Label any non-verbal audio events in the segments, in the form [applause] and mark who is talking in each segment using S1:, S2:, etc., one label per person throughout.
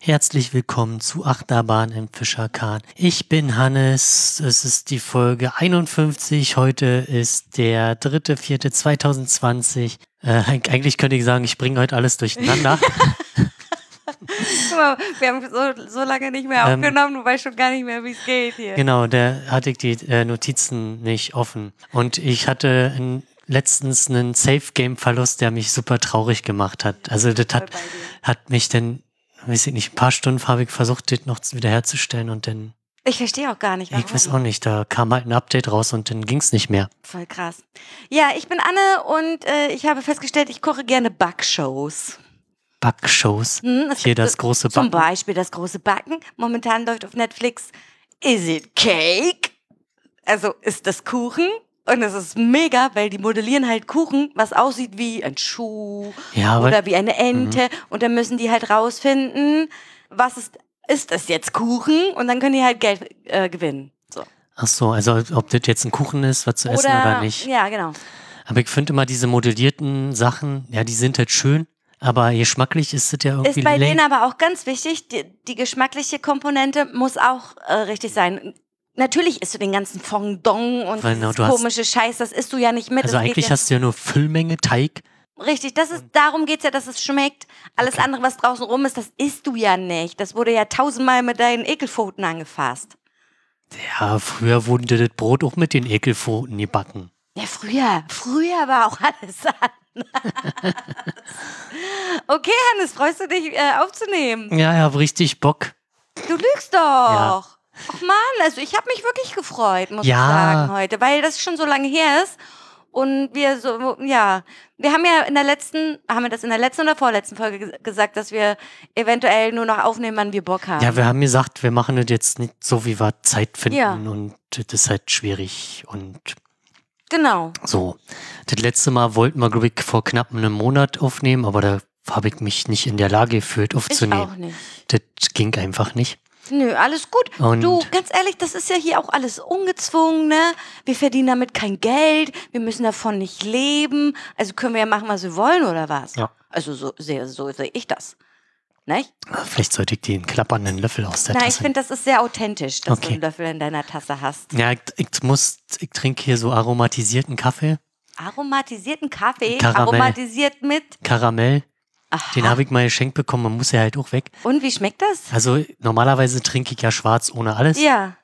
S1: Herzlich willkommen zu Achterbahn im Fischerkahn. Ich bin Hannes, es ist die Folge 51. Heute ist der 3.4.2020. Äh, eigentlich könnte ich sagen, ich bringe heute alles durcheinander.
S2: Guck mal, wir haben so, so lange nicht mehr
S1: Ähm,
S2: aufgenommen, du weißt schon gar nicht mehr, wie es geht hier.
S1: genau, da hatte ich die äh, Notizen nicht offen. Und ich hatte n- letztens einen Safe-Game-Verlust, der mich super traurig gemacht hat. Also das hat,
S2: Voll
S1: hat mich dann, weiß ich nicht, ein paar Stunden habe ich versucht, das noch wiederherzustellen und dann
S2: Ich verstehe auch gar nicht, warum.
S1: Ich weiß auch nicht, da kam halt ein Update raus und dann ging's nicht mehr.
S2: Voll krass. Ja, ich bin Anne und äh, ich habe festgestellt, ich koche gerne Backshows.
S1: Backshows.
S2: Hm, es
S1: Hier
S2: gibt
S1: das
S2: so-
S1: große
S2: Zum
S1: Backen.
S2: Beispiel das große Backen. Momentan läuft auf Netflix Is it Cake? Also ist das Kuchen? Und es ist mega, weil die modellieren halt Kuchen, was aussieht wie ein Schuh
S1: Ja, aber- Mhm.
S2: oder wie eine Ente. Und dann müssen die halt rausfinden, was ist, ist das jetzt Kuchen? Und dann können die halt Geld äh, gewinnen. So.
S1: Ach so, also ob das jetzt ein Kuchen ist, was zu essen oder nicht.
S2: Ja, genau.
S1: Aber ich finde immer diese modellierten Sachen, ja, die sind halt schön, aber je schmacklich ist das ja irgendwie
S2: Ist bei
S1: lame.
S2: denen aber auch ganz wichtig, die, die geschmackliche Komponente muss auch äh, richtig sein. Natürlich isst du den ganzen Fondong und
S1: Weil, na,
S2: dieses
S1: du hast-
S2: komische Scheiß, das isst du ja nicht mit.
S1: Also
S2: das geht
S1: eigentlich
S2: ja,
S1: hast Mhm. du ja nur Füllmenge Teig.
S2: Richtig, das ist, darum geht es ja, dass es schmeckt. Alles andere, was draußen rum ist, das isst du ja nicht. Das wurde ja tausendmal mit deinen Ekelpfoten angefasst.
S1: Ja, früher wurden dir das Brot auch mit den Ekelpfoten gebacken.
S2: Ja, früher. Früher war auch alles [laughs] anders. okay, Hannes, freust du dich äh, aufzunehmen?
S1: Ja, ich habe richtig Bock.
S2: Du lügst doch. Ach Mann, also ich habe mich wirklich gefreut, muss
S1: Ja.
S2: ich sagen, heute, weil das schon so lange her ist. Und wir so, ja, wir haben ja in der letzten, haben wir das in der letzten oder vorletzten Folge ges- gesagt, dass wir eventuell nur noch aufnehmen, wann wir Bock haben.
S1: Ja, wir haben gesagt, wir machen das jetzt nicht so, wie wir Zeit finden
S2: Ja.
S1: und das ist halt schwierig und
S2: genau.
S1: So, das letzte Mal wollten wir, glaube ich, vor knapp einem Monat aufnehmen, aber da habe ich mich nicht in der Lage gefühlt,
S2: Ich auch
S1: aufzunehmen.
S2: nicht.
S1: Das ging einfach nicht.
S2: Nö, alles gut.
S1: Und-
S2: du, ganz ehrlich, das ist ja hier auch alles ungezwungen, ne? Wir verdienen damit kein Geld, wir müssen davon nicht leben. Also können wir ja machen, was wir wollen, oder was?
S1: Ja.
S2: Also so sehe so seh ich das. Nicht?
S1: Vielleicht sollte ich den klappernden Löffel aus der
S2: Nein, ich
S1: Tasse.
S2: finde, das ist sehr authentisch, dass du
S1: Okay.
S2: einen Löffel in deiner Tasse hast.
S1: ja, ich, ich muss, ich trinke hier so aromatisierten Kaffee,
S2: Aromatisierten Kaffee,
S1: Karamell.
S2: aromatisiert mit.
S1: Karamell.
S2: Aha.
S1: Den habe ich mal geschenkt bekommen, man muss ja halt auch weg.
S2: Und wie schmeckt das?
S1: Also normalerweise trinke ich ja schwarz ohne alles.
S2: Ja.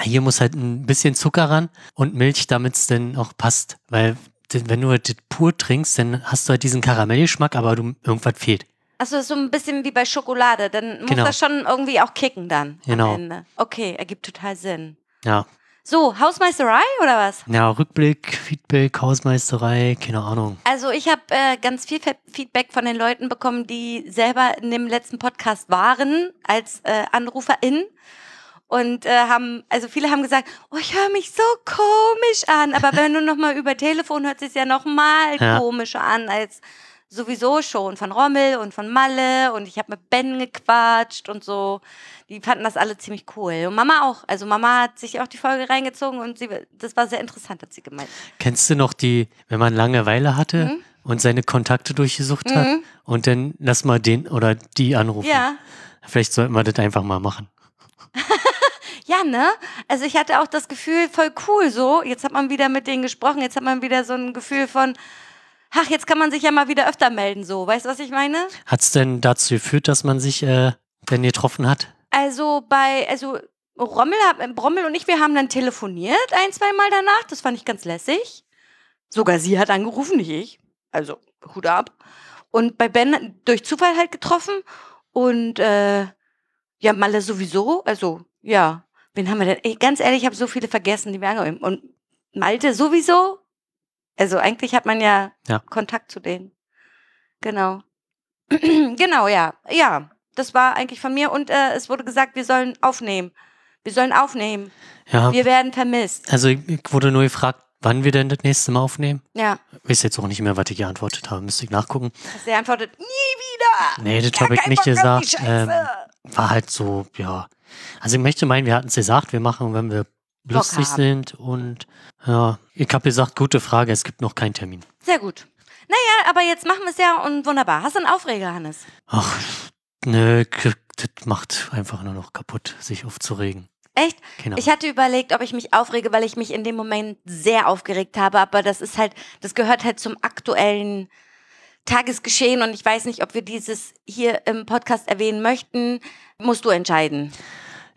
S1: Hier muss halt ein bisschen Zucker ran und Milch, damit es dann auch passt. Weil d- wenn du das pur trinkst, dann hast du halt diesen Karamellgeschmack, aber du, irgendwas fehlt.
S2: Also ist so ein bisschen wie bei Schokolade, dann muss
S1: Genau.
S2: das schon irgendwie auch kicken dann.
S1: Genau.
S2: Am Ende. Okay, ergibt total Sinn.
S1: Ja,
S2: So, Hausmeisterei oder was?
S1: Ja, Rückblick, Feedback, Hausmeisterei, keine Ahnung.
S2: Also ich habe äh, ganz viel Fe Feedback von den Leuten bekommen, die selber in dem letzten Podcast waren als äh, AnruferInnen. Und äh, haben, also viele haben gesagt, oh, ich höre mich so komisch an. Aber wenn du nochmal über Telefon hört es ja nochmal
S1: Ja.
S2: komischer an als sowieso schon von Rommel und von Malle. Und ich habe mit Ben gequatscht und so. Die fanden das alle ziemlich cool. Und Mama auch. Also Mama hat sich auch die Folge reingezogen und sie, das war sehr interessant, hat sie gemeint.
S1: Kennst du noch die, wenn man Langeweile hatte
S2: Mhm.
S1: und seine Kontakte durchgesucht hat und dann lass mal den oder die anrufen?
S2: Ja.
S1: Vielleicht sollten wir das einfach mal machen.
S2: Ja, ne? Also ich hatte auch das Gefühl, voll cool so. Jetzt hat man wieder mit denen gesprochen, jetzt hat man wieder so ein Gefühl von, ach, jetzt kann man sich ja mal wieder öfter melden so. Weißt du, was ich meine?
S1: Hat's denn dazu geführt, dass man sich äh, denn getroffen hat?
S2: Also bei, also Rommel, hab- Brommel und ich, wir haben dann telefoniert ein, zweimal danach. Das fand ich ganz lässig. Sogar sie hat angerufen, nicht ich. Also Hut ab. Und bei Ben durch Zufall halt getroffen. Und äh, ja, Malle sowieso. Also ja, wen haben wir denn? Ey, ganz ehrlich, ich habe so viele vergessen, die wir angerufen Und Malte sowieso. Also eigentlich hat man ja,
S1: Ja.
S2: Kontakt zu denen. Genau. [clears throat] genau, ja. Ja, das war eigentlich von mir. Und äh, es wurde gesagt, wir sollen aufnehmen. Wir sollen aufnehmen.
S1: Ja,
S2: Wir werden vermisst.
S1: also ich, ich wurde nur gefragt, wann wir denn das nächste Mal aufnehmen.
S2: Ja.
S1: Weiß jetzt auch nicht mehr, was die geantwortet haben. Müsste ich nachgucken.
S2: Dass er antwortet, nie wieder.
S1: Nee, das
S2: Ah, Gar
S1: habe ich
S2: kein
S1: nicht
S2: Bock auf die
S1: gesagt.
S2: Scheiße.
S1: Ähm, war halt so, ja. Also ich möchte meinen, wir hatten es gesagt, wir machen, wenn wir lustig
S2: haben.
S1: sind und ja, ich habe gesagt, gute Frage, es gibt noch keinen Termin.
S2: Sehr gut. Naja, aber jetzt machen wir es ja und wunderbar. Hast du einen Aufreger, Hannes?
S1: Ach, nö, k- das macht einfach nur noch kaputt, sich aufzuregen.
S2: Echt?
S1: Keine
S2: Ich hatte überlegt, ob ich mich aufrege, weil ich mich in dem Moment sehr aufgeregt habe, aber das ist halt, das gehört halt zum aktuellen Tagesgeschehen und ich weiß nicht, ob wir dieses hier im Podcast erwähnen möchten. Musst du entscheiden.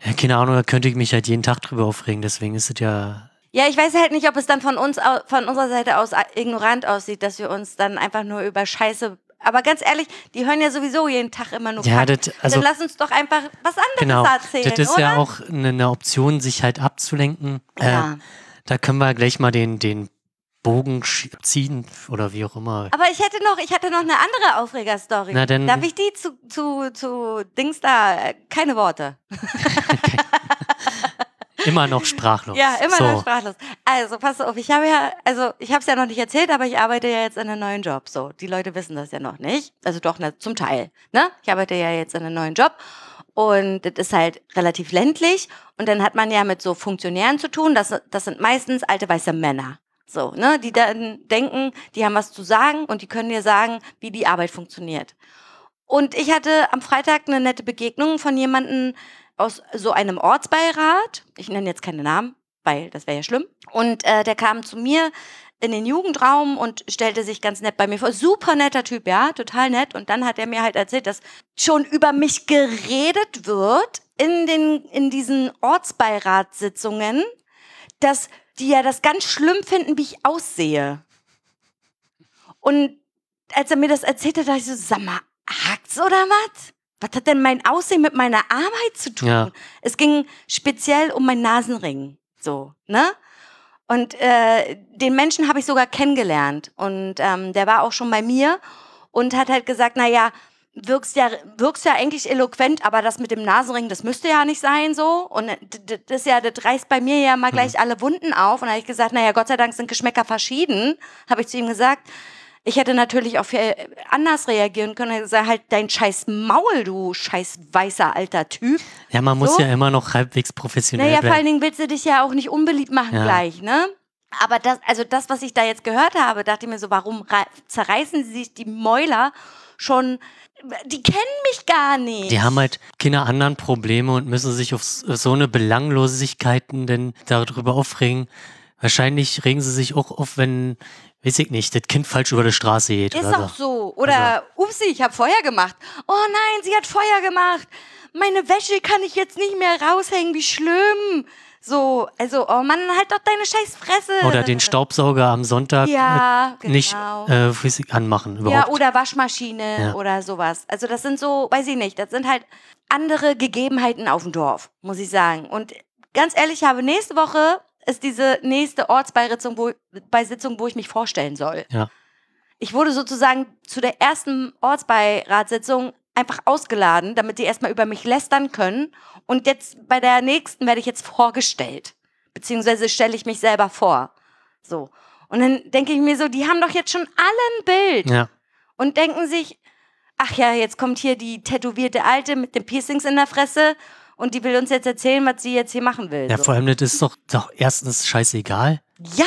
S1: Ja, keine Ahnung, da könnte ich mich halt jeden Tag drüber aufregen, deswegen ist es ja.
S2: Ja, ich weiß halt nicht, ob es dann von uns, au- von unserer Seite aus a- ignorant aussieht, dass wir uns dann einfach nur über Scheiße. Aber ganz ehrlich, die hören ja sowieso jeden Tag immer nur
S1: Ja,
S2: Kack.
S1: das, also
S2: dann lass uns doch einfach was anderes
S1: genau,
S2: erzählen,
S1: das ist
S2: oder?
S1: ja auch eine, eine Option, sich halt abzulenken.
S2: Ja.
S1: Äh, da können wir gleich mal den, den Bogen sch- ziehen oder wie auch immer.
S2: Aber ich hätte noch, ich hatte noch eine andere Aufreger-Story.
S1: Na, dann-
S2: Darf ich die zu, zu, zu Dings da? äh, Keine Worte.
S1: Immer noch sprachlos.
S2: Ja, immer
S1: so.
S2: noch sprachlos. Also, pass auf, ich habe ja, also ich habe es ja noch nicht erzählt, aber ich arbeite ja jetzt in einem neuen Job. So, die Leute wissen das ja noch nicht. Also doch, na, zum Teil. Ne? Ich arbeite ja jetzt in einem neuen Job. Und das ist halt relativ ländlich. Und dann hat man ja mit so Funktionären zu tun. Das, das sind meistens alte weiße Männer. So, ne? Die dann denken, die haben was zu sagen und die können dir sagen, wie die Arbeit funktioniert. Und ich hatte am Freitag eine nette Begegnung von jemandem aus so einem Ortsbeirat. Ich nenne jetzt keine Namen, weil das wäre ja schlimm. Und äh, der kam zu mir in den Jugendraum und stellte sich ganz nett bei mir vor. Super netter Typ, ja, total nett. Und dann hat er mir halt erzählt, dass schon über mich geredet wird in, den, in diesen Ortsbeiratssitzungen, dass die ja das ganz schlimm finden, wie ich aussehe. Und als er mir das erzählt hat, dachte ich so, sag mal, hakt's oder was? Was hat denn mein Aussehen mit meiner Arbeit zu tun?
S1: Ja.
S2: Es ging speziell um meinen Nasenring, so, ne? Und äh, den Menschen habe ich sogar kennengelernt und ähm, der war auch schon bei mir und hat halt gesagt, na ja, wirkst ja, wirkst ja eigentlich eloquent, aber das mit dem Nasenring, das müsste ja nicht sein so. Und äh, d- d- das ist ja, das reißt bei mir ja mal gleich alle Wunden auf. Und da habe ich gesagt, naja, Gott sei Dank sind Geschmäcker verschieden, habe ich zu ihm gesagt. Ich hätte natürlich auch viel äh, anders reagieren können. Er hat gesagt, halt dein scheiß Maul, du scheiß weißer alter Typ.
S1: ja, man muss
S2: so?
S1: ja immer noch halbwegs professionell
S2: Naja, vor allen
S1: bleiben.
S2: Dingen willst du dich ja auch nicht unbeliebt machen
S1: Ja.
S2: gleich, ne? Aber das, also das, was ich da jetzt gehört habe, dachte ich mir so, warum rei- zerreißen sie sich die Mäuler schon? Die kennen mich gar nicht.
S1: Die haben halt keine anderen Probleme und müssen sich auf s- auf so eine Belanglosigkeiten denn darüber aufregen. Wahrscheinlich regen sie sich auch auf, wenn, weiß ich nicht, das Kind falsch über die Straße geht.
S2: Ist
S1: oder
S2: auch so.
S1: Also
S2: Oder, upsi, ich habe Feuer gemacht. Oh nein, sie hat Feuer gemacht. Meine Wäsche kann ich jetzt nicht mehr raushängen, wie schlimm. So, also, oh Mann, halt doch deine scheiß Fresse.
S1: Oder den Staubsauger am Sonntag
S2: Ja,
S1: äh, nicht
S2: genau.
S1: äh, flüssig anmachen überhaupt.
S2: Ja, oder Waschmaschine
S1: Ja.
S2: oder sowas. Also das sind so, weiß ich nicht, das sind halt andere Gegebenheiten auf dem Dorf, muss ich sagen. Und ganz ehrlich, ich habe nächste Woche ist diese nächste Ortsbeisitzung, wo, bei Sitzung, wo ich mich vorstellen soll.
S1: Ja.
S2: Ich wurde sozusagen zu der ersten Ortsbeiratssitzung einfach ausgeladen, damit die erstmal über mich lästern können. Und jetzt bei der nächsten werde ich jetzt vorgestellt. Beziehungsweise stelle ich mich selber vor. So. Und dann denke ich mir so, die haben doch jetzt schon alle ein Bild
S1: ja.
S2: und denken sich, ach ja, jetzt kommt hier die tätowierte Alte mit den Piercings in der Fresse und die will uns jetzt erzählen, was sie jetzt hier machen will.
S1: ja,
S2: so.
S1: vor allem, das ist doch, doch erstens scheißegal.
S2: ja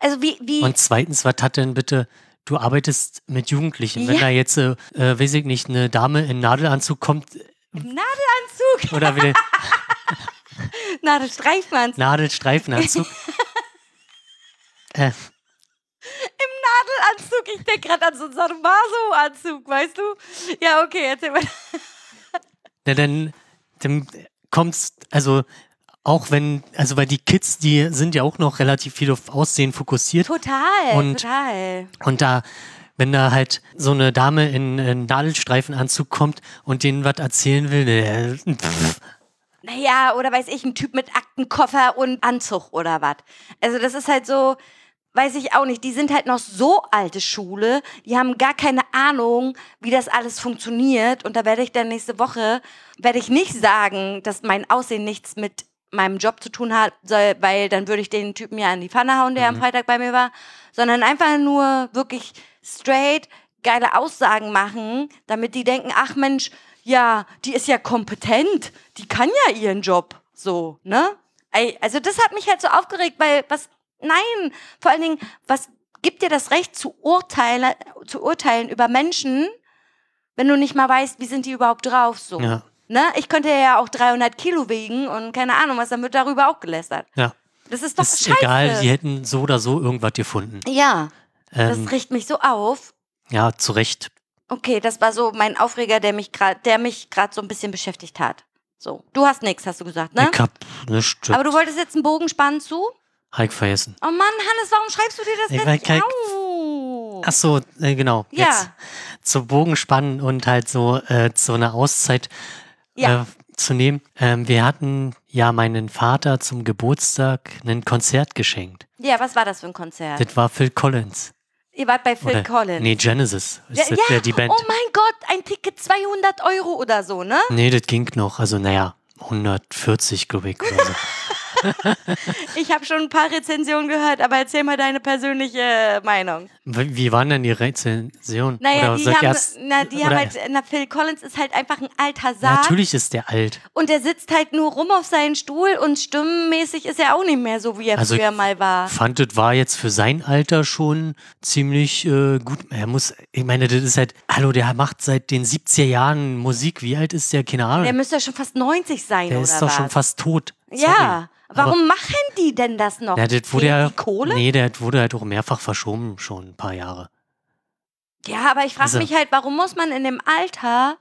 S2: also wie, wie
S1: Und zweitens, was hat denn bitte, du arbeitest mit Jugendlichen. Wenn
S2: Ja.
S1: da jetzt, äh, äh, weiß ich nicht, eine Dame in Nadelanzug kommt
S2: im Nadelanzug,
S1: oder will
S2: Nadelstreifmanns, [laughs]
S1: Nadelstreifenanzug. äh,
S2: Nadelanzug, ich denke gerade an so einen Sadomaso-Anzug, weißt du? Ja, okay, erzähl mal.
S1: na, dann, dann kommt's, also auch wenn, also weil die Kids, die sind ja auch noch relativ viel auf Aussehen fokussiert.
S2: Total,
S1: Und-
S2: total.
S1: Und da, wenn da halt so eine Dame in, in Nadelstreifenanzug kommt und denen was erzählen will, äh, pff,
S2: Naja, oder weiß ich, ein Typ mit Aktenkoffer und Anzug oder was. Also das ist halt so, weiß ich auch nicht, die sind halt noch so alte Schule, die haben gar keine Ahnung, wie das alles funktioniert. Und da werde ich dann nächste Woche, werde ich nicht sagen, dass mein Aussehen nichts mit meinem Job zu tun hat, soll, weil dann würde ich den Typen ja in die Pfanne hauen, der am Freitag bei mir war, sondern einfach nur wirklich straight geile Aussagen machen, damit die denken, ach Mensch, ja, die ist ja kompetent, die kann ja ihren Job so, ne? Ey, Also das hat mich halt so aufgeregt, weil was, nein, vor allen Dingen, was gibt dir das Recht zu, Urteile, zu urteilen über Menschen, wenn du nicht mal weißt, wie sind die überhaupt drauf so?
S1: Ja.
S2: Ne? Ich könnte ja auch 300 Kilo wiegen und keine Ahnung was, dann wird darüber auch gelästert.
S1: Ja.
S2: Das ist doch
S1: ist
S2: scheiße.
S1: egal, sie hätten so oder so irgendwas gefunden.
S2: ja,
S1: Ähm,
S2: das riecht mich so auf.
S1: ja, zu Recht.
S2: Okay, das war so mein Aufreger, der mich gerade, der mich gerade so ein bisschen beschäftigt hat. So, du hast nichts, hast du gesagt, ne?
S1: Ich hab nichts.
S2: Aber du wolltest jetzt einen Bogen spannen zu?
S1: Hab ich vergessen.
S2: Oh Mann, Hannes, warum schreibst du dir das
S1: Ich
S2: denn
S1: weiß
S2: nicht
S1: kein-
S2: auf?
S1: Ach so, äh, genau.
S2: Ja.
S1: Jetzt zu Bogen spannen und halt so äh, so eine Auszeit
S2: Ja.
S1: äh, zu nehmen. Ähm, wir hatten ja meinen Vater zum Geburtstag ein Konzert geschenkt.
S2: Ja, was war das für ein Konzert?
S1: Das war Phil Collins.
S2: Ihr wart bei Phil
S1: Oder-
S2: Collins.
S1: Nee, Genesis. Ist
S2: ja,
S1: das
S2: ja.
S1: ja die Band?
S2: Oh mein Gott, ein Ticket 200 Euro oder so, ne?
S1: Nee, das ging noch. Also, naja, 140, glaube ich. Oder so.
S2: [laughs] Ich habe schon ein paar Rezensionen gehört, aber erzähl mal deine persönliche Meinung.
S1: Wie wie waren denn die Rezensionen?
S2: Naja,
S1: Oder
S2: die
S1: sag
S2: haben,
S1: erst-
S2: na, die haben
S1: oder
S2: halt,
S1: erst-
S2: na, Phil Collins ist halt einfach ein alter
S1: Ja,
S2: Sarg.
S1: Natürlich ist der alt.
S2: Und er sitzt halt nur rum auf seinen Stuhl und stimmenmäßig ist er auch nicht mehr so, wie er
S1: Also-
S2: früher mal war.
S1: Fand, das war jetzt für sein Alter schon ziemlich äh, gut. Er muss, ich meine, das ist halt, hallo, der macht seit den 70er Jahren Musik. Wie alt ist der? Keine Ahnung.
S2: Der
S1: Der,
S2: müsste ja schon fast 90 sein, oder
S1: ist doch
S2: was?
S1: schon fast tot. Sorry.
S2: ja. Warum machen die denn das noch?
S1: Na, das wurde
S2: Fehlt
S1: ja,
S2: die Kohle?
S1: Nee, der wurde halt auch mehrfach verschoben, schon ein paar Jahre.
S2: Ja, aber ich frage
S1: Also-
S2: mich halt, warum muss man in dem Alter.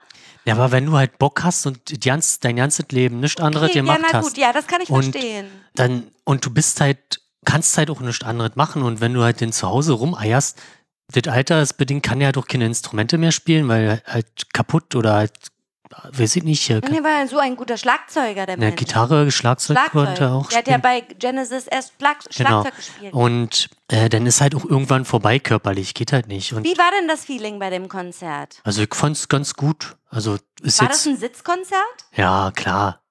S1: Ja, aber wenn du halt Bock hast und die ganz, dein ganzes Leben nichts anderes
S2: Okay, ja,
S1: gemacht
S2: na
S1: hast,
S2: gut, ja, das kann ich
S1: Und-
S2: verstehen.
S1: dann und du bist halt, kannst halt auch nichts anderes machen und wenn du halt den zu Hause rumeierst, das Alter ist bedingt, kann ja halt auch keine Instrumente mehr spielen, weil halt kaputt oder halt, weiß ich nicht, äh,
S2: Und er war ja so ein guter Schlagzeuger, der
S1: eine
S2: Mensch.
S1: Gitarre, Schlagzeug konnte er auch
S2: der hat ja
S1: spielen.
S2: bei Genesis erst Schlag
S1: Genau.
S2: Schlagzeug gespielt.
S1: Und äh, dann ist halt auch irgendwann vorbei körperlich, geht halt nicht. Und
S2: Wie war denn das Feeling bei dem Konzert?
S1: also ich fand's ganz gut. Also ist
S2: War das
S1: jetzt,
S2: ein Sitzkonzert?
S1: ja klar.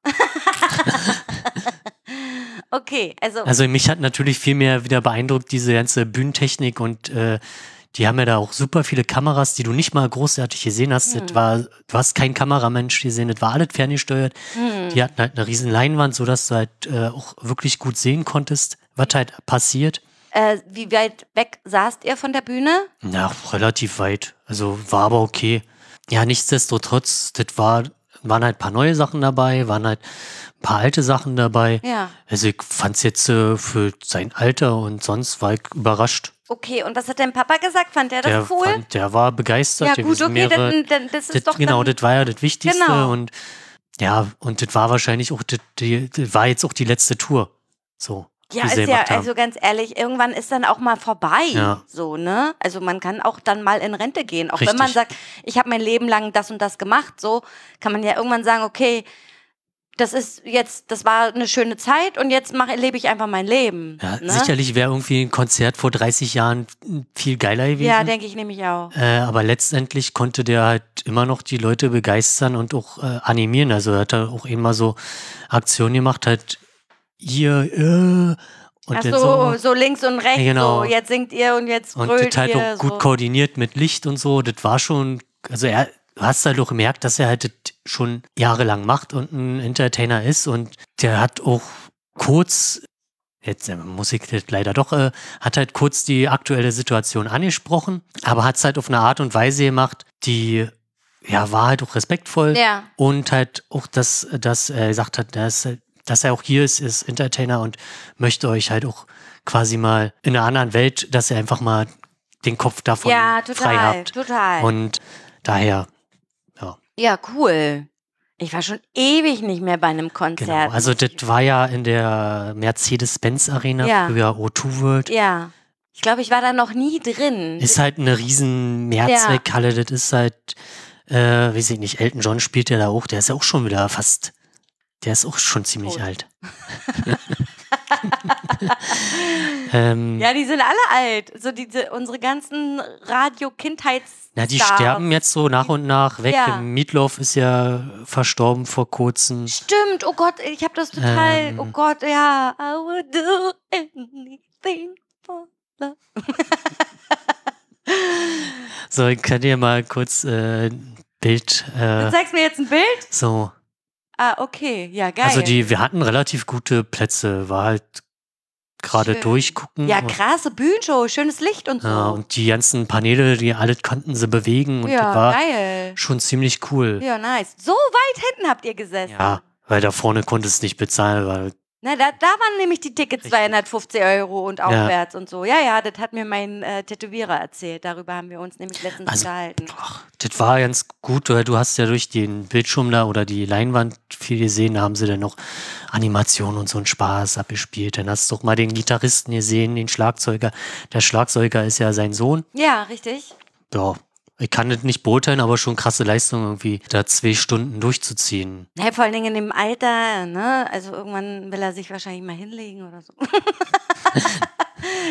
S2: Okay, also
S1: Also mich hat natürlich viel mehr wieder beeindruckt, diese ganze Bühnentechnik und äh, die haben ja da auch super viele Kameras, die du nicht mal großartig gesehen hast. Das war, du hast keinen Kameramensch gesehen, das war alles ferngesteuert. Die hatten halt eine riesen Leinwand, sodass du halt äh, auch wirklich gut sehen konntest, was halt passiert.
S2: Äh, wie weit weg saßt ihr von der Bühne?
S1: Na, relativ weit. Also war aber okay. Ja, nichtsdestotrotz, das war, waren halt ein paar neue Sachen dabei, waren halt ein paar alte Sachen dabei.
S2: Ja.
S1: Also ich fand's jetzt äh, für sein Alter und sonst war ich überrascht.
S2: Okay, und was hat dein Papa gesagt? Fand er das
S1: der,
S2: cool?
S1: fand, der war begeistert.
S2: ja,
S1: der
S2: gut,
S1: wissen
S2: okay,
S1: mehrere,
S2: dann, dann, das ist
S1: das,
S2: doch
S1: genau,
S2: dann,
S1: das war ja das Wichtigste.
S2: Genau.
S1: Und ja, und das war wahrscheinlich auch, das, die, das war jetzt auch die letzte Tour. So,
S2: ja,
S1: die
S2: ist
S1: sie
S2: ja,
S1: gemacht haben.
S2: also ganz ehrlich, irgendwann ist dann auch mal vorbei,
S1: Ja.
S2: so, ne? Also man kann auch dann mal in Rente gehen, auch wenn
S1: Richtig.
S2: man sagt, ich habe mein Leben lang das und das gemacht, so, kann man ja irgendwann sagen, okay, das ist jetzt, das war eine schöne Zeit und jetzt mach, lebe ich einfach mein Leben.
S1: ja,
S2: ne?
S1: Sicherlich wäre irgendwie ein Konzert vor 30 Jahren viel geiler gewesen.
S2: Ja, denke ich nämlich auch.
S1: äh, aber letztendlich konnte der halt immer noch die Leute begeistern und auch äh, animieren. Also er hat da auch immer so Aktionen gemacht, halt hier, äh, und
S2: Ach
S1: dann
S2: so, oh, so links und rechts,
S1: Ja, genau.
S2: so, jetzt singt ihr und jetzt
S1: Und
S2: brüllt
S1: das halt
S2: ihr.
S1: auch gut
S2: so.
S1: koordiniert mit Licht und so. Das war schon, also er, du hast halt auch gemerkt, dass er halt das schon jahrelang macht und ein Entertainer ist und der hat auch kurz, jetzt äh, muss ich das leider doch, äh, hat halt kurz die aktuelle Situation angesprochen, aber hat es halt auf eine Art und Weise gemacht, die ja war halt auch respektvoll
S2: Ja.
S1: und halt auch, dass, dass er gesagt hat, dass, dass er auch hier ist, ist Entertainer und möchte euch halt auch quasi mal in einer anderen Welt, dass ihr einfach mal den Kopf davon
S2: Ja, total,
S1: frei habt.
S2: total.
S1: Und daher, ja,
S2: ja, cool. Ich war schon ewig nicht mehr bei einem Konzert.
S1: genau. Also das war ja in der Mercedes-Benz-Arena,
S2: Ja.
S1: früher O2 World.
S2: ja. Ich glaube, ich war da noch nie drin.
S1: Ist halt eine riesen Mehrzweckhalle, das ist halt, äh, weiß ich nicht, Elton John spielt ja da auch, der ist
S2: [laughs]
S1: ja auch schon wieder fast, der ist auch schon ziemlich
S2: Tot.
S1: alt. [laughs] ähm,
S2: Ja, die sind alle alt. So diese, unsere ganzen Radio-Kindheits.
S1: na, die sterben jetzt so nach und nach weg.
S2: Ja.
S1: Meatloaf ist ja verstorben vor kurzem.
S2: Stimmt, oh Gott, ich habe das total.
S1: Ähm.
S2: Oh Gott, ja. I would do anything for love.
S1: So, ich kann dir mal kurz äh, ein Bild.
S2: Du
S1: Äh,
S2: zeigst mir jetzt ein Bild?
S1: so.
S2: Ah, okay, ja, geil.
S1: Also die, wir hatten relativ gute Plätze, war halt gerade
S2: Schön.
S1: durchgucken.
S2: ja,
S1: und-
S2: krasse Bühnenshow, schönes Licht und so.
S1: Mhm. Ja, Äh, und die ganzen Paneele, die alle konnten sie bewegen und
S2: Ja,
S1: das war
S2: geil.
S1: schon ziemlich cool.
S2: Ja, nice. So weit hinten habt ihr gesessen.
S1: Ja, weil da vorne konnte es nicht bezahlen, weil
S2: Na, da, da waren nämlich die Tickets 250 Euro und aufwärts und so. Ja, ja, das hat mir mein äh, Tätowierer erzählt. Darüber haben wir uns nämlich letztens
S1: Also-
S2: unterhalten.
S1: ach, das war ganz gut, weil du hast ja durch den Bildschirm da oder die Leinwand viel gesehen, da haben sie dann noch Animationen und so einen Spaß abgespielt. Dann hast du doch mal den Gitarristen gesehen, den Schlagzeuger. Der Schlagzeuger ist ja sein Sohn.
S2: Ja, richtig.
S1: Ja, ich kann das nicht beurteilen, aber schon krasse Leistung irgendwie, da zwei Stunden durchzuziehen.
S2: Na, Ne, vor allen Dingen in dem Alter, ne? Also irgendwann will er sich wahrscheinlich mal hinlegen oder so.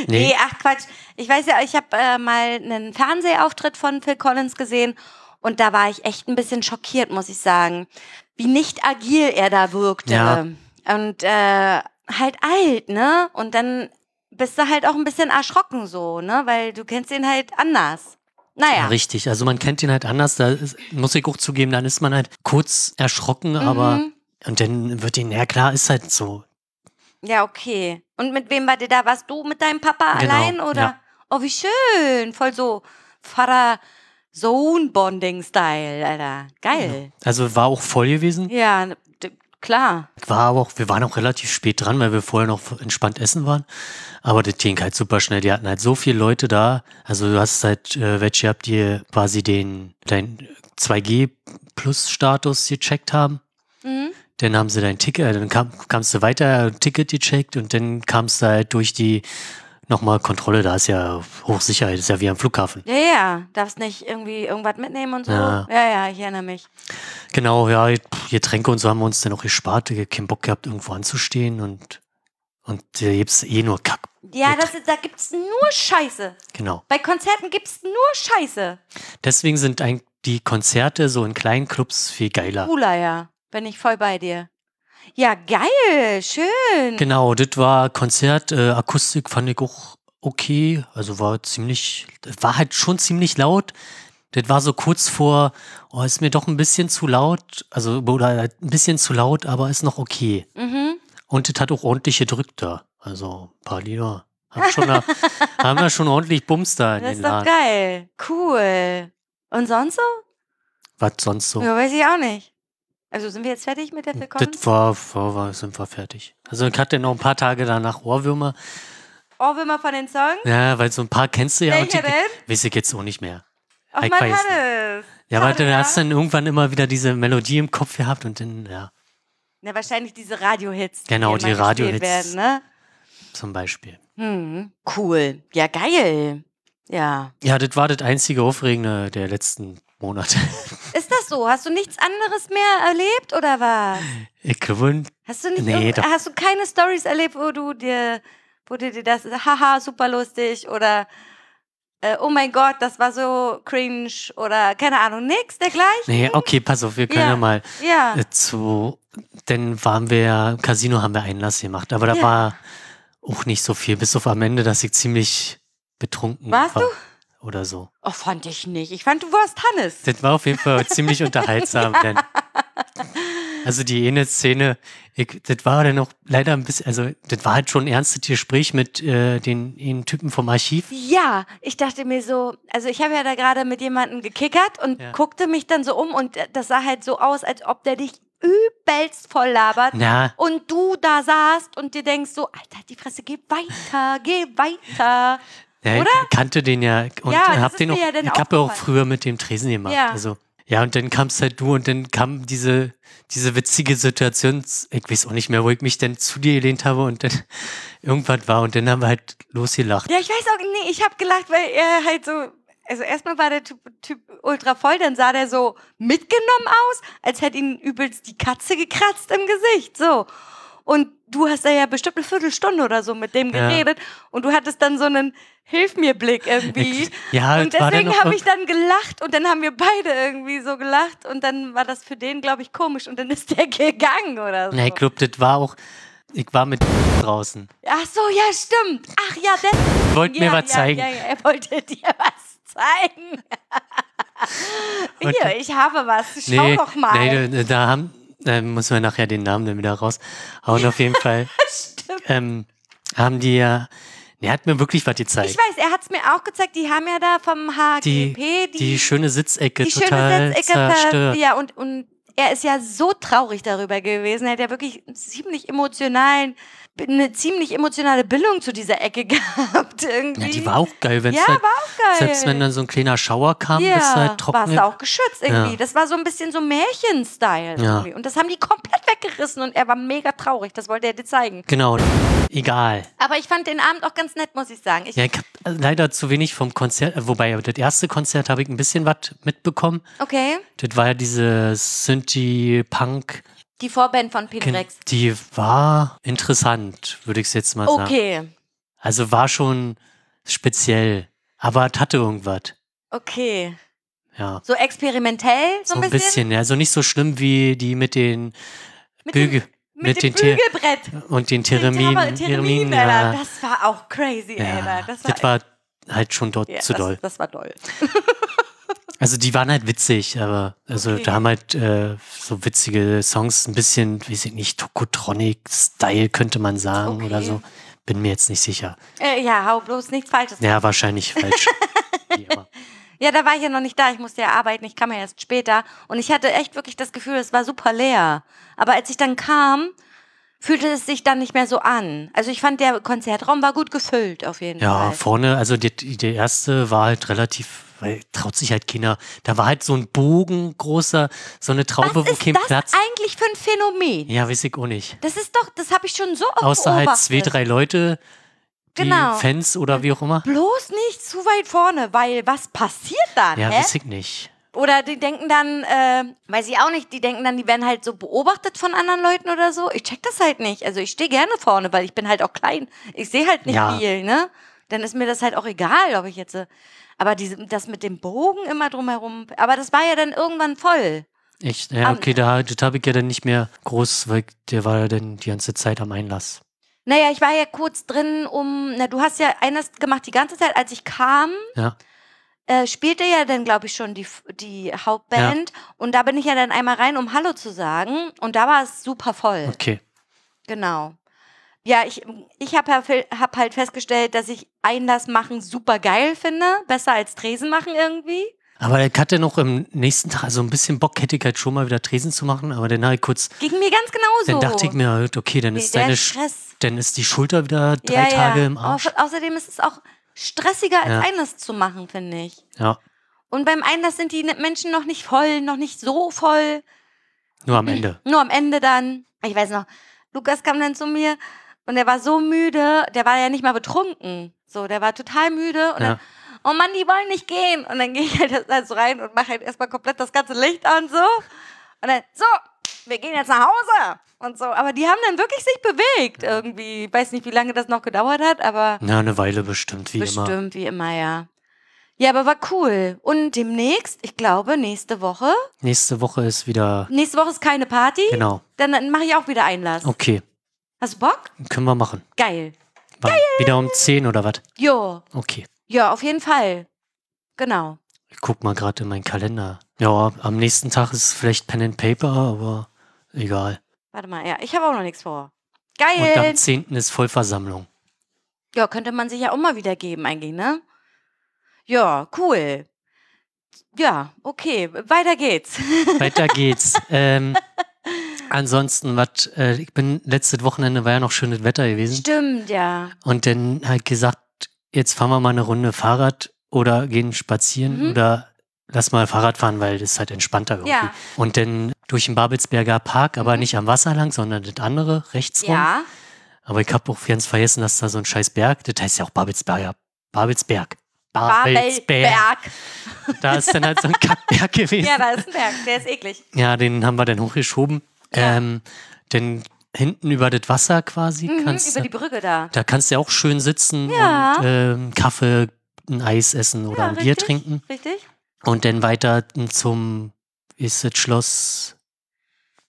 S2: Nee, ach Quatsch. Ich weiß ja, ich habe äh, mal einen Fernsehauftritt von Phil Collins gesehen und da war ich echt ein bisschen schockiert, muss ich sagen, wie nicht agil er da wirkte.
S1: Ja.
S2: Und äh, halt alt, ne? Und dann bist du halt auch ein bisschen erschrocken so, ne? Weil du kennst ihn halt anders.
S1: Ja,
S2: Naja.
S1: richtig. Also man kennt ihn halt anders, da ist, muss ich auch zugeben, dann ist man halt kurz erschrocken, aber
S2: Mhm.
S1: und dann wird ihn, ja klar, ist halt so.
S2: Ja, okay. Und mit wem war der da? Warst du mit deinem Papa
S1: Genau,
S2: allein oder?
S1: ja.
S2: Oh, wie schön. Voll so Vater-Sohn-Bonding-Style, Alter. Geil.
S1: Also war auch voll gewesen.
S2: Ja, d- klar.
S1: War aber auch, wir waren auch relativ spät dran, weil wir vorher noch entspannt essen waren. Aber das ging halt super schnell. Die hatten halt so viele Leute da. Also du hast halt äh, welche gehabt, die quasi den dein 2G Plus Status gecheckt haben.
S2: Mhm.
S1: Dann haben sie dein Ticket, äh, dann kam, kamst du weiter, Ticket gecheckt und dann kamst du halt durch die nochmal Kontrolle, da ist ja Hochsicherheit, ist ja wie am Flughafen.
S2: Ja, ja. Darfst nicht irgendwie irgendwas mitnehmen und so. Ja,
S1: Ja.
S2: ja, ich erinnere mich.
S1: Genau, ja, pff, Getränke und so haben wir uns dann auch gespart, wir haben keinen Bock gehabt, irgendwo anzustehen und, und da gibt's eh nur Kack.
S2: Ja, das, ist- da gibt's nur Scheiße.
S1: Genau.
S2: Bei Konzerten gibt's nur Scheiße.
S1: Deswegen sind eigentlich die Konzerte so in kleinen Clubs viel geiler.
S2: Cooler, ja. Bin ich voll bei dir. Ja, geil. Schön.
S1: Genau, das war Konzert, äh, Akustik fand ich auch okay, also war ziemlich, war halt schon ziemlich laut. Das war so kurz vor, oh, ist mir doch ein bisschen zu laut, also oder ein bisschen zu laut, aber ist noch okay.
S2: Mhm.
S1: Und das hat auch ordentlich gedrückt da, also ein paar Lieder. Haben, schon
S2: [laughs]
S1: da, haben wir schon ordentlich Bums da in
S2: Das
S1: den
S2: ist doch
S1: Laden.
S2: geil. Cool. Und sonst so?
S1: Was sonst so?
S2: Ja, weiß ich auch nicht. Also sind wir jetzt fertig mit der Phil Collins?
S1: Das war, war, war, sind wir fertig. Also ich hatte noch ein paar Tage danach Ohrwürmer.
S2: Ohrwürmer Oh, von den Song?
S1: Ja, weil so ein paar kennst du ja. und
S2: Welcher
S1: die-
S2: denn?
S1: Weiß ich jetzt auch nicht mehr.
S2: Auf
S1: Ich
S2: mein
S1: weiß nicht.
S2: Hannes.
S1: Ja, weil du
S2: Schade, ne?
S1: hast dann irgendwann immer wieder diese Melodie im Kopf gehabt und dann, ja,
S2: Na, wahrscheinlich diese Radiohits.
S1: Genau,
S2: hier
S1: die
S2: mal gespielt
S1: Radiohits.
S2: werden, ne?
S1: zum Beispiel.
S2: Hm, cool. Ja, geil. Ja.
S1: Ja, das war das einzige Aufregende der letzten Monate. [laughs]
S2: Ist das so? Hast du nichts anderes mehr erlebt oder was?
S1: Ich glaube,
S2: Hast du nicht
S1: Nee,
S2: irgend-
S1: doch.
S2: hast du keine Stories erlebt, wo du dir wo du dir das haha super lustig oder äh, oh mein Gott, das war so cringe oder keine Ahnung, nix dergleichen?
S1: nee, okay, pass auf, wir können
S2: Ja.
S1: ja, mal
S2: Ja.
S1: äh, zu, dann waren wir ja, im Casino haben wir Einlass gemacht, aber da
S2: Ja.
S1: war auch nicht so viel, bis auf am Ende, dass ich ziemlich betrunken
S2: Warst
S1: war.
S2: du?
S1: Oder so.
S2: Oh, fand ich nicht. Ich fand du warst Hannes.
S1: Das war auf jeden Fall ziemlich unterhaltsam. Denn, also die eine Szene, ich, das war dann noch leider ein bisschen, also das war halt schon ein ernstes Gespräch mit äh, den, den Typen vom Archiv.
S2: Ja, ich dachte mir so, also ich habe ja da gerade mit jemandem gekickert und
S1: Ja.
S2: guckte mich dann so um und äh, das sah halt so aus, als ob der dich übelst voll labert.
S1: Na,
S2: Und du da saßt und dir denkst so, Alter, die Fresse, geh weiter, geh weiter.
S1: ja, ich
S2: Oder?
S1: kannte den ja und
S2: Ja, das
S1: hab
S2: ist
S1: den
S2: mir
S1: auch,
S2: ja dann
S1: ich habe ja auch
S2: aufgefallen.
S1: früher mit dem Tresen gemacht.
S2: Ja.
S1: Also, ja, und dann kamst halt du und dann kam diese, diese witzige Situation, ich weiß auch nicht mehr, wo ich mich dann zu dir gelehnt habe und dann [laughs] irgendwas war und dann haben wir halt losgelacht.
S2: Ja, ich weiß auch, nee, ich habe gelacht, weil er halt so, also erstmal war der Typ, typ ultra voll, dann sah der so mitgenommen aus, als hätte ihn übelst die Katze gekratzt im Gesicht, so. Und du hast da ja bestimmt eine Viertelstunde oder so mit dem
S1: Ja.
S2: geredet und du hattest dann so einen Hilf mir Blick irgendwie.
S1: [laughs] Ja,
S2: und
S1: es war dann
S2: deswegen
S1: noch
S2: habe ich dann gelacht und dann haben wir beide irgendwie so gelacht und dann war das für den, glaube ich, komisch und dann ist der [laughs] gegangen oder so.
S1: Nee, ich glaube, das war auch. Ich war mit [laughs] draußen.
S2: Ach so, ja, stimmt. Ach ja, der
S1: Wollt
S2: ja,
S1: mir was
S2: ja,
S1: zeigen.
S2: Ja, ja, er wollte dir [laughs] was zeigen.
S1: Und-
S2: Hier, ich habe was. Schau doch mal.
S1: Nee, da, da haben, da muss man nachher den Namen dann wieder raushauen. Auf jeden
S2: [laughs]
S1: Fall ähm, haben die ja, der hat mir wirklich was gezeigt.
S2: ich weiß, er hat es mir auch gezeigt. Die haben ja da vom
S1: die,
S2: HGP
S1: die, schöne Sitzecke
S2: die schöne
S1: total
S2: Sitzecke ver-
S1: zerstört.
S2: Ja, und, und er ist ja so traurig darüber gewesen. Er hat ja wirklich einen ziemlich emotionalen, eine ziemlich emotionale Bildung zu dieser Ecke [laughs] gehabt. Irgendwie.
S1: Ja, die war auch geil, wenn's
S2: Ja,
S1: halt,
S2: war auch geil.
S1: Selbst wenn dann so ein kleiner Schauer kam,
S2: ja,
S1: bist du halt trocken.
S2: warst du auch geschützt irgendwie.
S1: Ja.
S2: Das war so ein bisschen so Märchen-Style.
S1: Ja.
S2: irgendwie. Und das haben die komplett weggerissen und er war mega traurig. Das wollte er dir zeigen.
S1: Genau, egal.
S2: Aber ich fand den Abend auch ganz nett, muss ich sagen. Ich,
S1: Ja, ich hab äh, leider zu wenig vom Konzert, äh, wobei das erste Konzert habe ich ein bisschen was mitbekommen.
S2: Okay,
S1: Das war ja diese Synthie-Punk.
S2: die Vorband von
S1: Ken-
S2: Pedrex.
S1: Die war interessant, würde ich es jetzt mal sagen.
S2: Okay,
S1: Also war schon speziell, aber es hatte irgendwas.
S2: okay.
S1: Ja.
S2: So experimentell, so,
S1: So ein bisschen. Also nicht so schlimm wie die mit den
S2: Mit dem-
S1: Büge
S2: Mit
S1: mit
S2: dem
S1: den Te-
S2: Bügelbrett.
S1: und den
S2: Den
S1: Theremin.
S2: Termin,
S1: Theremin,
S2: Alter.
S1: ja.
S2: Das war auch crazy,
S1: ja.
S2: Alter.
S1: Das,
S2: Das war,
S1: war halt schon dort
S2: ja,
S1: zu doll.
S2: Das, das war doll.
S1: Also die waren halt witzig, aber also
S2: Okay.
S1: da haben halt äh, so witzige Songs, ein bisschen, weiß ich nicht, Tokotronic-Style könnte man sagen
S2: Okay.
S1: oder so. Bin mir jetzt nicht sicher.
S2: Äh, ja, hau bloß nichts Falsches. Ja.
S1: Ja, wahrscheinlich
S2: [laughs]
S1: falsch. Wie immer.
S2: da war ich ja noch nicht da. Ich musste ja arbeiten. Ich kam ja erst später. Und ich hatte echt wirklich das Gefühl, es war super leer. Aber als ich dann kam, fühlte es sich dann nicht mehr so an. Also ich fand, der Konzertraum war gut gefüllt, auf jeden
S1: Ja,
S2: Fall.
S1: vorne, also die, die der erste war halt relativ, weil traut sich halt keiner. Da war halt so ein Bogen großer, so eine Traube,
S2: Was
S1: wo
S2: ist
S1: kein
S2: das
S1: Platz.
S2: eigentlich für ein Phänomen?
S1: Ja, weiß ich auch nicht.
S2: Das ist doch, das habe ich schon so oft
S1: Außer
S2: beobachtet.
S1: halt zwei, drei Leute, die
S2: Genau.
S1: Fans oder wie auch immer.
S2: Bloß nicht zu weit vorne, weil was passiert dann?
S1: Ja,
S2: hä?
S1: weiß ich nicht.
S2: Oder die denken dann, äh, weiß ich auch nicht, die denken dann, die werden halt so beobachtet von anderen Leuten oder so. Ich check das halt nicht. Also ich stehe gerne vorne, weil ich bin halt auch klein. Ich sehe halt nicht
S1: Ja.
S2: viel, ne? Dann ist mir das halt auch egal, ob ich jetzt. äh, Aber diese, das mit dem Bogen immer drumherum. Aber das war ja dann irgendwann voll.
S1: Ich, ja,
S2: Am-
S1: okay, da, das habe ich ja dann nicht mehr groß, weil der war ja dann die ganze Zeit am Einlass.
S2: Naja, ich war ja kurz drin, um. Na, du hast ja eines gemacht die ganze Zeit, als ich kam.
S1: Ja.
S2: Äh, spielte ja dann, glaube ich, schon die, F- die Hauptband. Und da bin ich ja dann einmal rein, um Hallo zu sagen. Und da war es super voll.
S1: Okay.
S2: Genau. Ja, ich, ich habe hab halt festgestellt, dass ich Einlass machen super geil finde. Besser als Tresen machen irgendwie.
S1: Aber ich hatte noch im nächsten Tag, also ein bisschen Bock hätte ich halt schon mal wieder Tresen zu machen, aber dann habe ich kurz,
S2: Ging mir ganz
S1: dann
S2: genauso.
S1: dachte ich mir halt, okay, dann
S2: Nee,
S1: ist
S2: der
S1: deine, Sch-
S2: Stress.
S1: dann ist die Schulter wieder drei Tage im Arsch.
S2: Au außerdem ist es auch stressiger, als
S1: Ja.
S2: Einlass zu machen, finde ich.
S1: Ja.
S2: Und beim Einlass sind die Menschen noch nicht voll, noch nicht so voll.
S1: Nur am Ende.
S2: Nur am Ende dann, ich weiß noch, Lukas kam dann zu mir und er war so müde, der war ja nicht mal betrunken. So, der war total müde und
S1: Ja.
S2: dann, oh Mann, die wollen nicht gehen. Und dann gehe ich halt erst so rein und mache halt erstmal komplett das ganze Licht an so. Und dann, so, wir gehen jetzt nach Hause und so. Aber die haben dann wirklich sich bewegt irgendwie. Ich weiß nicht, wie lange das noch gedauert hat, aber
S1: Na, eine Weile bestimmt, wie
S2: bestimmt
S1: immer.
S2: wie immer, ja. Ja, aber war cool. Und demnächst, ich glaube, nächste Woche.
S1: Nächste Woche ist wieder.
S2: Nächste Woche ist keine Party.
S1: Genau. Oh.
S2: Dann mache ich auch wieder Einlass.
S1: Okay,
S2: Hast du Bock?
S1: können wir machen.
S2: Geil.
S1: Wann? Wieder um 10 oder was?
S2: Jo,
S1: Okay.
S2: ja, auf jeden Fall. Genau.
S1: Ich guck mal gerade in meinen Kalender. Ja, am nächsten Tag ist vielleicht Pen and Paper, aber egal.
S2: Warte mal, ja, ich habe auch noch nichts vor.
S1: Und
S2: Geil.
S1: am 10. ist Vollversammlung.
S2: Ja, könnte man sich ja auch mal wieder geben eigentlich, ne? Ja, cool. Ja, okay, weiter geht's. [laughs]
S1: Weiter geht's. ähm, ansonsten, was, äh, ich bin letztes Wochenende war ja noch schönes Wetter gewesen.
S2: Stimmt, ja.
S1: Und dann halt gesagt, jetzt fahren wir mal eine Runde Fahrrad oder gehen spazieren
S2: Mhm.
S1: oder lass mal Fahrrad fahren, weil das ist halt entspannter irgendwie.
S2: Ja. Mhm.
S1: Und dann durch den Babelsberger Park, aber nicht am Wasser lang, sondern das andere, rechts rum.
S2: Ja.
S1: Aber ich habe auch ganz vergessen, dass da so ein scheiß Berg, das heißt ja auch Babelsberger, Babelsberg.
S2: Babelsberg.
S1: Da ist dann halt
S2: [laughs]
S1: so ein Kackberg gewesen. [laughs]
S2: Ja, da ist ein Berg, der ist eklig.
S1: Ja, den haben wir dann hochgeschoben.
S2: Ja.
S1: Ähm, dann hinten über das Wasser quasi.
S2: Mhm,
S1: kannst,
S2: über die Brücke da.
S1: da kannst du ja auch schön sitzen
S2: Ja.
S1: und ähm, Kaffee, ein Eis essen oder
S2: Ja,
S1: ein Bier
S2: richtig.
S1: trinken.
S2: Richtig?
S1: Und dann weiter zum, wie ist das Schloss?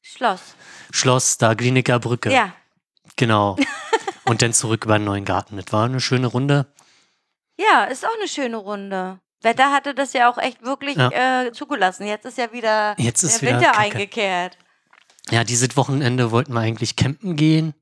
S2: Schloss.
S1: Schloss da, Kliniker Brücke.
S2: Ja. [laughs]
S1: Genau. und dann zurück über den neuen Garten. Das war eine schöne Runde.
S2: Ja, ist auch eine schöne Runde. Wetter hatte das ja auch echt wirklich äh, zugelassen. Jetzt ist ja wieder
S1: Jetzt
S2: der
S1: ist wieder.
S2: Winter
S1: Kacke.
S2: eingekehrt.
S1: Ja, dieses Wochenende wollten wir eigentlich campen gehen.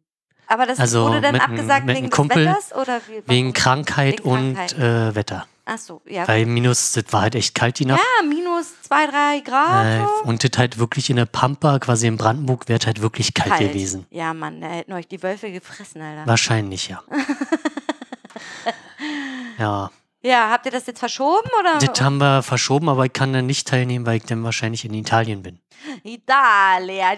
S2: Aber das
S1: Also
S2: wurde dann
S1: mit einem-
S2: abgesagt
S1: mit einem
S2: wegen
S1: Kumpel,
S2: des Wetters oder wie?
S1: Wegen Krankheit
S2: Wegen Krankheit.
S1: und äh, Wetter.
S2: Ach so, ja.
S1: Weil minus, das war halt echt kalt die Nacht.
S2: ja, minus zwei, drei Grad.
S1: Äh,
S2: so.
S1: und das halt wirklich in der Pampa, quasi in Brandenburg, wäre halt wirklich kalt,
S2: Kalt.
S1: gewesen.
S2: Ja, Mann, da hätten euch die Wölfe gefressen, Alter.
S1: Wahrscheinlich,
S2: [laughs]
S1: ja. ja.
S2: Ja, habt ihr das jetzt verschoben oder?
S1: Das haben wir verschoben, aber ich kann dann nicht teilnehmen, weil ich dann wahrscheinlich in Italien bin.
S2: Italia,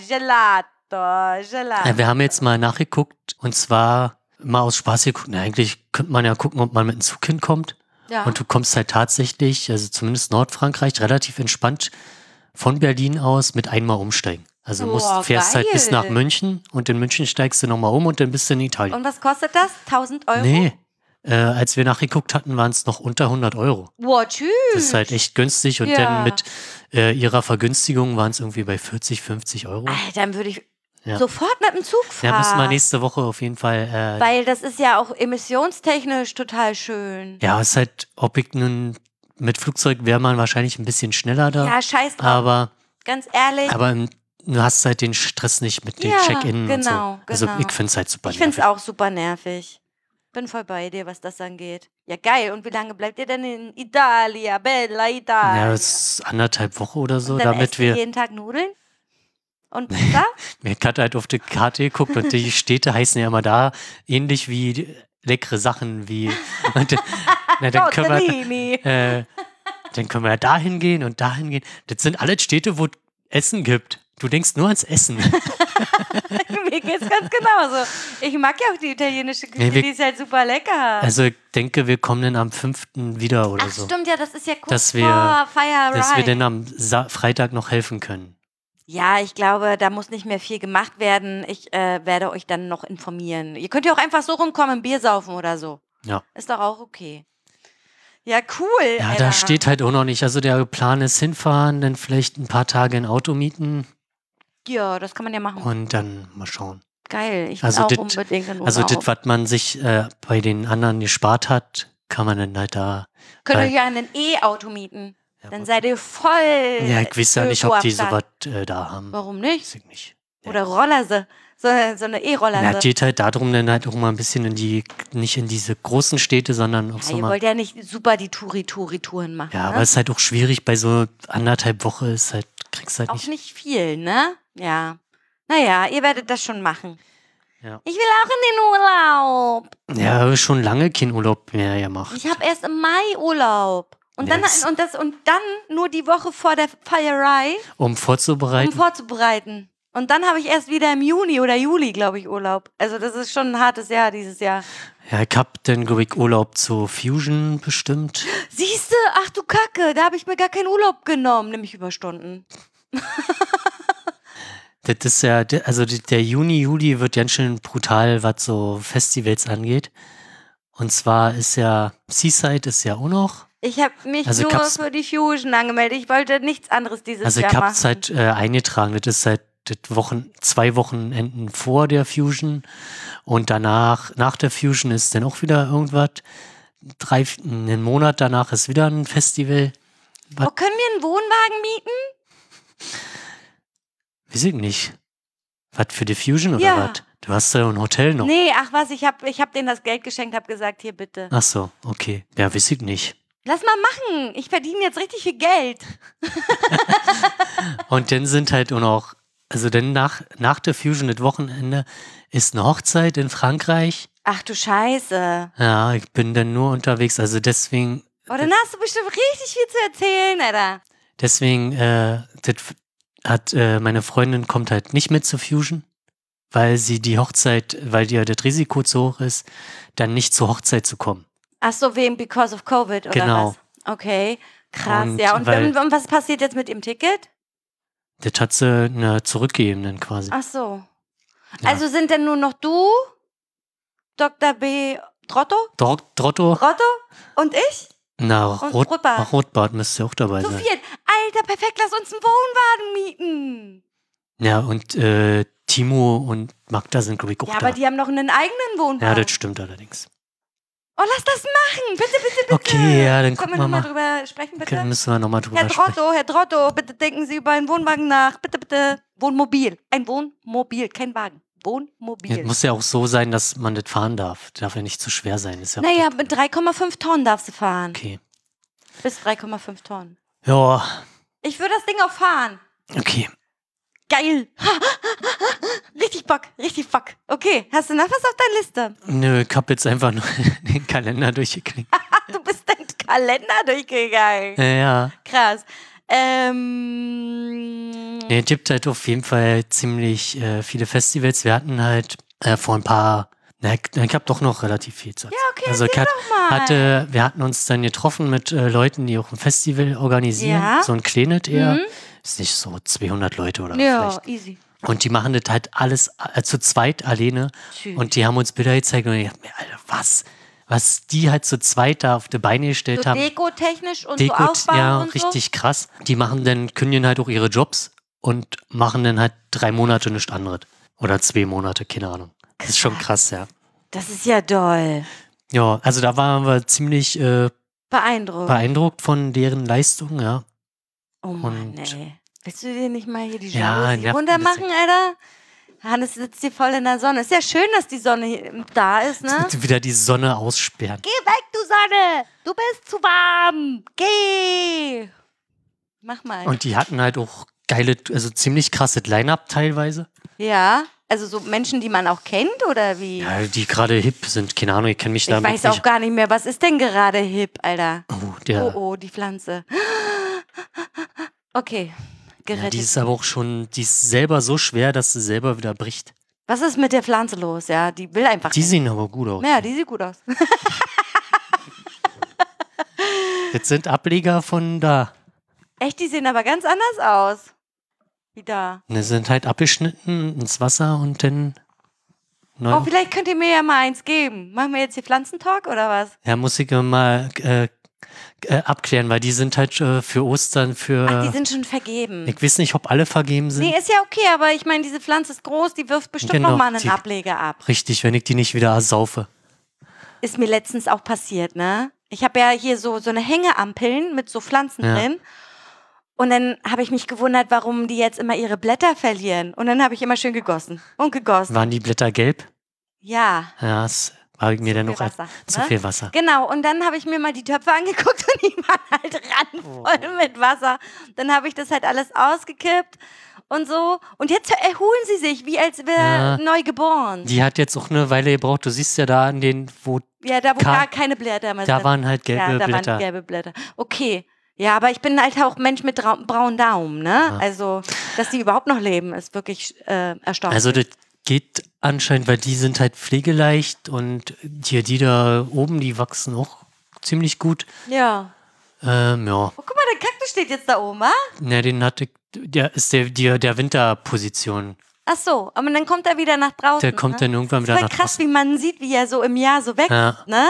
S2: Gelato, Gelato.
S1: Äh, wir haben jetzt mal nachgeguckt und zwar mal aus Spaß geguckt. Na, eigentlich könnte man ja gucken, ob man mit dem Zug hinkommt.
S2: ja.
S1: Und du kommst halt tatsächlich, also zumindest Nordfrankreich, relativ entspannt von Berlin aus mit einmal umsteigen. Also musst,
S2: Boah,
S1: fährst halt bis
S2: geil.
S1: nach München und in München steigst du nochmal um und dann bist du in Italien.
S2: Und was kostet das? 1000 Euro?
S1: nee, äh, als wir nachgeguckt hatten, waren es noch unter 100 Euro.
S2: Wow, tschüss.
S1: Das ist halt echt günstig und
S2: Ja.
S1: dann mit äh, ihrer Vergünstigung waren es irgendwie bei 40, 50 Euro.
S2: Alter, dann würde ich
S1: Ja.
S2: sofort mit dem Zug fahren.
S1: Da müssen wir nächste Woche auf jeden Fall. Äh,
S2: Weil das ist ja auch emissionstechnisch total schön.
S1: ja, es ist halt, ob ich nun mit Flugzeug wäre man wahrscheinlich ein bisschen schneller da.
S2: Ja, scheiß drauf,
S1: aber
S2: ganz ehrlich.
S1: Aber im- du hast halt den Stress nicht mit dem
S2: Ja,
S1: Check-in und so.
S2: genau,
S1: Also
S2: genau.
S1: ich finde es halt super
S2: ich finde es
S1: nervig.
S2: auch super nervig. Bin voll bei dir, was das angeht. Ja, geil. Und wie lange bleibt ihr denn in Italia? Bella Italia.
S1: Ja, das ist anderthalb Woche oder so,
S2: Und dann
S1: damit
S2: esst ihr
S1: wir.
S2: jeden Tag Nudeln?
S1: [laughs]
S2: Und Pizza?
S1: Mir hat halt auf die Karte geguckt und
S2: [laughs]
S1: die Städte heißen ja immer da ähnlich wie die- leckere Sachen
S2: [laughs]
S1: wie. Und, äh, na, dann können wir, [laughs]
S2: Tortellini. [laughs]
S1: äh, dann können wir ja da hingehen und da hingehen. Das sind alle Städte, wo es Essen gibt. Du denkst nur ans
S2: [laughs]
S1: Essen.
S2: Mir geht's ganz genauso. Ich mag ja auch die italienische Küche,
S1: Nee, wir-
S2: die ist halt super lecker.
S1: Also ich denke, wir kommen dann am 5. wieder oder
S2: Ach
S1: so.
S2: stimmt, ja, das ist ja kurz
S1: Dass wir-
S2: vor Fire
S1: Dass wir
S2: Ride.
S1: dann am Sa Freitag noch helfen können.
S2: Ja, ich glaube, da muss nicht mehr viel gemacht werden. Ich äh, werde euch dann noch informieren. Ihr könnt ja auch einfach so rumkommen, Bier saufen oder so.
S1: Ja.
S2: Ist doch auch okay. Ja, cool.
S1: Ja,
S2: Alter.
S1: da steht halt auch noch nicht. Also der Plan ist hinfahren, dann vielleicht ein paar Tage ein Auto mieten
S2: Ja, das kann man ja machen.
S1: und dann mal schauen.
S2: Geil. Ich will
S1: Also
S2: auch
S1: dit-
S2: unbedingt in Urlaub.
S1: Also das, was man sich äh, bei den anderen gespart hat, kann man dann halt da.
S2: Könnt ihr
S1: weil-
S2: ja einen E-Auto mieten.
S1: Ja,
S2: Dann seid ihr voll.
S1: ja ich weiß ja nicht, ob die
S2: Öko am
S1: sowas
S2: Start.
S1: äh, da haben.
S2: Warum nicht?
S1: Weiß ich nicht.
S2: Oder Rollerse. So, so
S1: Na,
S2: eine E-Rollerse.
S1: geht halt darum, dann halt auch mal ein bisschen in die, nicht in diese großen Städte, sondern auch
S2: Ja,
S1: so
S2: ihr
S1: mal.
S2: wollt ja nicht super die Touri-Touri-Touren machen.
S1: Ja,
S2: ne?
S1: aber es ist halt auch schwierig, bei so anderthalb Woche ist halt, kriegst halt
S2: Auch
S1: nicht.
S2: nicht viel, ne? Ja. Naja, ihr werdet das schon machen.
S1: Ja.
S2: Ich will auch in den Urlaub.
S1: Ja, habe schon lange keinen Urlaub mehr gemacht.
S2: Ich habe erst im Mai Urlaub. Und dann,
S1: Yes.
S2: und, das, und dann nur die Woche vor der Feierei,
S1: Um
S2: um
S1: vorzubereiten.
S2: vorzubereiten. Und dann habe ich erst wieder im Juni oder Juli, glaube ich, Urlaub. Also das ist schon ein hartes Jahr dieses Jahr.
S1: Ja, ich hab dann, glaube ich, Urlaub zur Fusion bestimmt.
S2: Siehste, ach du Kacke, da habe ich mir gar keinen Urlaub genommen, nämlich Überstunden.
S1: Das ist ja, der- also die- der Juni, Juli wird ganz schön brutal, was so Festivals angeht. Und zwar ist ja, Seaside ist ja auch noch.
S2: Ich habe mich
S1: Also ich
S2: nur
S1: hab's-
S2: für die Fusion angemeldet. Ich wollte nichts anderes dieses
S1: Also
S2: Jahr
S1: ich hab's
S2: machen.
S1: halt äh, eingetragen. Das ist halt das Wochen, zwei Wochenenden vor der Fusion. Und danach, nach der Fusion ist dann auch wieder irgendwas. Drei, einen Monat danach ist wieder ein Festival.
S2: Oh, können wir einen Wohnwagen mieten?
S1: Weiß ich nicht. Was für die Fusion oder
S2: Ja.
S1: was? Du hast ja ein Hotel noch.
S2: Nee, ach was, ich hab, ich hab denen das Geld geschenkt, hab gesagt, hier bitte.
S1: Ach so, okay. Ja, weiß ich nicht.
S2: Lass mal machen, ich verdiene jetzt richtig viel Geld.
S1: Und dann sind halt auch noch, also dann nach, nach der Fusion, das Wochenende, ist eine Hochzeit in Frankreich.
S2: Ach du Scheiße.
S1: Ja, ich bin dann nur unterwegs. Also deswegen,
S2: Oh, dann hast du bestimmt richtig viel zu erzählen, Alter.
S1: deswegen, äh, das hat, äh, meine Freundin kommt halt nicht mit zur Fusion, weil sie die Hochzeit, weil ihr das Risiko zu hoch ist, dann nicht zur Hochzeit zu kommen.
S2: Ach so, wegen Because of Covid, oder
S1: Genau.
S2: was? Okay, krass,
S1: Und
S2: ja. Und,
S1: weil-
S2: und, und was passiert jetzt mit dem Ticket? Ah.
S1: Das hat sie na, zurückgegeben dann quasi.
S2: Ach so.
S1: Ja.
S2: Also sind denn nur noch du, Dr. B. Trotto,
S1: Dort, Trotto,
S2: Trotto und ich?
S1: na,
S2: Und
S1: Rot,
S2: Rotbart.
S1: Rotbart müsste auch dabei
S2: Zu
S1: sein.
S2: viert. Alter, perfekt, lass uns einen Wohnwagen mieten.
S1: Ja, und äh, Timo und Magda sind, glaube ich, auch
S2: Ja,
S1: da.
S2: aber die haben noch einen eigenen
S1: ja,
S2: Wohnwagen.
S1: das stimmt allerdings.
S2: oh, lass das machen. Bitte, bitte, bitte.
S1: Okay, ja, dann
S2: Können
S1: gucken
S2: wir
S1: wir
S2: nochmal
S1: mal.
S2: drüber sprechen, bitte?
S1: Okay, dann müssen wir nochmal drüber
S2: Herr
S1: sprechen.
S2: Trotto, Herr Trotto, bitte denken Sie über einen Wohnwagen nach. Bitte, bitte. Wohnmobil. Ein Wohnmobil, kein Wagen. Wohnmobil.
S1: Ja, muss ja auch so sein, dass man das fahren darf. Darf ja nicht zu schwer sein. Ist ja
S2: naja, mit 3,5 Tonnen darfst du fahren.
S1: okay.
S2: Bis 3,5 Tonnen.
S1: Ja,
S2: Ich würde das Ding auch fahren.
S1: okay.
S2: Geil. [laughs] richtig Bock, richtig Bock. Okay, hast du noch was auf deiner Liste?
S1: Nö, ich hab jetzt einfach nur [laughs] den Kalender durchgeklickt.
S2: [laughs] Du bist dein Kalender durchgegangen.
S1: Ja, ja.
S2: Krass. Ähm,
S1: Nee, es gibt halt auf jeden Fall ziemlich äh, viele Festivals. Wir hatten halt äh, vor ein paar. Na, ich- ich hab doch noch relativ viel Zeit. Ja,
S2: okay,
S1: also, ich hat,
S2: mal.
S1: hatte, wir hatten uns dann getroffen mit äh, Leuten, die auch ein Festival organisieren.
S2: Ja.
S1: So ein Klenet eher.
S2: Mhm.
S1: Ist nicht so 200 Leute oder
S2: Ja,
S1: vielleicht.
S2: easy.
S1: Und die machen das halt alles äh, zu zweit alleine.
S2: Tschüss.
S1: Und die haben uns Bilder gezeigt und ich dachte mir, Alter, was? Was die halt zu zweit da auf die Beine gestellt
S2: so
S1: haben.
S2: dekotechnisch und
S1: Deko,
S2: so aufbauen
S1: ja,
S2: und
S1: richtig krass. Die machen dann, kündigen halt auch ihre Jobs und machen dann halt drei Monate nichts anderes. Oder zwei Monate, keine Ahnung. Das ist schon krass, ja.
S2: so. Das ist ja doll.
S1: Ja, also da waren wir ziemlich äh,
S2: Beeindruckend.
S1: beeindruckt von deren Leistung, ja.
S2: oh Mann,
S1: und-
S2: ey. Willst du dir nicht mal hier die
S1: Ja,
S2: Jalousie
S1: nervt ein
S2: runtermachen, Alter? Hannes sitzt hier voll in der Sonne. Ist ja schön, dass die Sonne hier da
S1: [laughs]
S2: ist, ne?
S1: Wieder die Sonne aussperren.
S2: Geh weg, du Sonne! Du bist zu warm! Geh! Mach mal.
S1: Und die hatten halt auch geile, also ziemlich krasse Line-Up teilweise.
S2: ja, also so Menschen, die man auch kennt, oder wie?
S1: Ja, die gerade hip sind, keine Ahnung, ich kenne mich
S2: ich
S1: damit
S2: weiß auch gar nicht mehr, was ist denn gerade hip, Alter?
S1: Oh, der,
S2: Oh, oh, die Pflanze. [gasps] Okay,
S1: ja,
S2: gerettet.
S1: die ist aber auch schon, die ist selber so schwer, dass sie selber wieder bricht.
S2: Was ist mit der Pflanze los? Ja, die will einfach.
S1: Die
S2: nicht.
S1: sehen aber gut aus.
S2: ja, die sieht gut aus.
S1: Jetzt sind Ableger von da.
S2: Echt, die sehen aber ganz anders aus. Wie da.
S1: Ne, sind halt abgeschnitten ins Wasser und dann. Neu.
S2: Oh, vielleicht könnt ihr mir ja mal eins geben. Machen wir jetzt hier Pflanzentalk oder was?
S1: ja, muss ich mal äh, äh, abklären, weil die sind halt äh, für Ostern, für.
S2: Ach, die sind schon vergeben.
S1: Äh. ich weiß nicht, ob alle vergeben sind.
S2: Nee, ist ja okay, aber ich meine, diese Pflanze ist groß, die wirft bestimmt
S1: Genau,
S2: nochmal einen
S1: die-
S2: Ableger ab.
S1: Richtig, wenn ich die nicht wieder ersaufe.
S2: Ist mir letztens auch passiert, ne? Ich habe ja hier so, so eine Hängeampeln mit so Pflanzen
S1: Ja.
S2: drin. Und dann habe ich mich gewundert, warum die jetzt immer ihre Blätter verlieren. Und dann habe ich immer schön gegossen und gegossen.
S1: Waren die Blätter gelb?
S2: Ja.
S1: Ja, das habe ich mir dann
S2: viel
S1: noch als-
S2: Wasser,
S1: zu
S2: ne?
S1: viel Wasser.
S2: Genau, und dann habe ich mir mal die Töpfe [laughs] angeguckt und die waren halt
S1: Oh.
S2: randvoll mit Wasser. Dann habe ich das halt alles ausgekippt und so. Und jetzt erholen sie sich, wie als wäre
S1: Ja.
S2: neu geboren.
S1: Ah. Die hat jetzt auch eine Weile gebraucht. Du siehst ja da an den, wo
S2: ja, da wo
S1: Ka-
S2: gar keine Blätter mehr
S1: da
S2: sind.
S1: waren halt gelbe
S2: ja, da
S1: Blätter.
S2: waren gelbe Blätter. Okay. Ja, aber ich bin halt auch Mensch mit drau- braunen Daumen, ne? Also, dass die überhaupt noch leben, ist wirklich äh, erstaunlich.
S1: Also das geht anscheinend, weil die sind halt pflegeleicht und die, die da oben, die wachsen auch ziemlich gut.
S2: ja.
S1: Ähm, ja.
S2: Oh, guck mal, der Kaktus steht jetzt da oben, ah? wa?
S1: Na, den hatte der ist der, der, der Winterposition.
S2: Ach so, aber dann kommt er wieder nach draußen.
S1: Der kommt
S2: ne?
S1: dann irgendwann wieder
S2: Voll
S1: nach
S2: krass,
S1: draußen.
S2: wie man sieht, wie er so im Jahr so wächst,
S1: Ja.
S2: ne?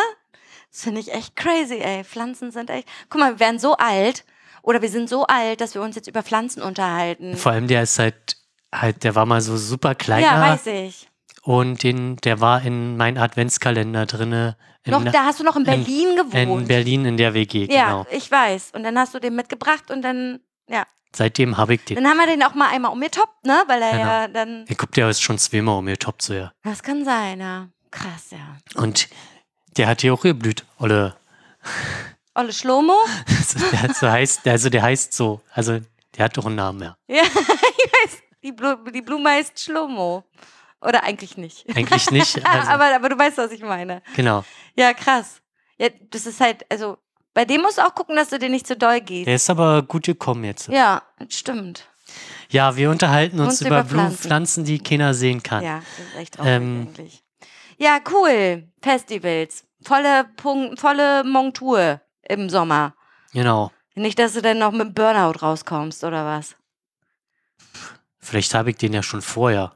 S2: Das finde ich echt crazy, ey. Pflanzen sind echt. Guck mal, wir werden so alt oder wir sind so alt, dass wir uns jetzt über Pflanzen unterhalten.
S1: Vor allem der ist halt, halt, der war mal so super
S2: ja,
S1: kleiner
S2: weiß ich.
S1: und den, der war in meinem Adventskalender drinne. In,
S2: Noch, da hast du noch in Berlin
S1: in
S2: gewohnt.
S1: Berlin in der WG,
S2: ja,
S1: genau.
S2: ich weiß. Und dann hast du den mitgebracht und dann, ja.
S1: Seitdem habe ich den.
S2: Dann haben wir den auch mal einmal umgetoppt, ne? Weil er
S1: Genau.
S2: ja dann.
S1: Ich guck, der ist schon zweimal um ihr Top zu ja.
S2: Das kann sein, ja. Krass, ja.
S1: Und der hat hier auch geblüht, Olle.
S2: Olle Schlomo?
S1: [laughs]
S2: [laughs]
S1: Also der, so heißt, also der heißt so. Also der hat doch einen Namen, ja.
S2: ja, ich weiß. Die, Blu die Blume heißt Schlomo. Oder eigentlich nicht.
S1: Eigentlich
S2: [laughs]
S1: nicht. Also,
S2: aber, aber du weißt, was ich meine.
S1: genau.
S2: Ja, krass. Ja, das ist halt, also bei dem musst du auch gucken, dass du dir nicht zu doll gehst.
S1: Der ist aber gut gekommen jetzt. Ja,
S2: Ja, stimmt.
S1: wir unterhalten uns,
S2: Uns
S1: über,
S2: über
S1: Blumen,
S2: Pflanzen.
S1: Pflanzen, die keiner sehen kann.
S2: Ja, das ist echt traurig
S1: Ah. Ähm.
S2: eigentlich. Ja, cool. Festivals. Volle, Punkt, volle Montur im Sommer.
S1: Genau.
S2: Nicht, dass du dann noch mit Burnout rauskommst oder was. [laughs] Mhm.
S1: Vielleicht habe ich den ja schon vorher.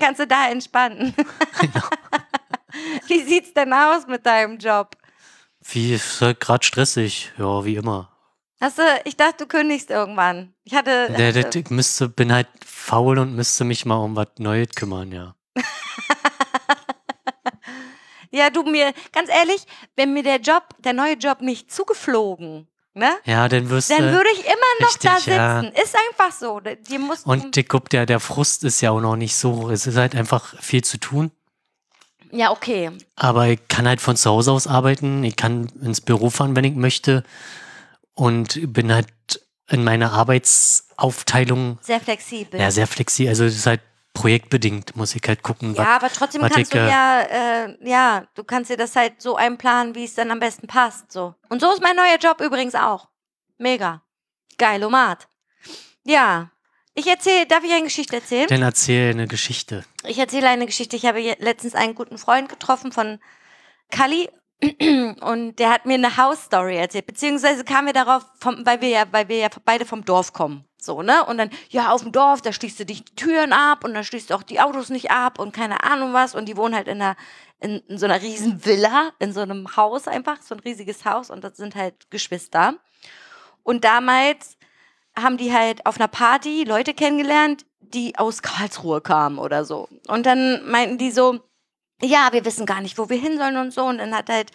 S2: kannst du da entspannen.
S1: Genau.
S2: [laughs] Wie sieht's denn aus mit deinem Job?
S1: Wie ist halt gerade stressig, ja, wie immer.
S2: Hast du, ich dachte, du kündigst irgendwann. Ich hatte. äh,
S1: Der, der, ich müsste, bin halt faul und müsste mich mal um was Neues kümmern, ja.
S2: ja, du mir, ganz ehrlich, wenn mir der Job, der neue Job nicht zugeflogen, ne?
S1: Ja, dann wirst
S2: Dann
S1: du.
S2: würde ich immer noch da
S1: richtig, ja.
S2: sitzen. Ist einfach so. Die mussten,
S1: Und ich glaub, der, der Frust ist ja auch noch nicht so. Es ist halt einfach viel zu tun.
S2: ja, okay.
S1: Aber ich kann halt von zu Hause aus arbeiten. Ich kann ins Büro fahren, wenn ich möchte. Und bin halt in meiner Arbeitsaufteilung
S2: Sehr flexibel.
S1: ja,
S2: Ja,
S1: sehr flexibel. Also es ist halt projektbedingt, muss ich halt gucken. was-
S2: aber trotzdem
S1: warte,
S2: kannst
S1: ich,
S2: du
S1: äh,
S2: ja, äh, ja, du kannst dir das halt so einplanen, wie es dann am besten passt. So. Und so ist mein neuer Job übrigens auch. Mega. Geilomat. Ja. Ich erzähle, darf ich eine Geschichte erzählen?
S1: Dann erzähl eine Geschichte.
S2: Ich erzähle eine Geschichte. Ich habe je- letztens einen guten Freund getroffen von Kali [clears throat] und der hat mir eine House-Story erzählt. Beziehungsweise kamen wir darauf, vom, weil, wir ja, weil wir ja beide vom Dorf kommen. So, ne? Und dann, ja, auf dem Dorf, da schließt du dich die Türen ab und dann schließt du auch die Autos nicht ab und keine Ahnung was. Und die wohnen halt in, einer, in, in so einer riesen Villa, in so einem Haus einfach, so ein riesiges Haus und das sind halt Geschwister. Und damals haben die halt auf einer Party Leute kennengelernt, die aus Karlsruhe kamen oder so. Und dann meinten die so, ja, wir wissen gar nicht, wo wir hin sollen und so. Und dann hat halt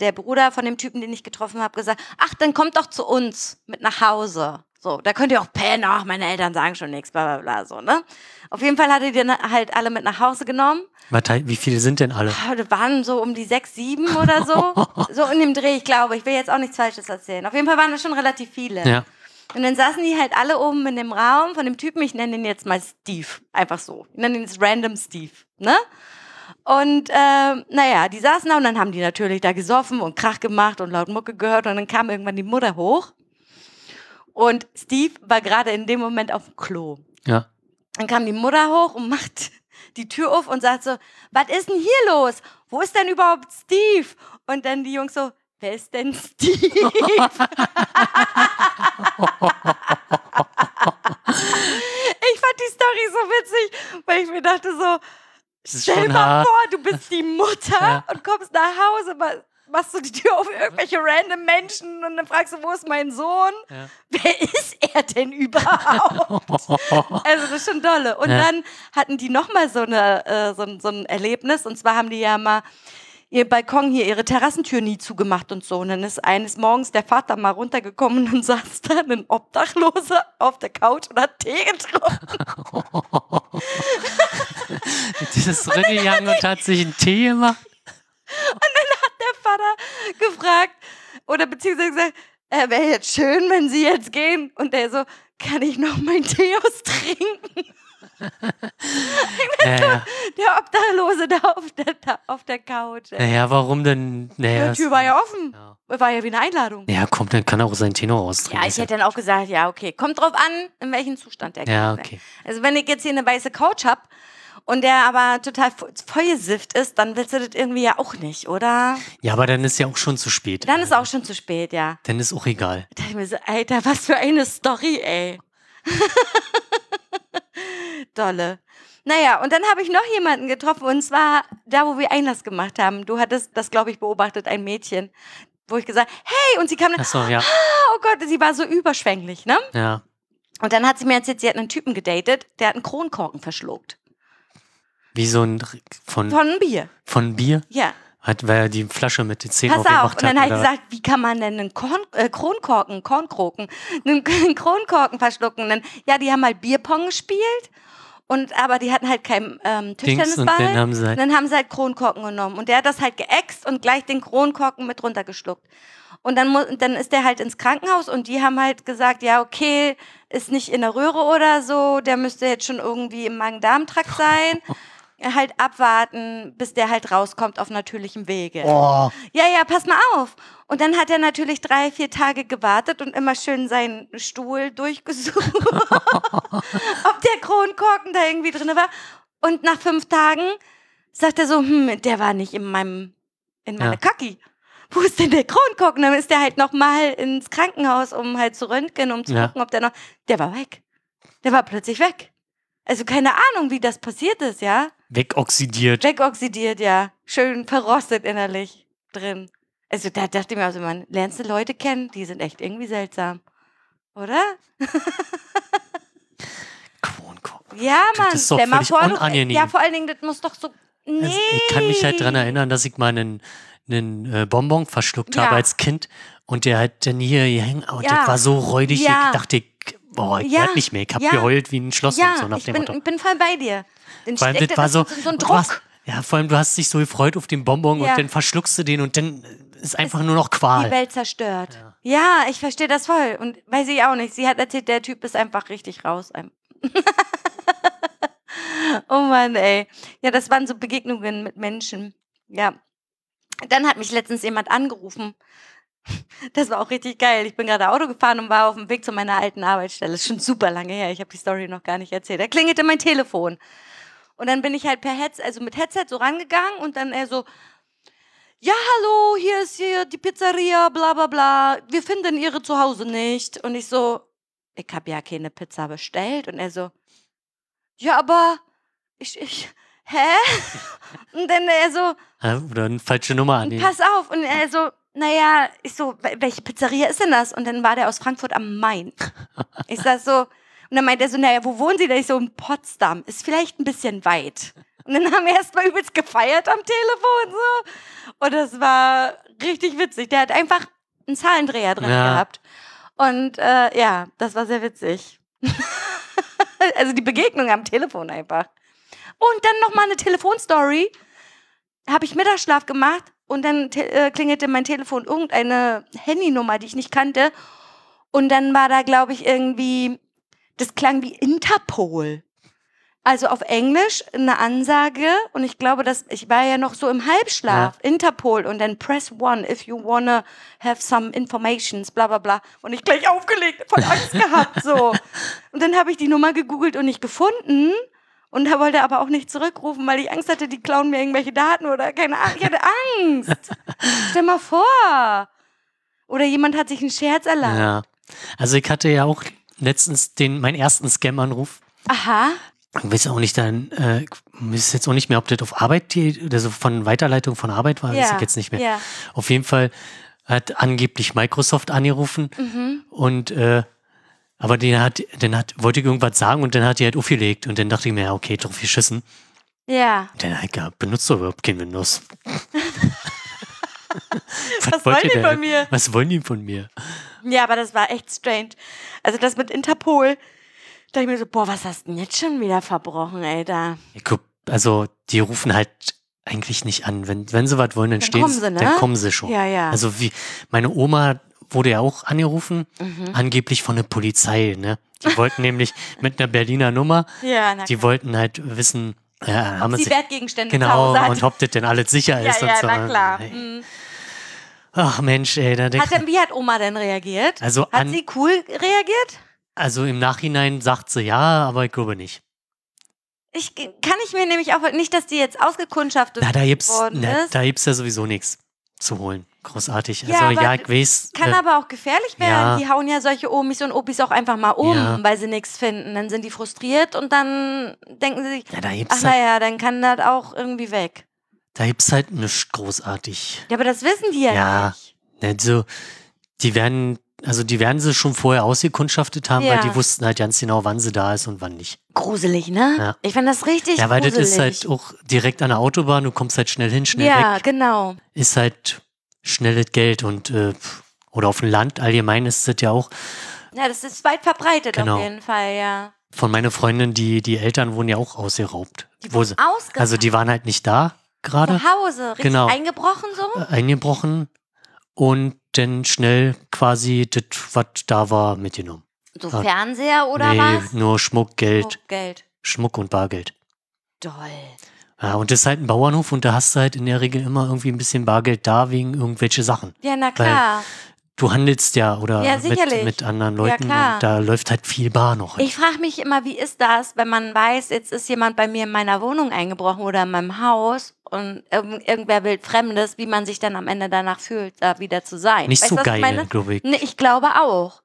S2: der Bruder von dem Typen, den ich getroffen habe, gesagt, ach, dann kommt doch zu uns mit nach Hause. So, da könnt ihr auch pennen, ach, meine Eltern sagen schon nichts, bla bla bla, so, ne? Auf jeden Fall hat er die dann halt alle mit nach Hause genommen
S1: Was, halt- wie viele sind denn alle?
S2: Ah, Das waren so um die sechs, sieben oder so. so in dem Dreh, ich glaube. Ich will jetzt auch nichts Falsches erzählen. Auf jeden Fall waren das schon relativ viele.
S1: Ja.
S2: Und dann saßen die halt alle oben in dem Raum von dem Typen. Ich nenne ihn jetzt mal Steve. Einfach so. Ich nenne ihn jetzt random Steve. Ne? Und ähm, naja, die saßen da und dann haben die natürlich da gesoffen und Krach gemacht und laut Mucke gehört. Und dann kam irgendwann die Mutter hoch. Und Steve war gerade in dem Moment auf dem Klo.
S1: Ja.
S2: Dann kam die Mutter hoch und [laughs] macht die Tür auf und sagt so, was ist denn hier los? Wo ist denn überhaupt Steve? Und dann die Jungs so, wer ist denn Steve? [laughs] ich fand die Story so witzig, weil ich mir dachte so,
S1: Das ist
S2: stell
S1: schon
S2: mal
S1: hart.
S2: vor, du bist die Mutter
S1: Ja.
S2: und kommst nach Hause, ma- machst du die Tür auf irgendwelche random Menschen und dann fragst du, wo ist mein Sohn?
S1: Ja.
S2: Wer ist er denn überhaupt? [laughs] Also das ist schon dolle. Und
S1: Ja.
S2: dann hatten die nochmal so, eine, äh, so, ein- so ein Erlebnis. Und zwar haben die ja mal ihr Balkon hier, ihre Terrassentür nie zugemacht und so. Und dann ist eines Morgens der Vater mal runtergekommen und [laughs] saß da ein Obdachloser auf der Couch und hat Tee getrunken.
S1: Das
S2: [laughs]
S1: ist zurückgegangen und hat sich einen Tee gemacht.
S2: Der Vater gefragt oder beziehungsweise gesagt, äh, wäre jetzt schön, wenn sie jetzt gehen. Und der so, kann ich noch meinen Tee austrinken?
S1: Naja,
S2: Der Obdachlose da auf der, da auf der Couch. Ey.
S1: naja warum denn? Naja,
S2: Die Tür war ja offen.
S1: Äh, ja.
S2: War ja wie eine Einladung.
S1: ja, komm, dann kann er auch seinen Tee noch austrinken.
S2: Ja,
S1: Ist
S2: ich hätte dann auch gesagt, ja, okay. Kommt drauf an, in welchem Zustand der
S1: Ja,
S2: Kerl ist.
S1: okay.
S2: Also wenn ich jetzt hier eine weiße Couch hab und der aber total vo- vollgesifft ist, dann willst du das irgendwie ja auch nicht, oder?
S1: ja, aber dann ist ja auch schon zu spät.
S2: Dann ist auch schon zu spät, ja.
S1: Dann ist auch egal.
S2: Da dachte ich mir so, Alter, was für eine Story, ey. [laughs] Dolle. Naja, und dann habe ich noch jemanden getroffen, und zwar da, wo wir Einlass gemacht haben. Du hattest das, glaube ich, beobachtet, ein Mädchen, wo ich gesagt, hey, und sie kam dann,
S1: Achso, ja.
S2: oh Gott, sie war so überschwänglich, ne?
S1: Ja.
S2: Und dann hat sie mir erzählt, sie hat einen Typen gedatet, der hat einen Kronkorken verschluckt.
S1: Wie so ein R- von,
S2: Von Bier.
S1: von Bier.
S2: Ja.
S1: Hat, weil er die Flasche mit den Zähnen
S2: Pass auf.
S1: aufgemacht
S2: Und dann
S1: hat.
S2: hat ich
S1: oder-
S2: gesagt, wie kann man denn einen Korn, äh, Kronkorken, Kornkroken, [laughs] einen Kronkorken verschlucken? Und dann, ja, die haben halt Bierpong gespielt. Und, aber die hatten halt keinen ähm,
S1: Dings und
S2: Tischtennisball.
S1: dann haben sie
S2: Und
S1: halt,
S2: dann haben sie halt Kronkorken genommen. Und der hat das halt geäxt und gleich den Kronkorken mit runtergeschluckt. Und dann, mu- dann ist der halt ins Krankenhaus und die haben halt gesagt, ja, okay, ist nicht in der Röhre oder so, der müsste jetzt schon irgendwie im Magen-Darm-Trakt sein.
S1: [laughs]
S2: halt abwarten, bis der halt rauskommt auf natürlichem Wege.
S1: oh,
S2: Ja, ja, pass mal auf. Und dann hat er natürlich drei, vier Tage gewartet und immer schön seinen Stuhl durchgesucht, [laughs] ob der Kronkorken da irgendwie drin war. Und nach fünf Tagen sagt er so, hm, der war nicht in meinem, in meiner
S1: Ja.
S2: Kacki. Wo ist denn der Kronkorken? Dann ist der halt nochmal ins Krankenhaus, um halt zu röntgen, um zu
S1: Ja.
S2: gucken, ob der noch, der war weg. Der war plötzlich weg. Also keine Ahnung, wie das passiert ist, ja?
S1: Wegoxidiert.
S2: Wegoxidiert, ja. Schön verrostet innerlich drin. Also da dachte ich mir, also man lernst du Leute kennen, die sind echt irgendwie seltsam. Oder?
S1: Kronkorb.
S2: Ja,
S1: Das
S2: Mann.
S1: ist doch
S2: stell mal
S1: völlig
S2: vor, du-
S1: unangenehm.
S2: Ja, vor allen Dingen, das muss doch so. Nee.
S1: Also, ich kann mich halt dran erinnern, dass ich mal einen, einen äh, Bonbon verschluckt
S2: Ja.
S1: habe als Kind und der hat dann hier hängen und
S2: Ja.
S1: das war so räudig,
S2: Ja.
S1: ich dachte, ich, boah, ich
S2: Ja.
S1: werd nicht mehr. Ich habe
S2: Ja.
S1: geheult wie ein Schloss
S2: Ja,
S1: und so nach
S2: ich
S1: dem
S2: bin,
S1: Motto.
S2: ich bin voll bei dir. Den
S1: Vor allem,
S2: steckt
S1: das
S2: er-
S1: war so,
S2: ist so ein
S1: du
S2: Druck.
S1: hast- ja, vor allem, du hast dich so gefreut auf den Bonbon
S2: Ja.
S1: und dann verschluckst du den und dann ist einfach nur noch Qual.
S2: die Welt zerstört. Ja, ich verstehe das voll. Und weiß ich auch nicht. Sie hat erzählt, der Typ ist einfach richtig raus. Ein- [laughs] oh Mann, ey. Ja, das waren so Begegnungen mit Menschen. Ja. Dann hat mich letztens jemand angerufen. [laughs] Das war auch richtig geil. Ich bin gerade Auto gefahren und war auf dem Weg zu meiner alten Arbeitsstelle. Ist schon super lange her. Ich habe die Story noch gar nicht erzählt. Da klingelte mein Telefon. Und dann bin ich halt per Headset, also mit Headset so rangegangen und dann er so, ja, hallo, hier ist hier die Pizzeria, bla bla bla. Wir finden ihre Zuhause nicht. Und ich so, ich hab ja keine Pizza bestellt. Und er so, ja, aber ich, ich, hä? Und dann er so,
S1: Ja, oder eine falsche Nummer
S2: und
S1: annehmen.
S2: pass auf. Und er so, naja, ich so, "Wel- welche Pizzeria ist denn das? Und dann war der aus Frankfurt am Main. Ich sag so, und dann meint er so, naja, wo wohnen Sie denn? Ich so, in Potsdam. Ist vielleicht ein bisschen weit. Und dann haben wir erstmal übelst gefeiert am Telefon. So. Und das war richtig witzig. Der hat einfach einen Zahlendreher drin
S1: Ja.
S2: gehabt. Und äh, ja, das war sehr witzig. [laughs] also die Begegnung am Telefon einfach. Und dann nochmal eine Telefonstory. Habe ich Mittagsschlaf gemacht und dann te- äh, klingelte mein Telefon irgendeine Handynummer, die ich nicht kannte. Und dann war da, glaube ich, irgendwie, das klang wie Interpol. Also auf Englisch eine Ansage und ich glaube, dass ich war ja noch so im Halbschlaf. Interpol und dann press one if you wanna have some informations, bla bla bla. Und ich gleich aufgelegt, voll Angst gehabt so. Und dann habe ich die Nummer gegoogelt und nicht gefunden und da wollte aber auch nicht zurückrufen, weil ich Angst hatte, die klauen mir irgendwelche Daten oder keine Ahnung. Ich hatte Angst. Stell mal vor. Oder jemand hat sich einen Scherz erlaubt.
S1: Ja. Also ich hatte ja auch letztens den, meinen ersten Scam-Anruf.
S2: Aha.
S1: Ich weiß auch nicht, dann äh, ich weiß jetzt auch nicht mehr, ob das auf Arbeit geht, also von Weiterleitung von Arbeit war, weiß
S2: ja.
S1: ich jetzt nicht mehr.
S2: Ja.
S1: Auf jeden Fall hat angeblich Microsoft angerufen
S2: Mhm.
S1: und äh, aber den hat, den hat, wollte ich irgendwas sagen und dann hat die halt aufgelegt und dann dachte ich mir, ja, okay, drauf geschissen.
S2: Ja.
S1: Und dann halt, ja, benutzt doch überhaupt kein
S2: [laughs]
S1: Windows. was,
S2: Was
S1: wollt
S2: wollen
S1: ihr
S2: die
S1: denn?
S2: von mir?
S1: Was wollen die von mir?
S2: Ja, aber das war echt strange. Also das mit Interpol, da ich mir so, boah, was hast du denn jetzt schon wieder verbrochen, ey, da.
S1: Ja, guck, also die rufen halt eigentlich nicht an. Wenn, wenn sie was wollen, dann,
S2: Dann
S1: stehen
S2: kommen
S1: sie,
S2: sie, ne?
S1: dann kommen sie schon.
S2: Ja, ja.
S1: Also wie meine Oma wurde ja auch angerufen,
S2: Mhm.
S1: angeblich von der Polizei, ne? Die
S2: [laughs]
S1: wollten nämlich mit einer Berliner Nummer,
S2: ja, na
S1: die
S2: klar.
S1: wollten halt wissen, ja, haben
S2: Die
S1: sie [laughs]
S2: Wertgegenstände
S1: genau
S2: zu Hause
S1: und
S2: hat.
S1: ob das denn alles sicher
S2: Ja,
S1: ist und
S2: ja,
S1: so.
S2: na klar.
S1: Ey.
S2: Mhm.
S1: Ach Mensch, ey, da denk,
S2: Hat denn, wie hat Oma denn reagiert?
S1: also
S2: Hat
S1: an,
S2: sie cool reagiert?
S1: also im Nachhinein sagt sie ja, aber ich glaube nicht.
S2: Ich kann ich mir nämlich auch nicht, dass die jetzt ausgekundschaftet
S1: Na, da gibt's,
S2: worden
S1: na,
S2: ist.
S1: da gibt's ja sowieso nichts zu holen. Großartig.
S2: Ja,
S1: also
S2: aber
S1: ja, ich weiß.
S2: Kann
S1: äh,
S2: aber auch gefährlich werden.
S1: ja.
S2: Die hauen ja solche Omis und Opis auch einfach mal um,
S1: Ja.
S2: weil sie nichts finden. Dann sind die frustriert und dann denken sie sich,
S1: ja, da gibt's
S2: ach
S1: halt,
S2: naja, dann kann das auch irgendwie weg.
S1: da gibt's halt nichts großartig.
S2: Ja, aber das wissen die ja,
S1: Ja.
S2: nicht.
S1: Also, die werden, also die werden sie schon vorher ausgekundschaftet haben,
S2: Ja.
S1: weil die wussten halt ganz genau, wann sie da ist und wann nicht.
S2: Gruselig, ne?
S1: Ja.
S2: Ich fand das richtig
S1: ja, weil
S2: gruselig.
S1: das ist halt auch direkt an der Autobahn, du kommst halt schnell hin, schnell
S2: ja,
S1: weg.
S2: genau.
S1: Ist halt schnelles Geld und äh, pf, oder auf dem Land allgemein ist das ja auch.
S2: Ja, das ist weit verbreitet
S1: Genau.
S2: auf jeden Fall, ja.
S1: Von meiner Freundin, die, die Eltern wurden ja auch ausgeraubt.
S2: Die
S1: Wo
S2: wurden
S1: sie,
S2: ausgeraubt.
S1: also die waren halt nicht da gerade,
S2: Zu Hause, richtig
S1: Genau.
S2: eingebrochen so?
S1: äh, eingebrochen und dann schnell quasi das, was da war, mitgenommen.
S2: So
S1: Ja.
S2: Fernseher oder
S1: Ah. nee,
S2: was?
S1: nur Schmuck, Geld,
S2: Oh, Geld.
S1: Schmuck und Bargeld.
S2: Doll.
S1: Ja, und das ist halt ein Bauernhof und da hast du halt in der Regel immer irgendwie ein bisschen Bargeld da wegen irgendwelche Sachen.
S2: Ja, na klar.
S1: Du handelst ja oder
S2: Ja, sicherlich.
S1: mit, mit anderen
S2: Ja,
S1: Leuten
S2: klar.
S1: und da läuft halt viel Bar noch.
S2: Ich frage mich immer, wie ist das, wenn man weiß, jetzt ist jemand bei mir in meiner Wohnung eingebrochen oder in meinem Haus und irgend, irgendwer will Fremdes, wie man sich dann am Ende danach fühlt, da wieder zu sein.
S1: Nicht
S2: Weißt
S1: so
S2: du, was ich
S1: geil,
S2: meine?
S1: glaube ich.
S2: Nee, ich glaube auch,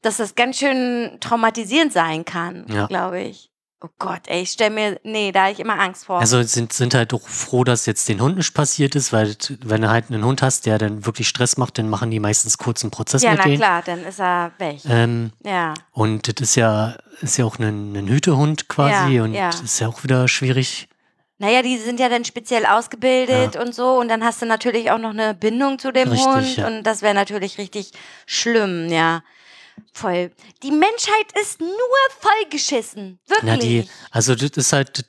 S2: dass das ganz schön traumatisierend sein kann,
S1: Ja.
S2: glaube ich. Oh Gott, ey, ich stell mir, nee, da habe ich immer Angst vor.
S1: Also sind, sind halt auch froh, dass jetzt den Hunden nicht passiert ist, weil t- wenn du halt einen Hund hast, der dann wirklich Stress macht, dann machen die meistens kurz einen Prozess
S2: ja,
S1: mit
S2: na
S1: denen.
S2: klar, dann ist er weg.
S1: Ähm,
S2: ja.
S1: und das ist ja, ist ja auch ein, ein Hütehund quasi
S2: Ja,
S1: und
S2: ja.
S1: ist ja auch wieder schwierig.
S2: Naja, die sind ja dann speziell ausgebildet und so. Und dann hast du natürlich auch noch eine Bindung zu dem
S1: Richtig,
S2: Hund.
S1: ja.
S2: Und das wäre natürlich richtig schlimm, ja. Voll. Die Menschheit ist nur vollgeschissen. Wirklich.
S1: Na, die, also das ist halt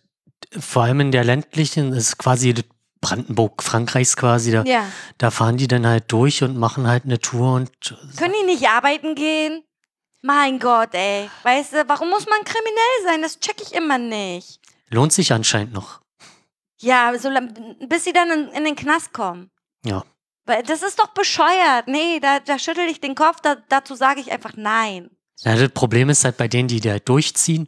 S1: vor allem in der ländlichen, das ist quasi das Brandenburg, Frankreichs quasi, da,
S2: ja.
S1: da fahren die dann halt durch und machen halt eine Tour und äh,
S2: Können die nicht arbeiten gehen? Mein Gott, ey. Weißt du, warum muss man kriminell sein? Das check ich immer nicht.
S1: lohnt sich anscheinend noch.
S2: Ja, so, lang- bis sie dann in, in den Knast kommen.
S1: Ja.
S2: Weil Das ist doch bescheuert. Nee, da, da schüttel ich den Kopf. Da, dazu sage ich einfach nein.
S1: Na, das Problem ist halt bei denen, die da halt durchziehen,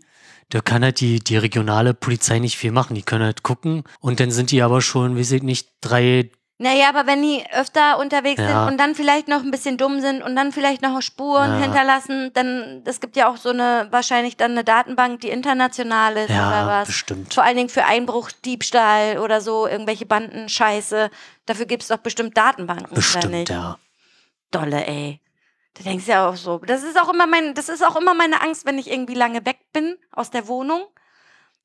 S1: da kann halt die, die regionale Polizei nicht viel machen. Die können halt gucken und dann sind die aber schon, weiß ich nicht, drei,
S2: Naja, aber wenn die öfter unterwegs
S1: Ja.
S2: sind und dann vielleicht noch ein bisschen dumm sind und dann vielleicht noch Spuren
S1: Ja.
S2: hinterlassen, dann, es gibt ja auch so eine, wahrscheinlich dann eine Datenbank, die international ist oder
S1: ja,
S2: was.
S1: bestimmt.
S2: Vor allen Dingen für Einbruch, Diebstahl oder so, irgendwelche Banden, Scheiße. Dafür gibt es doch bestimmt Datenbanken, oder
S1: Bestimmt,
S2: nicht?
S1: ja.
S2: Dolle, ey. Da denkst du ja auch so. Das ist auch immer mein, das ist auch immer meine Angst, wenn ich irgendwie lange weg bin aus der Wohnung,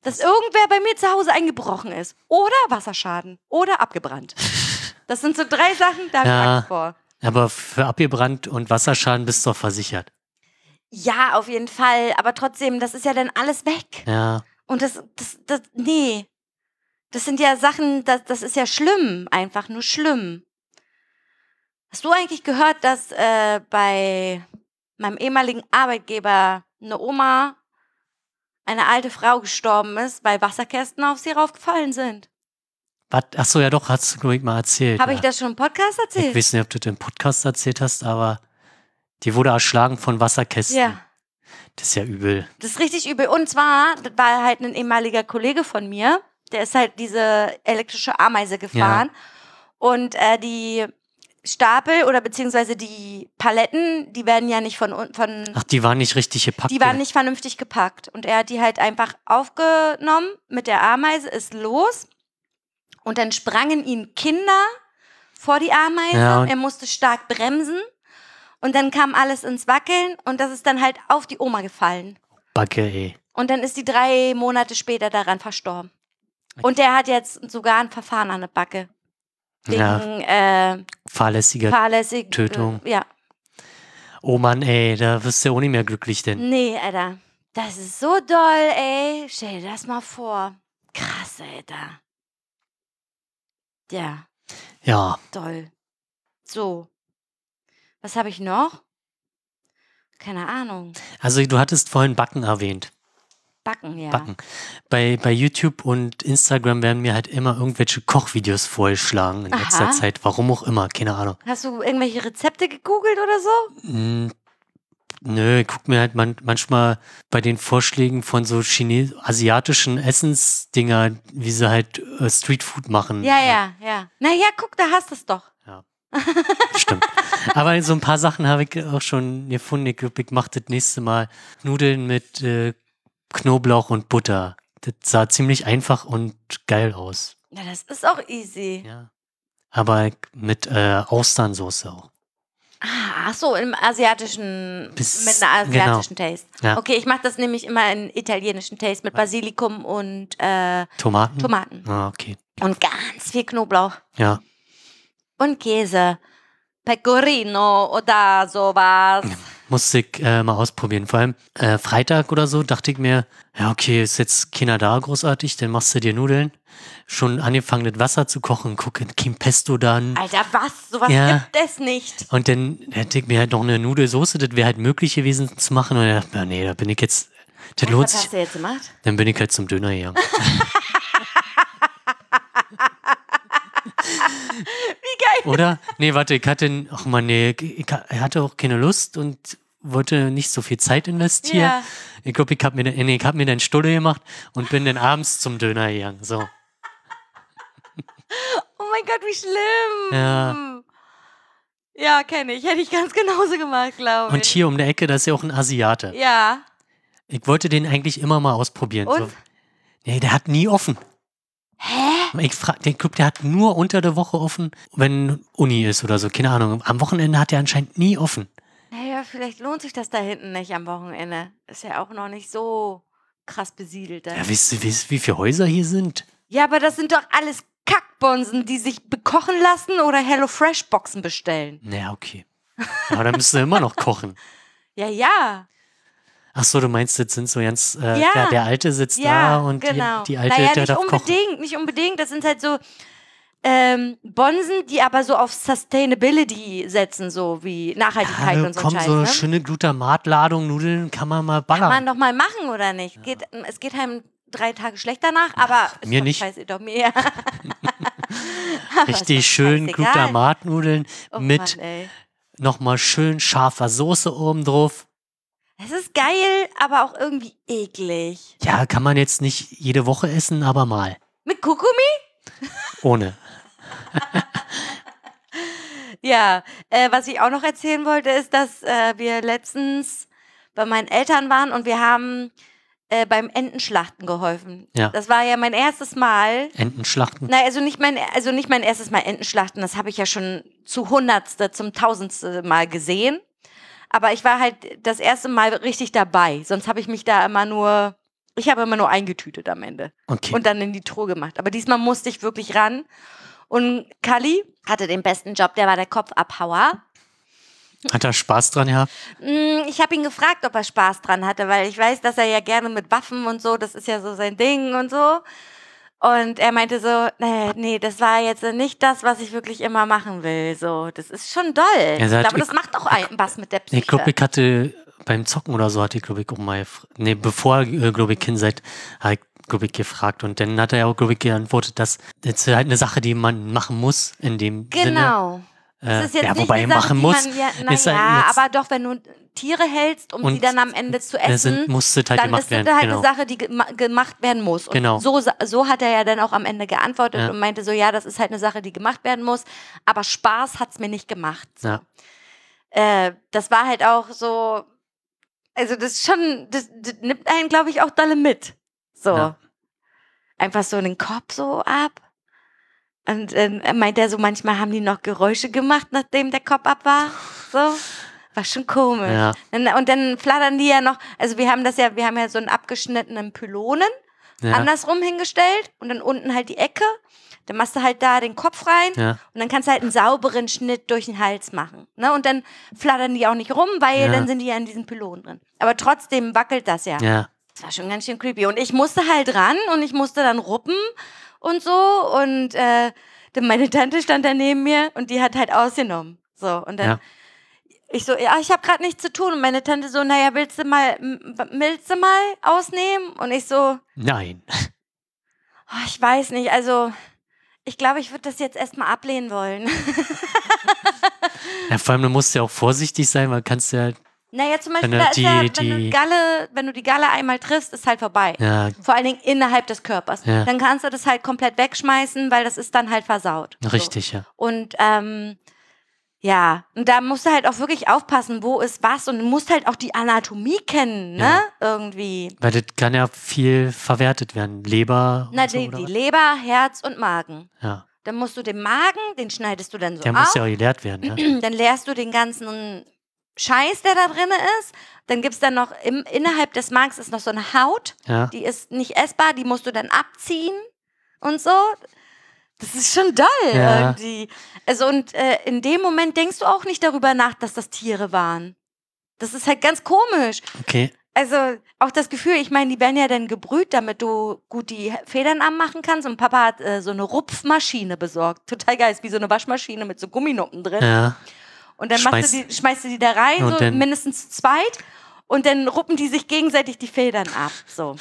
S2: dass irgendwer bei mir zu Hause eingebrochen ist. Oder Wasserschaden. Oder abgebrannt. Das sind so drei Sachen, da habe ich
S1: Ja.
S2: Angst vor.
S1: Aber für abgebrannt und Wasserschaden bist du doch versichert.
S2: Ja, auf jeden Fall. Aber trotzdem, das ist ja dann alles weg.
S1: Ja,
S2: Und das, das, das, nee. Das sind ja Sachen, das, das ist ja schlimm, einfach nur schlimm. Hast du eigentlich gehört, dass äh, bei meinem ehemaligen Arbeitgeber eine Oma, eine alte Frau gestorben ist, weil Wasserkästen auf sie raufgefallen sind?
S1: was? Achso, ja doch, hast du, glaube ich, mal erzählt.
S2: Habe
S1: ja.
S2: ich das schon im Podcast
S1: Ich
S2: erzählt?
S1: weiß nicht, ob du das im Podcast erzählt hast, aber die wurde erschlagen von Wasserkästen.
S2: Ja.
S1: Das ist ja übel.
S2: Das ist richtig übel. Und zwar, das war halt ein ehemaliger Kollege von mir, der ist halt diese elektrische Ameise gefahren. Und äh, die Stapel oder beziehungsweise die Paletten, die werden ja nicht von un- von
S1: Ach, die waren nicht richtig gepackt.
S2: die waren
S1: ja.
S2: nicht vernünftig gepackt. Und er hat die halt einfach aufgenommen mit der Ameise, ist los. Und dann sprangen ihm Kinder vor die Ameise.
S1: Ja, und-
S2: er musste stark bremsen. Und dann kam alles ins Wackeln und das ist dann halt auf die Oma gefallen.
S1: Backe, ey.
S2: Und dann ist die drei Monate später daran verstorben. Und der hat jetzt sogar ein Verfahren an der Backe. Wegen
S1: Ja,
S2: äh,
S1: fahrlässiger.
S2: fahrlässig. äh,
S1: Tötung.
S2: Ja.
S1: oh Mann, ey, da wirst du ja auch nicht mehr glücklich, denn.
S2: Nee, Alter. Das ist so doll, ey. Stell dir das mal vor. Krass, Alter. Ja,
S1: Ja,
S2: doll. So. Was habe ich noch? Keine Ahnung.
S1: also du hattest vorhin Backen erwähnt.
S2: Backen, ja.
S1: Backen. Bei, bei YouTube und Instagram werden mir halt immer irgendwelche Kochvideos vorgeschlagen in letzter
S2: Aha.
S1: Zeit. Warum auch immer, keine Ahnung.
S2: Hast du irgendwelche Rezepte gegoogelt oder so?
S1: Mm, Nö, ich guck mir halt man manchmal bei den Vorschlägen von so Chine asiatischen Essensdinger, wie sie halt äh, Streetfood machen.
S2: Ja, ja, ja. Naja, guck, da hast du es doch.
S1: [laughs] Stimmt. Aber so ein paar Sachen habe ich auch schon gefunden. Ich glaube, ich mache das nächste Mal Nudeln mit äh, Knoblauch und Butter. Das sah ziemlich einfach und geil aus.
S2: Na, das ist auch easy.
S1: Ja. Aber mit äh, Austernsoße auch.
S2: Ah, ach so, im asiatischen,
S1: Bis-
S2: mit einer
S1: genau.
S2: asiatischen Taste.
S1: Ja.
S2: Okay, ich mache das nämlich immer in italienischen Taste mit Basilikum und
S1: Hm.
S2: äh,
S1: Tomaten?
S2: Tomaten
S1: Ah, okay.
S2: und ganz viel Knoblauch
S1: Ja.
S2: und Käse. Pecorino oder sowas.
S1: Musste ich äh, mal ausprobieren. Vor allem äh, Freitag oder so dachte ich mir, ja, okay, ist jetzt keiner da großartig, dann machst du dir Nudeln. Schon angefangen, das Wasser zu kochen, gucken, kein Pesto dann.
S2: Alter, was? Sowas
S1: Ja.
S2: gibt es nicht.
S1: Und dann hätte ich mir halt noch eine Nudelsoße, das wäre halt möglich gewesen zu machen. Und dann dachte ich, mir, nee, da bin ich jetzt, das lohnt
S2: Was
S1: sich.
S2: hast du jetzt gemacht?
S1: Dann bin ich halt zum Döner gegangen. [laughs] Wie geil. Oder? Nee, warte, ich hatte, ach man, nee, ich- ich hatte auch keine Lust und wollte nicht so viel Zeit investieren.
S2: Ja.
S1: Ich glaube, ich habe mir, dann- nee, ich hab mir dann Stulle gemacht und bin dann abends zum Döner gegangen. So.
S2: Oh mein Gott, wie schlimm.
S1: Ja.
S2: Ja, kenne ich. Hätte ich ganz genauso gemacht, glaube ich.
S1: Und hier um der Ecke, da ist ja auch ein Asiate.
S2: ja.
S1: Ich wollte den eigentlich immer mal ausprobieren.
S2: Und?
S1: So. Nee, der hat nie offen. Hä? Ich frag, den Club, der hat nur unter der Woche offen, wenn Uni ist oder so. Keine Ahnung. Am Wochenende hat er anscheinend nie offen.
S2: Naja, vielleicht lohnt sich das da hinten nicht am Wochenende. Ist ja auch noch nicht so krass besiedelt. da.
S1: Ja, wisst ihr, wisst, ihr, wie viele Häuser hier sind?
S2: Ja, aber das sind doch alles Kackbonsen, die sich bekochen lassen oder HelloFresh-Boxen bestellen.
S1: Naja, okay. Aber dann müssen wir immer noch kochen.
S2: Ja, ja.
S1: Ach so, du meinst, das sind so ganz, äh,
S2: Ja.
S1: der, der Alte sitzt
S2: ja,
S1: da und
S2: genau.
S1: die, die Alte,
S2: naja,
S1: der
S2: nicht
S1: darf kochen.
S2: unbedingt, nicht unbedingt. Das sind halt so ähm, Bonsen, die aber so auf Sustainability setzen, so wie Nachhaltigkeit
S1: Ja,
S2: und so ein
S1: komm,
S2: Scheiß.
S1: so
S2: ne?
S1: schöne Glutamatladung, Nudeln kann man mal ballern.
S2: man doch mal machen oder nicht? Geht, es geht einem drei Tage schlecht danach, aber ist
S1: mir
S2: doch
S1: nicht.
S2: Scheiße, doch mir. [laughs] Aber ist doch
S1: Richtig schön
S2: scheißegal.
S1: Glutamatnudeln
S2: Oh
S1: mit
S2: Mann, ey.
S1: nochmal schön scharfer Soße oben drauf.
S2: Es ist geil, aber auch irgendwie eklig.
S1: Ja, kann man jetzt nicht jede Woche essen, aber mal.
S2: Mit Kukumi?
S1: Ohne.
S2: Ja. Äh, was ich auch noch erzählen wollte, ist, dass äh, wir letztens bei meinen Eltern waren und wir haben äh, beim Entenschlachten geholfen.
S1: Ja.
S2: Das war ja mein erstes Mal.
S1: Entenschlachten.
S2: Na, also nicht mein, also nicht mein erstes Mal Entenschlachten, das habe ich ja schon zu hundertste, zum tausendste Mal gesehen. Aber ich war halt das erste Mal richtig dabei. Sonst habe ich mich da immer nur, ich habe immer nur eingetütet am Ende
S1: Okay.
S2: und dann in die Truhe gemacht. Aber diesmal musste ich wirklich ran. Und Kali hatte den besten Job, der war der Kopfabhauer.
S1: Hat er Spaß dran gehabt?
S2: Mm, Ich habe ihn gefragt, ob er Spaß dran hatte, weil ich weiß, dass er ja gerne mit Waffen und so, das ist ja so sein Ding und so. Und er meinte so, nee, nee, das war jetzt nicht das, was ich wirklich immer machen will. So, das ist schon doll. ich
S1: sagt,
S2: glaube,
S1: ich-
S2: das macht auch ein, was mit der Psyche.
S1: Nee, ich glaube, ich hatte beim Zocken oder so, hatte ich, glaube ich, auch mal, gef- nee, bevor, äh, glaube ich, hin seid, hat glaube ich, gefragt. Und dann hat er ja auch, glaube ich, geantwortet, dass das ist halt eine Sache, die man machen muss, in dem Sinne.
S2: genau.
S1: Äh,
S2: Das ist jetzt
S1: ja,
S2: nicht
S1: wobei
S2: eine Sache,
S1: machen
S2: die
S1: muss.
S2: Man, ja, na
S1: ist halt
S2: ja,
S1: jetzt-
S2: aber doch, wenn du Tiere hältst, um sie
S1: Und
S2: dann am Ende zu
S1: das sind,
S2: essen,
S1: muss das halt
S2: dann
S1: gemacht
S2: ist
S1: werden.
S2: das halt
S1: genau.
S2: eine Sache, die gema- gemacht werden muss. Und
S1: Genau.
S2: so, sa- so hat er ja dann auch am Ende geantwortet
S1: Ja.
S2: und meinte so, ja, das ist halt eine Sache, die gemacht werden muss, aber Spaß hat's mir nicht gemacht.
S1: Ja.
S2: Äh, das war halt auch so, also das ist schon, das, das nimmt einen, glaube ich, auch dolle mit. So.
S1: Ja.
S2: Einfach so den Kopf so ab. Und äh, meint er so, manchmal haben die noch Geräusche gemacht, nachdem der Kopf ab war. So. War schon komisch.
S1: Ja.
S2: Und, und dann flattern die ja noch, also wir haben das ja, wir haben ja so einen abgeschnittenen Pylonen
S1: Ja.
S2: andersrum hingestellt und dann unten halt die Ecke. Dann machst du halt da den Kopf rein
S1: Ja.
S2: und dann kannst du halt einen sauberen Schnitt durch den Hals machen. Ne? Und dann flattern die auch nicht rum, weil
S1: Ja.
S2: dann sind die ja in diesen Pylonen drin. Aber trotzdem wackelt das ja.
S1: ja.
S2: Das war schon ganz schön creepy. Und ich musste halt ran und ich musste dann ruppen und so. Und äh, dann meine Tante stand da neben mir und die hat halt ausgenommen. So, und dann
S1: Ja.
S2: ich so, ja, ich habe gerade nichts zu tun. Und meine Tante so, naja, willst du mal, m- willst du mal ausnehmen? Und ich so,
S1: Nein. [laughs]
S2: oh, ich weiß nicht, also ich glaube, ich würde das jetzt erstmal ablehnen wollen. [laughs]
S1: Ja, vor allem, du musst ja auch vorsichtig sein, weil kannst ja,
S2: naja, zum Beispiel,
S1: Wenn du
S2: da ist
S1: die-
S2: ja, wenn,
S1: die-
S2: du Galle, wenn du die Galle einmal triffst, ist halt vorbei.
S1: ja,
S2: Vor allen Dingen innerhalb des Körpers.
S1: Ja.
S2: Dann kannst du das halt komplett wegschmeißen, weil das ist dann halt versaut.
S1: richtig, ja.
S2: So. Und ähm, ja, und da musst du halt auch wirklich aufpassen, wo ist was und du musst halt auch die Anatomie kennen, ne? Irgendwie.
S1: Weil das kann ja viel verwertet werden. Leber.
S2: Na,
S1: und so,
S2: die,
S1: oder
S2: die
S1: was?
S2: Leber, Herz und Magen.
S1: ja.
S2: Dann musst du den Magen, den schneidest du dann so
S1: Der
S2: auf.
S1: muss ja auch gelehrt werden, ne? ja.
S2: [clears throat] dann leerst du den ganzen Scheiß, der da drin ist. Dann gibt es dann noch, im, innerhalb des Magens ist noch so eine Haut,
S1: ja.
S2: die ist nicht essbar, die musst du dann abziehen und so. Das ist schon doll
S1: Ja.
S2: irgendwie. Also und äh, in dem Moment denkst du auch nicht darüber nach, dass das Tiere waren. Das ist halt ganz komisch.
S1: Okay.
S2: Also auch das Gefühl, ich meine, die werden ja dann gebrüht, damit du gut die Federn anmachen kannst. Und Papa hat äh, so eine Rupfmaschine besorgt. Total geil, ist wie so eine Waschmaschine mit so Gumminuppen drin.
S1: Ja.
S2: Und dann
S1: Schmeiß-
S2: machst du die, schmeißt du die da rein,
S1: Und
S2: so
S1: dann-
S2: mindestens zu zweit. Und dann ruppen die sich gegenseitig die Federn ab. So.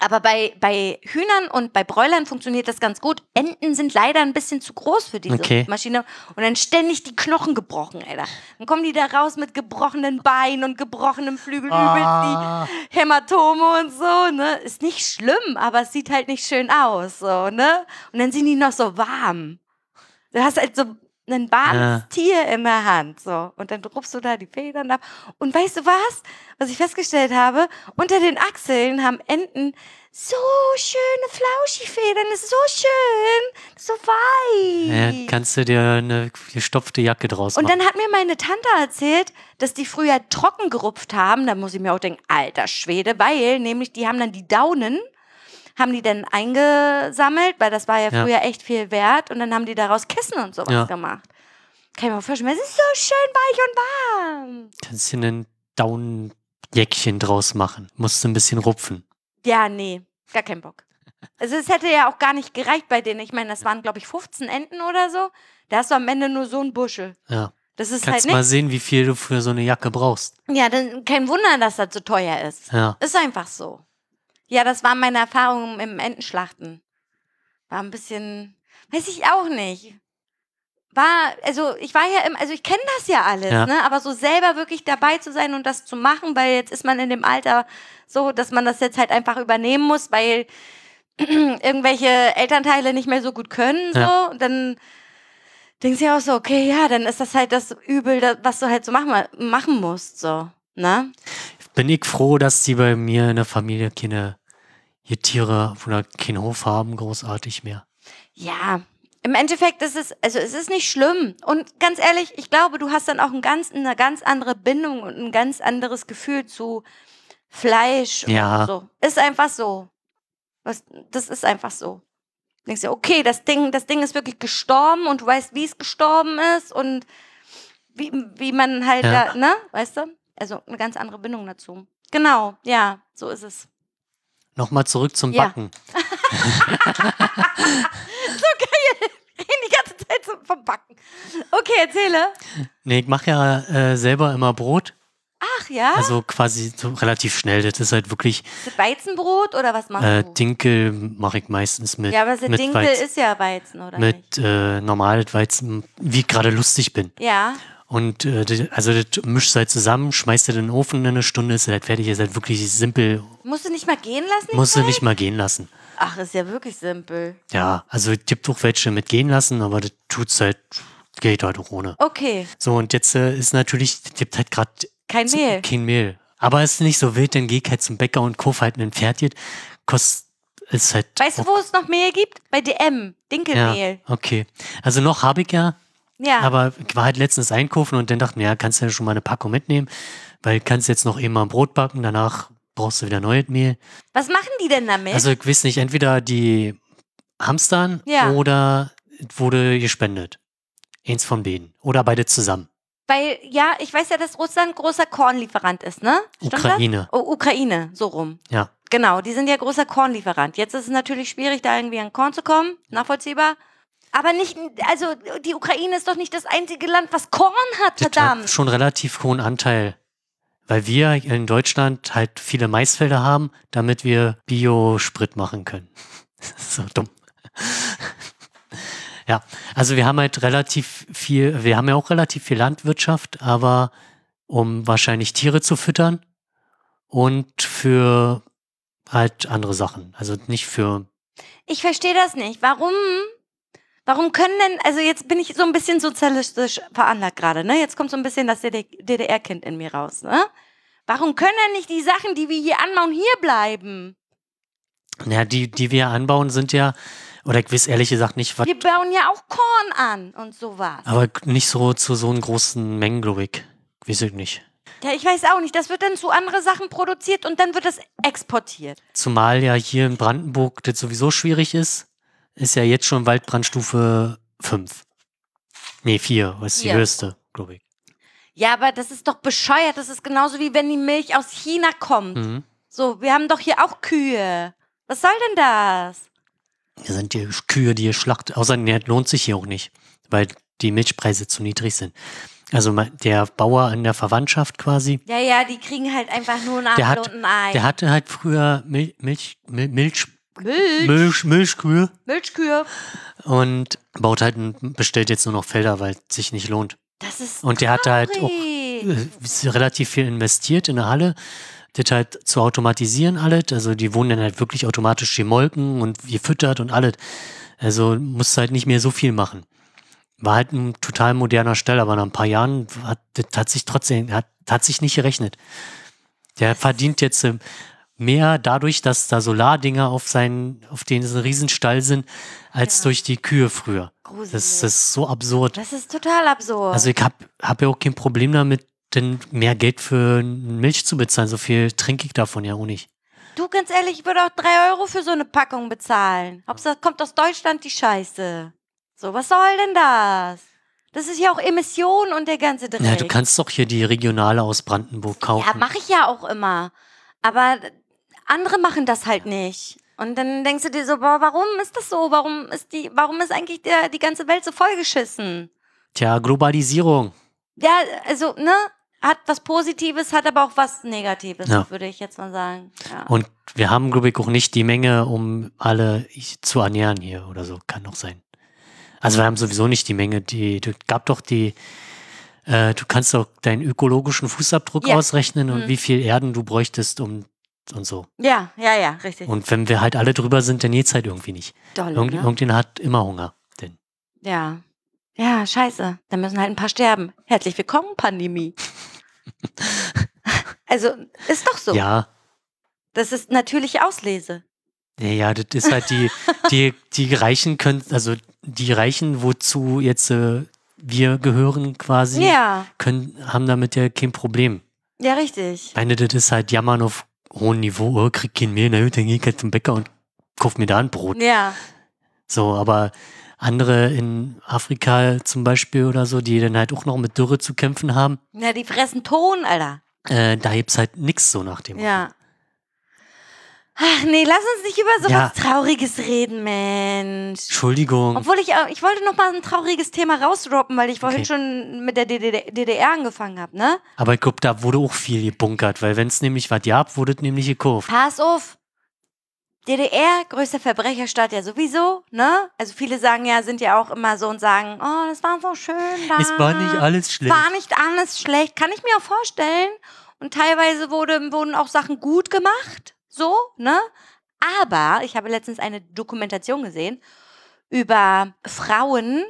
S2: Aber bei, bei Hühnern und bei Bräulern funktioniert das ganz gut. Enten sind leider ein bisschen zu groß für diese
S1: Okay.
S2: Maschine. Und dann ständig die Knochen gebrochen, Alter. Dann kommen die da raus mit gebrochenen Beinen und gebrochenem Flügel,
S1: Ah.
S2: übelst die Hämatome und so, ne? Ist nicht schlimm, aber es sieht halt nicht schön aus, so, ne? Und dann sind die noch so warm. Du hast halt so ein badendes Tier in der Hand. So. Und dann rupfst du da die Federn ab. Und weißt du was? Was ich festgestellt habe, unter den Achseln haben Enten so schöne Flauschifedern. Das ist so schön. So weich.
S1: Äh, kannst du dir eine gestopfte Jacke draus
S2: Und
S1: machen?
S2: dann hat mir meine Tante erzählt, dass die früher trocken gerupft haben. Da muss ich mir auch denken, alter Schwede, weil nämlich die haben dann die Daunen, haben die dann eingesammelt, weil das war ja
S1: Ja.
S2: früher echt viel wert. Und dann haben die daraus Kissen und sowas
S1: Ja.
S2: gemacht. Kann ich mir vorstellen, es ist so schön weich und warm.
S1: kannst du einen Daunenjäckchen draus machen. Musst du ein bisschen rupfen.
S2: Ja, nee, gar kein Bock. Also es hätte ja auch gar nicht gereicht bei denen. Ich meine, das waren, glaube ich, 15 Enten oder so. Da hast du am Ende nur so ein Buschel.
S1: Ja.
S2: Das ist
S1: Kannst
S2: halt
S1: mal sehen, wie viel du für so eine Jacke brauchst.
S2: nicht. Ja, dann kein Wunder, dass das so teuer ist.
S1: Ja.
S2: Ist einfach so. Ja, das waren meine Erfahrungen im Entenschlachten. War ein bisschen, weiß ich auch nicht. War, also ich war ja im, also ich kenne das ja alles,
S1: Ja.
S2: ne? Aber so selber wirklich dabei zu sein und das zu machen, weil jetzt ist man in dem Alter so, dass man das jetzt halt einfach übernehmen muss, weil [clears throat] irgendwelche Elternteile nicht mehr so gut können, so,
S1: Ja.
S2: dann denkst du ja auch so, okay, ja, dann ist das halt das Übel, das, was du halt so machen, machen musst, so, ne?
S1: Bin ich froh, dass die bei mir in der Familie keine hier Tiere oder keinen Hof haben, großartig mehr.
S2: Ja, im Endeffekt ist es, also es ist nicht schlimm. Und ganz ehrlich, ich glaube, du hast dann auch ein ganz, eine ganz andere Bindung und ein ganz anderes Gefühl zu Fleisch
S1: Ja.
S2: und so. Ist einfach so. Was, das ist einfach so. Denkst du, okay, das Ding, das Ding ist wirklich gestorben und du weißt, wie es gestorben ist und wie, wie man halt
S1: Ja.
S2: da, ne? Weißt du? Also eine ganz andere Bindung dazu. Genau, ja, so ist es. [laughs]
S1: Nochmal zurück zum
S2: Ja.
S1: Backen.
S2: Reden die ganze Zeit so vom Backen. Okay, erzähle.
S1: Nee, ich mache ja äh, selber immer Brot.
S2: Ach ja?
S1: Also quasi so relativ schnell. Das ist halt wirklich,
S2: Mit Weizenbrot oder was machst
S1: äh,
S2: du?
S1: Dinkel mache ich meistens mit.
S2: ja, aber der
S1: mit
S2: Dinkel
S1: Weizen-
S2: ist ja Weizen, oder nicht?
S1: mit äh, normal Weizen, wie ich gerade lustig bin.
S2: Ja.
S1: Und äh, das- also das mischst du halt zusammen, schmeißt du in den Ofen eine Stunde, ist halt fertig, ist halt wirklich simpel.
S2: Musst du nicht mal gehen lassen? die
S1: Musst du
S2: Zeit?
S1: nicht mal gehen lassen.
S2: Ach, ist ja wirklich simpel.
S1: Ja, also es gibt auch welche mit gehen lassen, aber das tut's halt, geht halt auch ohne.
S2: Okay,
S1: So, und jetzt äh, ist natürlich, es gibt halt gerade
S2: kein Mehl.
S1: kein Mehl. Aber ist nicht so wild, dann geh ich halt zum Bäcker und kauf halt einen Fertig. Kostet, ist halt.
S2: Weißt du, wo es noch Mehl gibt? Bei DM.
S1: ja,
S2: Dinkelmehl.
S1: okay. Also noch habe ich ja,
S2: Ja.
S1: aber ich war halt letztens einkaufen und dann dachte mir, ja, kannst du ja schon mal eine Packung mitnehmen, weil du kannst jetzt noch eben mal ein Brot backen, danach brauchst du wieder neues Mehl.
S2: was machen die denn damit?
S1: Also ich weiß nicht, entweder die Hamstern
S2: Ja.
S1: oder es wurde gespendet. Eins von beiden. Oder beide zusammen.
S2: Weil, ja, ich weiß ja, dass Russland großer Kornlieferant ist, ne? Stimmt
S1: Ukraine.
S2: Das? Oh, Ukraine, so rum.
S1: Ja.
S2: Genau, die sind ja großer Kornlieferant. Jetzt ist es natürlich schwierig, da irgendwie an Korn zu kommen, nachvollziehbar. Aber nicht, also die Ukraine ist doch nicht das einzige Land, was Korn hat,
S1: Das hat
S2: verdammt.
S1: Schon relativ hohen Anteil. Weil wir in Deutschland halt viele Maisfelder haben, damit wir Biosprit machen können. [laughs] so dumm. [laughs] ja, also wir haben halt relativ viel, wir haben ja auch relativ viel Landwirtschaft, aber um wahrscheinlich Tiere zu füttern und für halt andere Sachen. Also nicht für,
S2: Ich verstehe das nicht. Warum? Warum können denn, also jetzt bin ich so ein bisschen sozialistisch veranlagt gerade, ne? Jetzt kommt so ein bisschen das DDR-Kind in mir raus, ne? Warum können denn nicht die Sachen, die wir hier anbauen, hier bleiben?
S1: naja, die, die wir anbauen, sind ja, oder ich weiß ehrlich gesagt nicht, was,
S2: Wir bauen ja auch Korn an und sowas.
S1: aber nicht so zu so einen großen Mengen, glaube ich. Weiß ich nicht.
S2: Ja, ich weiß auch nicht. Das wird dann zu andere Sachen produziert und dann wird das exportiert.
S1: Zumal ja hier in Brandenburg das sowieso schwierig ist, ist ja jetzt schon Waldbrandstufe 5. Nee, 4, was die
S2: Vier.
S1: höchste, glaube ich.
S2: Ja, aber das ist doch bescheuert. Das ist genauso wie wenn die Milch aus China kommt.
S1: Mhm.
S2: So, wir haben doch hier auch Kühe. Was soll denn das?
S1: Da sind die Kühe, die ihr schlachtet. Außerdem nee, das lohnt sich hier auch nicht, weil die Milchpreise zu niedrig sind. Also ma- der Bauer in der Verwandtschaft quasi,
S2: Ja, ja, die kriegen halt einfach nur einen
S1: Der
S2: Apfel
S1: hat-
S2: und ein Ei.
S1: der hatte halt früher Milch, Milch, Mil- Milch,
S2: Milch,
S1: Milch, Milchkühe
S2: Milchkühe.
S1: und baut halt, ein- bestellt jetzt nur noch Felder, weil es sich nicht lohnt.
S2: Das ist
S1: Und der hatte halt auch
S2: traurig.
S1: äh, ist relativ viel investiert in der Halle, das halt zu automatisieren alles. Also die wurden dann halt wirklich automatisch gemolken und gefüttert und alles. Also musst halt nicht mehr so viel machen. War halt ein total moderner Stall, aber nach ein paar Jahren hat, das hat sich trotzdem, hat, hat sich nicht gerechnet. Der verdient jetzt ähm, mehr dadurch, dass da Solardinger auf seinen, auf denen so ein Riesenstall sind, als
S2: Ja.
S1: durch die Kühe früher.
S2: Gruselig.
S1: Das, das ist so absurd.
S2: Das ist total absurd.
S1: Also ich habe hab ja auch kein Problem damit, denn mehr Geld für Milch zu bezahlen. So viel trinke ich davon ja auch nicht.
S2: du, ganz ehrlich, ich würde auch drei Euro für so eine Packung bezahlen. Hauptsache, kommt aus Deutschland die Scheiße. So, was soll denn das? Das ist ja auch Emissionen und der ganze Dreck.
S1: Ja, du kannst doch hier die regionale aus Brandenburg kaufen.
S2: Ja, mache ich ja auch immer. Aber andere machen das halt nicht. Und dann denkst du dir so, boah, warum ist das so? Warum ist die, warum ist eigentlich der, die ganze Welt so vollgeschissen?
S1: Tja, Globalisierung.
S2: Ja, also, ne? Hat was Positives, hat aber auch was Negatives,
S1: Ja.
S2: würde ich jetzt mal sagen. Ja.
S1: Und wir haben, glaube ich, auch nicht die Menge, um alle ich- zu ernähren hier oder so. Kann doch sein. Also wir haben sowieso nicht die Menge. Die, du gab doch die, äh, du kannst doch deinen ökologischen Fußabdruck
S2: Ja.
S1: ausrechnen und
S2: Mhm.
S1: wie viel Erden du bräuchtest um und so.
S2: ja, ja, ja, richtig.
S1: Und wenn wir halt alle drüber sind, dann geht's halt irgendwie nicht.
S2: Dolle,
S1: Irgend,
S2: ne?
S1: Irgendjemand hat immer Hunger. Denn.
S2: Ja. Ja, scheiße. Da müssen halt ein paar sterben. Herzlich willkommen,
S1: [laughs]
S2: Pandemie. also, ist doch so.
S1: Ja,
S2: Das ist natürliche Auslese.
S1: naja, das ist halt
S2: [laughs]
S1: die, die, die Reichen können, also die Reichen, wozu jetzt äh, wir gehören quasi,
S2: Ja,
S1: können, haben damit ja kein Problem.
S2: ja, richtig.
S1: Ich meine, das ist halt Jammern auf hohem Niveau, oh, krieg kein Mehl, na gut, dann geh ich halt zum Bäcker und kauf mir da ein Brot.
S2: Ja.
S1: So, aber andere in Afrika zum Beispiel oder so, die dann halt auch noch mit Dürre zu kämpfen haben,
S2: Na, die fressen Ton, Alter.
S1: äh, da gibt's halt nichts so nach dem.
S2: Ja. Ach nee, lass uns nicht über so
S1: Ja.
S2: was Trauriges reden, Mensch.
S1: Entschuldigung.
S2: Obwohl ich, auch- ich wollte noch mal ein trauriges Thema rausdroppen, weil ich vorhin
S1: Okay.
S2: schon mit der DDR, DDR angefangen habe, ne?
S1: Aber ich glaube, da wurde auch viel gebunkert, weil wenn es nämlich was gab, wurde es nämlich gekauft.
S2: Pass auf. DDR, größter Verbrecherstaat ja sowieso, ne? Also viele sagen ja, sind ja auch immer so und sagen, oh, das war so schön da.
S1: Es war nicht alles schlecht.
S2: Ah. War nicht alles schlecht, kann ich mir auch vorstellen. Und teilweise wurde, wurden auch Sachen gut gemacht, so, ne? Aber ich habe letztens eine Dokumentation gesehen über Frauen,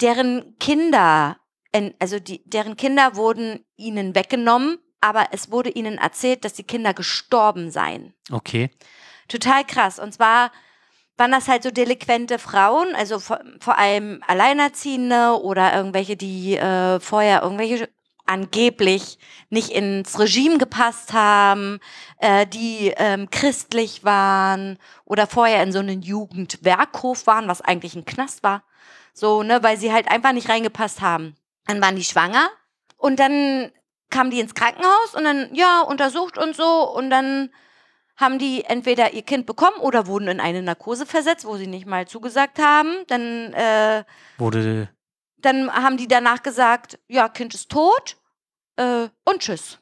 S2: deren Kinder, in, also die, deren Kinder wurden ihnen weggenommen, aber es wurde ihnen erzählt, dass die Kinder gestorben seien.
S1: Okay.
S2: Total krass. Und zwar waren das halt so delinquente Frauen, also vor, vor allem Alleinerziehende oder irgendwelche, die äh, vorher irgendwelche angeblich nicht ins Regime gepasst haben, äh, die ähm, christlich waren oder vorher in so einen Jugendwerkhof waren, was eigentlich ein Knast war. So, ne, weil sie halt einfach nicht reingepasst haben. Dann waren die schwanger und dann kamen die ins Krankenhaus und dann, ja, untersucht und so und dann haben die entweder ihr Kind bekommen oder wurden in eine Narkose versetzt, wo sie nicht mal zugesagt haben. Dann, äh,
S1: Wurde.
S2: dann haben die danach gesagt, ja, Kind ist tot äh, und tschüss.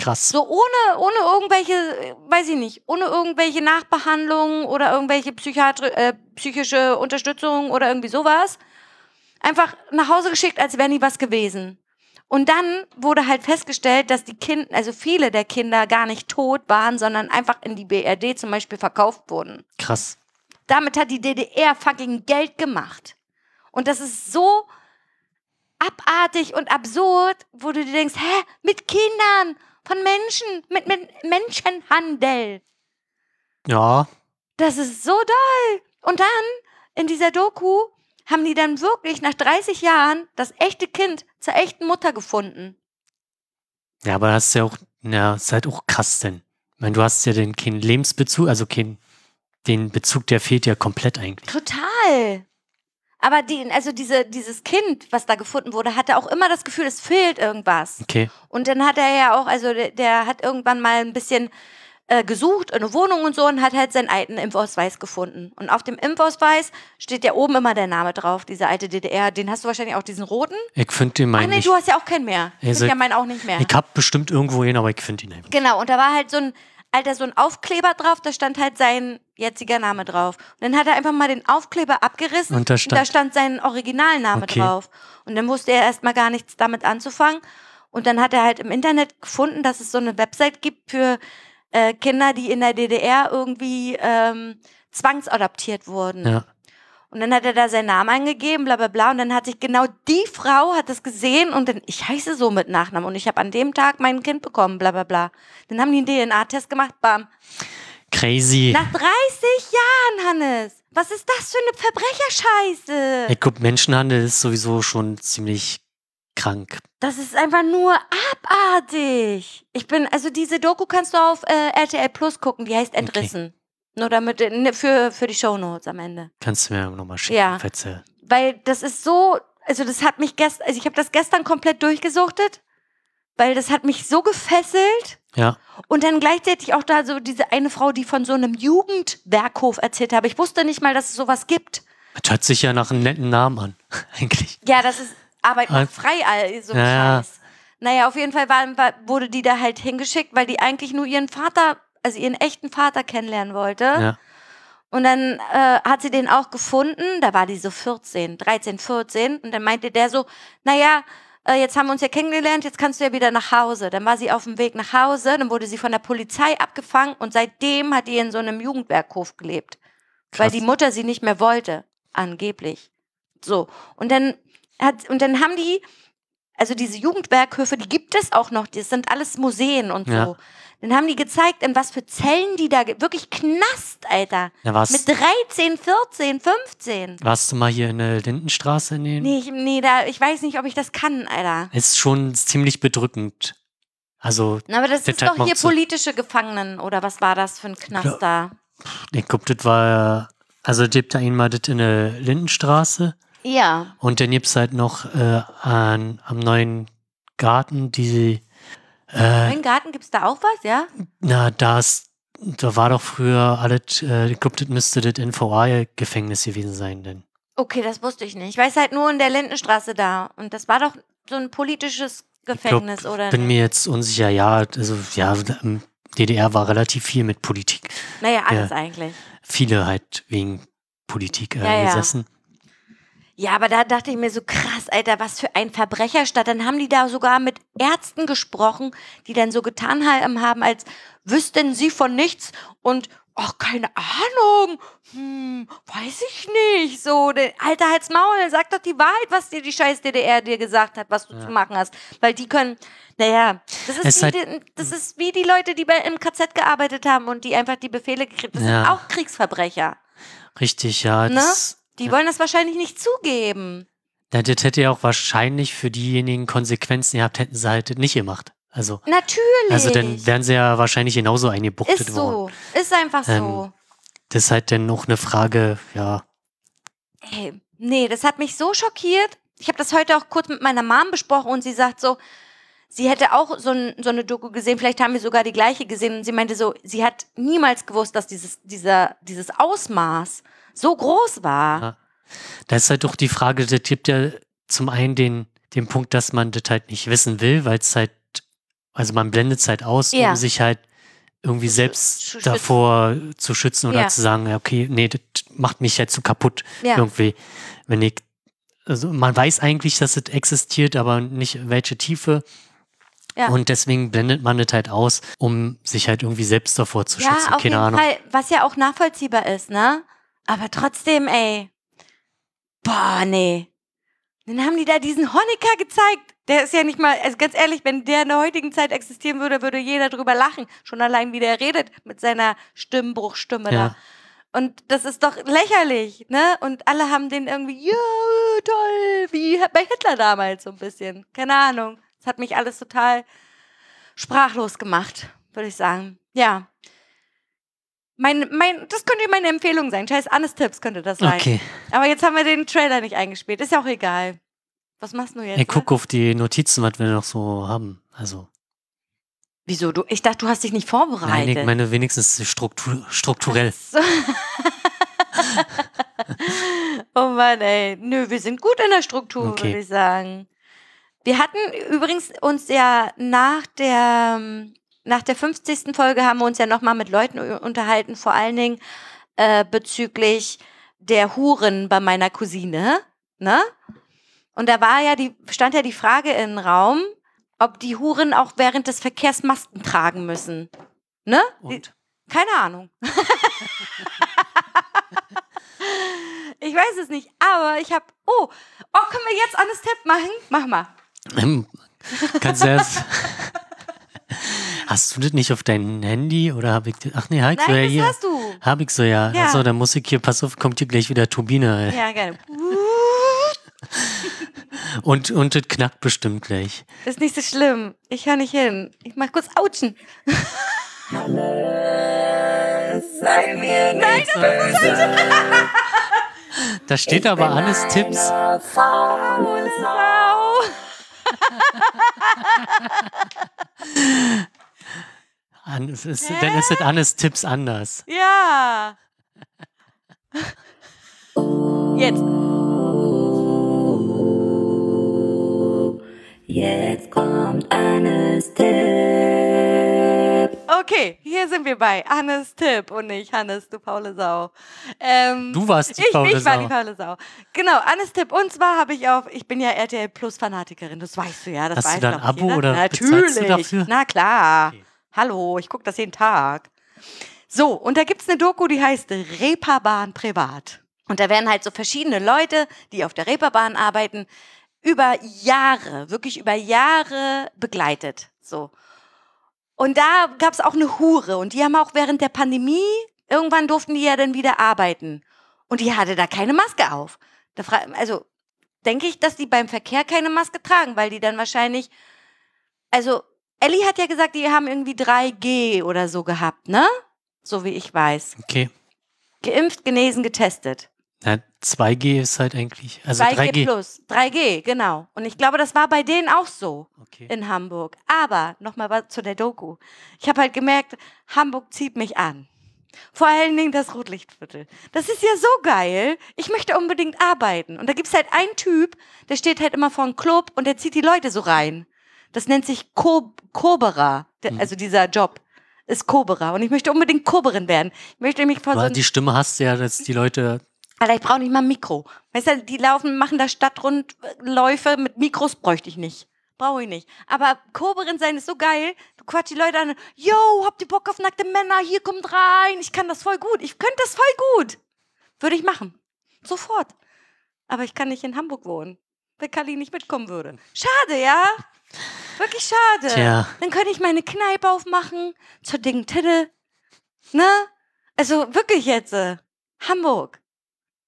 S1: Krass.
S2: So ohne, ohne irgendwelche, äh, weiß ich nicht, ohne irgendwelche Nachbehandlungen oder irgendwelche Psychiatri äh, psychische Unterstützung oder irgendwie sowas. Einfach nach Hause geschickt, als wäre nie was gewesen. Und dann wurde halt festgestellt, dass die Kinder, also viele der Kinder gar nicht tot waren, sondern einfach in die BRD zum Beispiel verkauft wurden.
S1: Krass.
S2: Damit hat die DDR fucking Geld gemacht. Und das ist so abartig und absurd, wo du dir denkst, hä, mit Kindern, von Menschen, mit, mit Menschenhandel.
S1: Ja.
S2: Das ist so doll. Und dann in dieser Doku haben die dann wirklich nach 30 Jahren das echte Kind zur echten Mutter gefunden.
S1: Ja, aber das ist ja auch. Ja, ist halt auch krass denn. Ich meine, du hast ja den keinen Lebensbezug, also keinen. Den Bezug, der fehlt ja komplett eigentlich.
S2: Total. Aber die, also diese, dieses Kind, was da gefunden wurde, hatte auch immer das Gefühl, es fehlt irgendwas.
S1: Okay.
S2: Und dann hat er ja auch, also der, der hat irgendwann mal ein bisschen äh, gesucht, eine Wohnung und so und hat halt seinen alten Impfausweis gefunden. Und auf dem Impfausweis steht ja oben immer der Name drauf, dieser alte DDR. Den hast du wahrscheinlich auch, diesen roten.
S1: Ich finde den
S2: Ach
S1: meinen
S2: Ah, nee,
S1: nicht.
S2: du hast ja auch keinen mehr.
S1: Also-
S2: ich hab ja meinen auch nicht mehr.
S1: Ich hab bestimmt irgendwo hin, aber ich finde ihn einfach.
S2: Genau, und da war halt so ein, alter, so ein Aufkleber drauf, da stand halt sein jetziger Name drauf. Und dann hat er einfach mal den Aufkleber abgerissen
S1: Und da stand-
S2: da stand sein Originalname
S1: Okay.
S2: drauf. Und dann wusste er erstmal gar nichts damit anzufangen. Und dann hat er halt im Internet gefunden, dass es so eine Website gibt für äh, Kinder, die in der DDR irgendwie ähm, zwangsadaptiert wurden.
S1: Ja.
S2: Und dann hat er da seinen Namen eingegeben, bla bla bla. Und dann hat sich genau die Frau hat das gesehen und dann, ich heiße so mit Nachnamen und ich habe an dem Tag mein Kind bekommen, bla bla bla. Dann haben die einen DNA-Test gemacht, bam.
S1: Crazy.
S2: Nach 30 Jahren, Hannes. Was ist das für eine Verbrecherscheiße?
S1: Ey, guck, Menschenhandel ist sowieso schon ziemlich krank.
S2: Das ist einfach nur abartig. Ich bin, also diese Doku kannst du auf äh, RTL Plus gucken, die heißt Entrissen. Nur damit, ne, für, für die Shownotes am Ende.
S1: Kannst du mir nochmal schicken,
S2: Ja.
S1: falls du-
S2: Weil das ist so, also das hat mich gestern, also ich habe das gestern komplett durchgesuchtet, weil das hat mich so gefesselt.
S1: Ja,
S2: Und dann gleichzeitig auch da so diese eine Frau, die von so einem Jugendwerkhof erzählt hat. Ich wusste nicht mal, dass es sowas gibt.
S1: das hört sich ja nach einem netten Namen an, [laughs] eigentlich.
S2: Ja, das ist Arbeit
S1: Ah.
S2: macht frei, all so ein
S1: Ja, ja.
S2: Scheiß. Naja, auf jeden Fall war, war, wurde die da halt hingeschickt, weil die eigentlich nur ihren Vater, also ihren echten Vater kennenlernen wollte.
S1: Ja.
S2: Und dann äh, hat sie den auch gefunden, da war die so 14, 13, 14. Und dann meinte der so, naja, äh, jetzt haben wir uns ja kennengelernt, jetzt kannst du ja wieder nach Hause. Dann war sie auf dem Weg nach Hause, dann wurde sie von der Polizei abgefangen und seitdem hat die in so einem Jugendwerkhof gelebt weil
S1: Krass.
S2: die Mutter sie nicht mehr wollte, angeblich. So und dann hat und dann haben die also diese Jugendwerkhöfe, die gibt es auch noch, das sind alles Museen und so.
S1: Ja.
S2: Dann haben die gezeigt, in was für Zellen die da ge- wirklich Knast, Alter.
S1: ja, warst,
S2: Mit 13, 14, 15.
S1: warst du mal hier in der Lindenstraße in den?
S2: Nee, ich, nee, da, ich weiß nicht, ob ich das kann, Alter.
S1: Ist schon ziemlich bedrückend. Also,
S2: Na, Aber das
S1: Der
S2: ist doch
S1: Teig
S2: hier
S1: macht's so.
S2: politische Gefangenen oder was war das für ein Knast da?
S1: ich guck, das war, also, es gibt da einmal das in der Lindenstraße
S2: Ja.
S1: und dann gibt es halt noch äh, an, am neuen Garten diese, äh,
S2: Im Garten gibt es da auch was, ja?
S1: na, da ist, da war doch früher alles, äh, ich guck, das müsste das NVA-Gefängnis gewesen sein, denn.
S2: Okay, das wusste ich nicht. Ich weiß halt nur in der Lindenstraße da. Und das war doch so ein politisches Gefängnis,
S1: glaub,
S2: oder?
S1: Bin mir jetzt unsicher, ja, also ja, ähm, DDR war relativ viel mit Politik.
S2: Naja, alles eigentlich.
S1: Viele halt wegen Politik äh,
S2: Ja, ja.
S1: gesessen.
S2: Ja, aber da dachte ich mir so, krass, Alter, was für ein Verbrecherstadt. Dann haben die da sogar mit Ärzten gesprochen, die dann so getan haben, haben, als wüssten sie von nichts und, ach, keine Ahnung, hm, weiß ich nicht. So, der- Alter, halt's Maul, sag doch die Wahrheit, was dir die scheiß DDR dir gesagt hat, was du zu machen hast. Weil die können, naja, das
S1: Es
S2: ist, wie,
S1: hat-
S2: die, das ist wie die Leute, die bei, im KZ gearbeitet haben und die einfach die Befehle gekriegt haben. Das sind
S1: Ja.
S2: auch Kriegsverbrecher.
S1: Richtig, ja.
S2: Ne?
S1: Das,
S2: Die wollen das wahrscheinlich nicht zugeben.
S1: na, das hätte ja auch wahrscheinlich für diejenigen Konsequenzen gehabt, hätten sie halt das nicht gemacht. Also,
S2: Natürlich.
S1: also dann wären sie ja wahrscheinlich genauso eingebuchtet
S2: ist
S1: worden.
S2: so. Ist einfach
S1: Ähm,
S2: so.
S1: Das ist halt dann auch eine Frage, ja. Ähm.
S2: Ey, nee, das hat mich so schockiert. Ich habe das heute auch kurz mit meiner Mom besprochen und sie sagt so, sie hätte auch so, ein, so eine Doku gesehen, vielleicht haben wir sogar die gleiche gesehen. Und sie meinte so, sie hat niemals gewusst, dass dieses, dieser, dieses Ausmaß so groß war.
S1: Ja. Da ist halt doch die Frage, das gibt ja zum einen den, den Punkt, dass man das halt nicht wissen will, weil es halt, also man blendet es halt aus,
S2: Ja.
S1: um sich halt irgendwie selbst
S2: zu schützen.
S1: davor zu schützen oder
S2: Ja.
S1: zu sagen, ja, okay, nee, das macht mich halt zu kaputt
S2: Ja.
S1: irgendwie. Wenn ich, also man weiß eigentlich, dass es existiert, aber nicht welche Tiefe.
S2: Ja.
S1: Und deswegen blendet man das halt aus, um sich halt irgendwie selbst davor zu
S2: Ja,
S1: schützen. Keine
S2: auf jeden
S1: Ahnung.
S2: Fall, was ja auch nachvollziehbar ist, ne? Aber trotzdem, ey. Boah, nee. Dann haben die da diesen Honecker gezeigt. Der ist ja nicht mal, also ganz ehrlich, wenn der in der heutigen Zeit existieren würde, würde jeder drüber lachen. Schon allein, wie der redet mit seiner Stimmbruchstimme
S1: Ja.
S2: da. Und das ist doch lächerlich, ne? Und alle haben den irgendwie, ja, toll, wie bei Hitler damals so ein bisschen. Keine Ahnung. Das hat mich alles total sprachlos gemacht, würde ich sagen. Ja. Mein, mein, das könnte meine Empfehlung sein. Scheiß Annes Tipps könnte das sein.
S1: Okay,
S2: Aber jetzt haben wir den Trailer nicht eingespielt. Ist ja auch egal. Was machst du jetzt?
S1: ich gucke auf die Notizen, was wir noch so haben. Also.
S2: Wieso? Du, ich dachte, du hast dich nicht vorbereitet.
S1: Nein, ich meine wenigstens struktu
S2: [laughs]
S1: strukturell.
S2: So. oh Mann, ey. Nö, wir sind gut in der Struktur,
S1: Okay.
S2: würde ich sagen. Wir hatten übrigens uns ja nach der, ähm, nach der 50. Folge haben wir uns ja nochmal mit Leuten u- unterhalten, vor allen Dingen äh, bezüglich der Huren bei meiner Cousine, ne? Und da war ja die, stand ja die Frage im Raum, ob die Huren auch während des Verkehrs Masken tragen müssen. Ne? Die-
S1: Und?
S2: keine Ahnung. Ich weiß es nicht, aber ich habe. Oh, oh, können wir jetzt einen Step machen? Mach mal.
S1: Ähm, Kannst du
S2: [laughs]
S1: erst. Hast du das nicht auf deinem Handy oder habe ich das? Ach nee, Heik so ja
S2: Nein,
S1: hier.
S2: das hast du.
S1: Hab ich so, ja.
S2: Ja.
S1: Achso, dann muss ich hier, pass auf, kommt hier gleich wieder Turbine. ey.
S2: Ja, geil.
S1: Und, und das knackt bestimmt gleich.
S2: Ist nicht so schlimm. Ich höre nicht hin. Ich mach kurz Autschen.
S3: Sei mir nicht böse.
S1: Da steht aber alles Tipps.
S3: Eine faule
S2: Au.
S3: Sau.
S1: An, es ist, dann ist das Annes Tipps anders.
S2: Ja. Jetzt.
S3: Jetzt kommt Annes Tipp.
S2: Okay, hier sind wir bei Hannes Tipp und nicht Hannes, du faule Sau. Ähm,
S1: Du warst die
S2: ich,
S1: faule
S2: ich war
S1: Sau.
S2: die faule Sau. Genau, Hannes Tipp. Und zwar habe ich auf, ich bin ja RTL Plus Fanatikerin, das weißt du ja. Das
S1: Hast du
S2: weiß,
S1: da ein
S2: glaub ich,
S1: Abo
S2: jeder.
S1: oder
S2: Natürlich.
S1: bezahlst du dafür?
S2: Na klar. Hallo, ich gucke das jeden Tag. So, und da gibt es eine Doku, die heißt Reeperbahn Privat. Und da werden halt so verschiedene Leute, die auf der Reeperbahn arbeiten, über Jahre, wirklich über Jahre begleitet. So. Und da gab es auch eine Hure. Und die haben auch während der Pandemie, irgendwann durften die ja dann wieder arbeiten. Und die hatte da keine Maske auf. Da fra- also denke ich, dass die beim Verkehr keine Maske tragen, weil die dann wahrscheinlich. Also, Ellie hat ja gesagt, die haben irgendwie 3G oder so gehabt, ne? So wie ich weiß.
S1: Okay.
S2: Geimpft, genesen, getestet.
S1: Na, 2G ist halt eigentlich. Also
S2: 3G
S1: 3G.
S2: plus. 3G, genau. Und ich glaube, das war bei denen auch so.
S1: Okay.
S2: in Hamburg. Aber nochmal zu der Doku. Ich habe halt gemerkt, Hamburg zieht mich an. Vor allen Dingen das Rotlichtviertel. Das ist ja so geil. Ich möchte unbedingt arbeiten. Und da gibt's halt einen Typ, der steht halt immer vor einem Club und der zieht die Leute so rein. Das nennt sich Ko Koberer. Der,
S1: Mhm.
S2: Also dieser Job ist Koberer. Und ich möchte unbedingt Koberin werden. Ich möchte mich vor so
S1: Aber
S2: einem
S1: die Stimme hast du ja, dass die Leute.
S2: Alter, ich brauche nicht mal ein Mikro. Weißt du, die laufen, machen da Stadtrundläufe mit Mikros, bräuchte ich nicht. Brauche ich nicht. Aber Koberin sein ist so geil. Du quatsch die Leute an. Yo, habt ihr Bock auf nackte Männer? Hier kommt rein. Ich kann das voll gut. Ich könnte das voll gut. Würde ich machen. Sofort. Aber ich kann nicht in Hamburg wohnen, wenn Kali nicht mitkommen würde. Schade, ja? Wirklich schade.
S1: Tja.
S2: Dann könnte ich meine Kneipe aufmachen zur dicken Titte. Ne? Also wirklich jetzt. äh, Hamburg.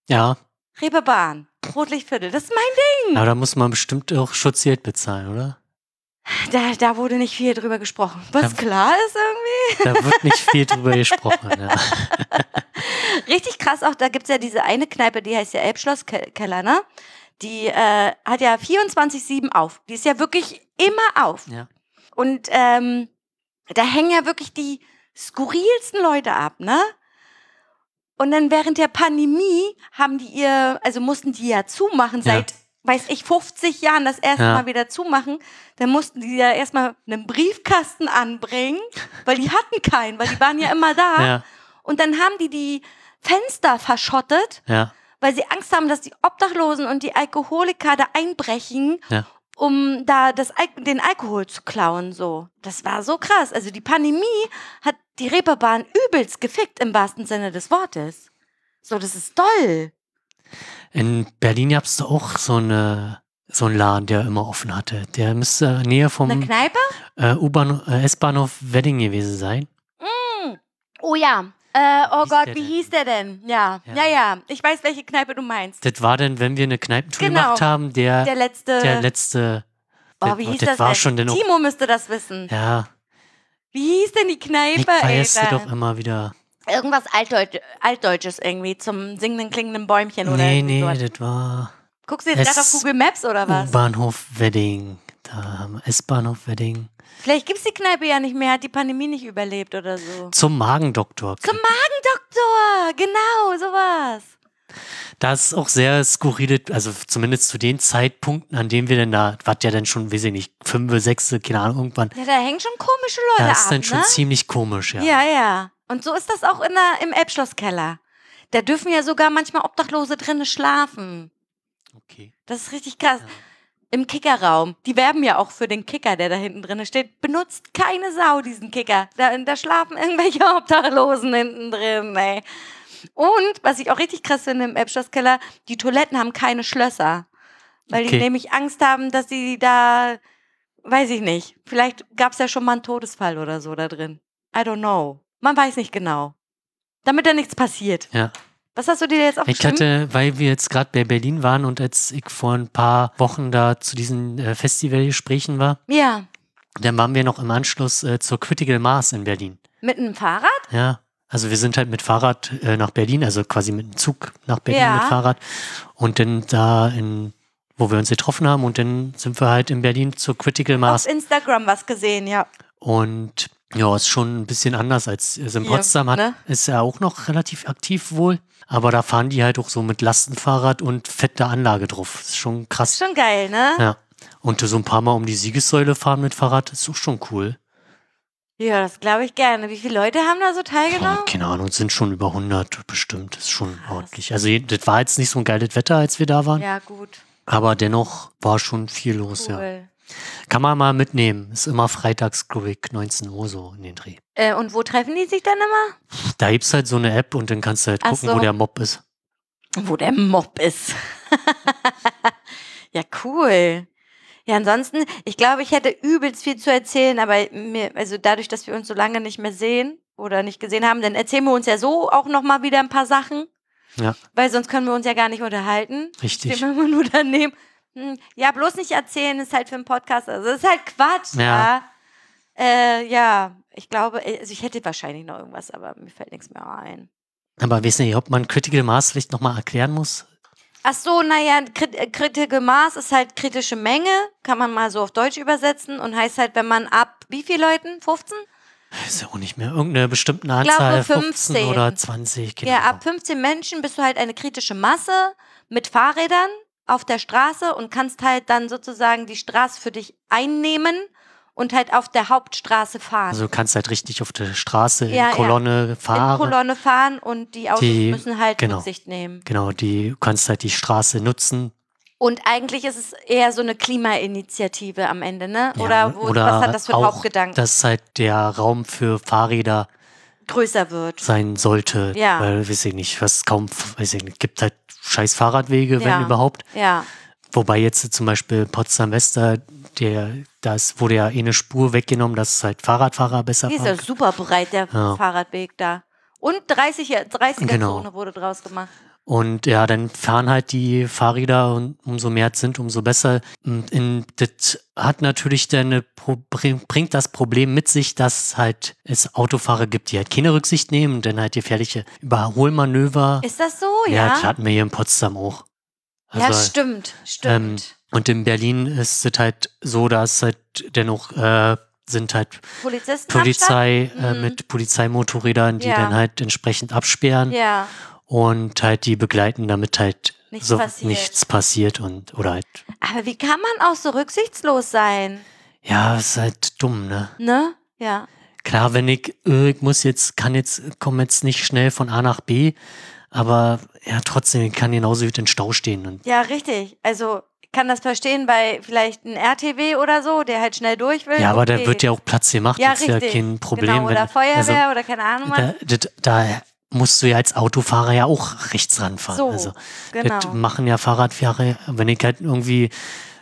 S1: Ja.
S2: Reeperbahn, Rotlichtviertel, das ist mein
S1: Aber da muss man bestimmt auch Schutzgeld bezahlen, oder?
S2: Ding. Da, da wurde nicht viel drüber gesprochen. Was
S1: Ja.
S2: klar ist irgendwie.
S1: Da wird nicht viel drüber gesprochen. Ja.
S2: [laughs] Richtig krass auch, da gibt's ja diese eine Kneipe, die heißt ja Elbschlosskeller, ne? Die äh, hat ja 24-7 auf. Die ist ja wirklich immer auf.
S1: Ja.
S2: Und ähm, da hängen ja wirklich die skurrilsten Leute ab, ne? Und dann während der Pandemie haben die ihr, also mussten die ja zumachen
S1: Ja.
S2: seit, weiß ich, 50 Jahren das erste
S1: Ja.
S2: Mal wieder zumachen. Dann mussten die ja erstmal einen Briefkasten anbringen, weil die hatten keinen, weil die waren ja immer da.
S1: Ja.
S2: Und dann haben die die Fenster verschottet,
S1: Ja.
S2: weil sie Angst haben, dass die Obdachlosen und die Alkoholiker da einbrechen
S1: Ja.
S2: um da das, Al- den Alkohol zu klauen. So, das war so krass. Also die Pandemie hat die Reeperbahn übelst gefickt im wahrsten Sinne des Wortes. So, das ist toll.
S1: In Berlin gab es doch auch so, eine, so einen Laden, der immer offen hatte. Der müsste in der Nähe
S2: Eine
S1: vom
S2: Kneipe?
S1: äh, U-Bahn- äh, S-Bahnhof Wedding gewesen sein.
S2: Oh ja. Äh,
S1: Wie
S2: oh
S1: hieß
S2: Gott,
S1: der
S2: wie
S1: denn?
S2: hieß der denn? Ja. ja,
S1: Ja.
S2: ja, Ich weiß, welche Kneipe du meinst.
S1: Das war dann, wenn wir eine Kneipentour
S2: Genau.
S1: gemacht haben, der,
S2: Der
S1: der,
S2: äh, letzte.
S1: letzte.
S2: oh,
S1: der-
S2: wie
S1: oh,
S2: hieß
S1: das
S2: das,
S1: war
S2: denn?
S1: schon denn auch-
S2: Timo müsste das wissen.
S1: Ja,
S2: Wie hieß denn die
S1: ich
S2: Kneipe? ey,
S1: vergesse
S2: da?
S1: doch immer wieder.
S2: Irgendwas Altdeutsch, Altdeutsches irgendwie zum singenden, klingenden Bäumchen oder
S1: Nee,
S2: irgendwie
S1: nee,
S2: sowas.
S1: das war
S2: Guckst du jetzt gerade auf
S1: Es-
S2: Google Maps oder was?
S1: U-Bahnhof Wedding. Da haben wir S-Bahnhof Wedding.
S2: Vielleicht gibt's die Kneipe ja nicht mehr, hat die Pandemie nicht überlebt oder so.
S1: Zum Magendoktor.
S2: Zum Magendoktor, genau, sowas.
S1: Da ist auch sehr skurril, also zumindest zu den Zeitpunkten, an denen wir denn da, was ja dann schon, weiß ich nicht, fünf, sechs, keine Ahnung, irgendwann.
S2: Ja, da hängen schon komische Leute
S1: Da ist
S2: ab,
S1: dann schon
S2: ne?
S1: ziemlich komisch, ja.
S2: Ja, ja. Und so ist das auch in der, im Elbschlosskeller. Da dürfen ja sogar manchmal Obdachlose drinnen schlafen.
S1: Okay.
S2: Das ist richtig krass.
S1: Ja.
S2: Im Kickerraum. Die werben ja auch für den Kicker, der da hinten drin steht. Benutzt [laughs] keine Sau diesen Kicker. Da, da schlafen irgendwelche Obdachlosen hinten drin, ey. Und, was ich auch richtig krass finde im Elbschlosskeller, die Toiletten haben keine Schlösser. Weil
S1: Okay.
S2: die nämlich Angst haben, dass die da, weiß ich nicht, vielleicht gab es ja schon mal einen Todesfall oder so da drin. I don't know. Man weiß nicht genau. Damit da nichts passiert.
S1: Ja.
S2: Was hast du dir jetzt
S1: Ich
S2: aufgeschrieben?
S1: hatte, weil wir jetzt gerade bei Berlin waren und als ich vor ein paar Wochen da zu diesen äh, Festivalgesprächen war,
S2: Ja,
S1: dann waren wir noch im Anschluss äh, zur Critical Mass in Berlin.
S2: mit einem Fahrrad?
S1: Ja, also wir sind halt mit Fahrrad äh, nach Berlin, also quasi mit dem Zug nach Berlin
S2: Ja.
S1: mit Fahrrad. Und dann da, in, wo wir uns getroffen haben, und dann sind wir halt in Berlin zur Critical Mass.
S2: Auf Instagram was gesehen, ja.
S1: Und ja, ist schon ein bisschen anders als also in
S2: Hier,
S1: Potsdam. Hat,
S2: ne?
S1: Ist ja auch noch relativ aktiv wohl. Aber da fahren die halt auch so mit Lastenfahrrad und fetter Anlage drauf. Ist schon krass.
S2: Ist schon geil, ne?
S1: Ja. Und so ein paar Mal um die Siegessäule fahren mit Fahrrad, ist auch schon cool.
S2: Ja, das glaube ich gerne. Wie viele Leute haben da so teilgenommen?
S1: Ja, keine Ahnung, sind schon über 100 bestimmt. Ist schon ordentlich. Also je- das war jetzt nicht so ein geiles Wetter, als wir da waren.
S2: Ja, gut.
S1: Aber dennoch war schon viel los, ja.
S2: Cool.
S1: Kann man mal mitnehmen. Ist immer freitags, glaube ich, 19 Uhr so in den Dreh.
S2: Äh, und wo treffen die sich dann immer?
S1: Da gibt's halt so eine App und dann kannst du halt
S2: Ach
S1: gucken,
S2: so.
S1: wo der Mob ist.
S2: Wo der Mob ist. [laughs] ja, cool. Ja, ansonsten, ich glaube, ich hätte übelst viel zu erzählen, aber mir, also dadurch, dass wir uns so lange nicht mehr sehen oder nicht gesehen haben, dann erzählen wir uns ja so auch nochmal wieder ein paar Sachen.
S1: Ja.
S2: Weil sonst können wir uns ja gar nicht unterhalten.
S1: Richtig.
S2: Stehen wir immer nur daneben. Hm, Ja, bloß nicht erzählen, ist halt für einen Podcast. Also ist halt Quatsch.
S1: Ja.
S2: Ja, äh, ja ich glaube, also ich hätte wahrscheinlich noch irgendwas, aber mir fällt nichts mehr ein.
S1: Aber wissen nicht, ob man Critical Mass vielleicht nochmal erklären muss.
S2: Ach so, naja, krit äh, kritische Maß ist halt kritische Menge, kann man mal so auf Deutsch übersetzen und heißt halt, wenn man ab wie viel Leuten? 15?
S1: Ist ja auch nicht mehr. Irgendeine bestimmte
S2: glaube,
S1: Anzahl, 15
S2: 15.
S1: oder 20. Genau.
S2: Ja, ab 15 Menschen bist du halt eine kritische Masse mit Fahrrädern auf der Straße und kannst halt dann sozusagen die Straße für dich einnehmen und halt auf der Hauptstraße fahren.
S1: Also du kannst halt richtig auf der Straße in
S2: Ja, ja.
S1: Kolonne fahren.
S2: in Kolonne fahren und die Autos
S1: Die-
S2: müssen halt
S1: genau.
S2: Rücksicht nehmen.
S1: Genau, die, du kannst halt die Straße nutzen.
S2: Und eigentlich ist es eher so eine Klimainitiative am Ende, ne?
S1: Ja,
S2: oder, wo, was hat das für einen
S1: auch,
S2: Hauptgedanken?
S1: Dass halt der Raum für Fahrräder
S2: größer wird.
S1: sein sollte.
S2: Ja.
S1: Weil, weiß ich nicht, was kaum, weiß ich nicht, gibt halt scheiß Fahrradwege,
S2: Ja.
S1: wenn überhaupt.
S2: Ja.
S1: Wobei jetzt zum Beispiel Potsdam-Wester, der, das wurde ja eh eine Spur weggenommen, dass halt Fahrradfahrer besser
S2: Die ist ja
S1: fahren.
S2: super breit, der
S1: Ja.
S2: Fahrradweg da. Und 30, er 30er
S1: Genau.
S2: Zone wurde draus gemacht.
S1: Und ja, dann fahren halt die Fahrräder und umso mehr es sind, umso besser. Und in, das hat natürlich dann eine Pro bring- bringt das Problem mit sich, dass halt es Autofahrer gibt, die halt keine Rücksicht nehmen und dann halt gefährliche Überholmanöver.
S2: Ist das so?
S1: ja,
S2: Ja.
S1: das hatten wir hier in Potsdam auch.
S2: ja, stimmt.
S1: Also, ähm,
S2: Stimmt.
S1: und in Berlin ist es halt so, dass halt dennoch äh, sind halt
S2: Polizisten am Start?
S1: Polizei äh,
S2: Mhm.
S1: mit Polizeimotorrädern, die
S2: Ja.
S1: dann halt entsprechend absperren
S2: Ja.
S1: und halt die begleiten, damit halt
S2: Nichts
S1: so
S2: passiert.
S1: nichts passiert und oder halt
S2: Aber wie kann man auch so rücksichtslos sein?
S1: ja, ist halt dumm, ne?
S2: Ne? Ja.
S1: Klar, wenn ich, äh, ich muss jetzt, kann jetzt, komme jetzt nicht schnell von A nach B, aber ja, trotzdem ich kann genauso gut in Stau stehen und
S2: Ja, richtig. Also, ich kann das verstehen bei vielleicht einem RTW oder so, der halt schnell durch will.
S1: ja, aber
S2: okay.
S1: da wird ja auch Platz gemacht,
S2: ja,
S1: ist
S2: richtig.
S1: ja kein Problem.
S2: Genau, oder
S1: wenn,
S2: Feuerwehr oder keine Ahnung was.
S1: also, da, das- da musst du ja als Autofahrer ja auch rechts ranfahren.
S2: So,
S1: also, Das
S2: genau.
S1: machen ja Fahrradfahrer, wenn ich halt irgendwie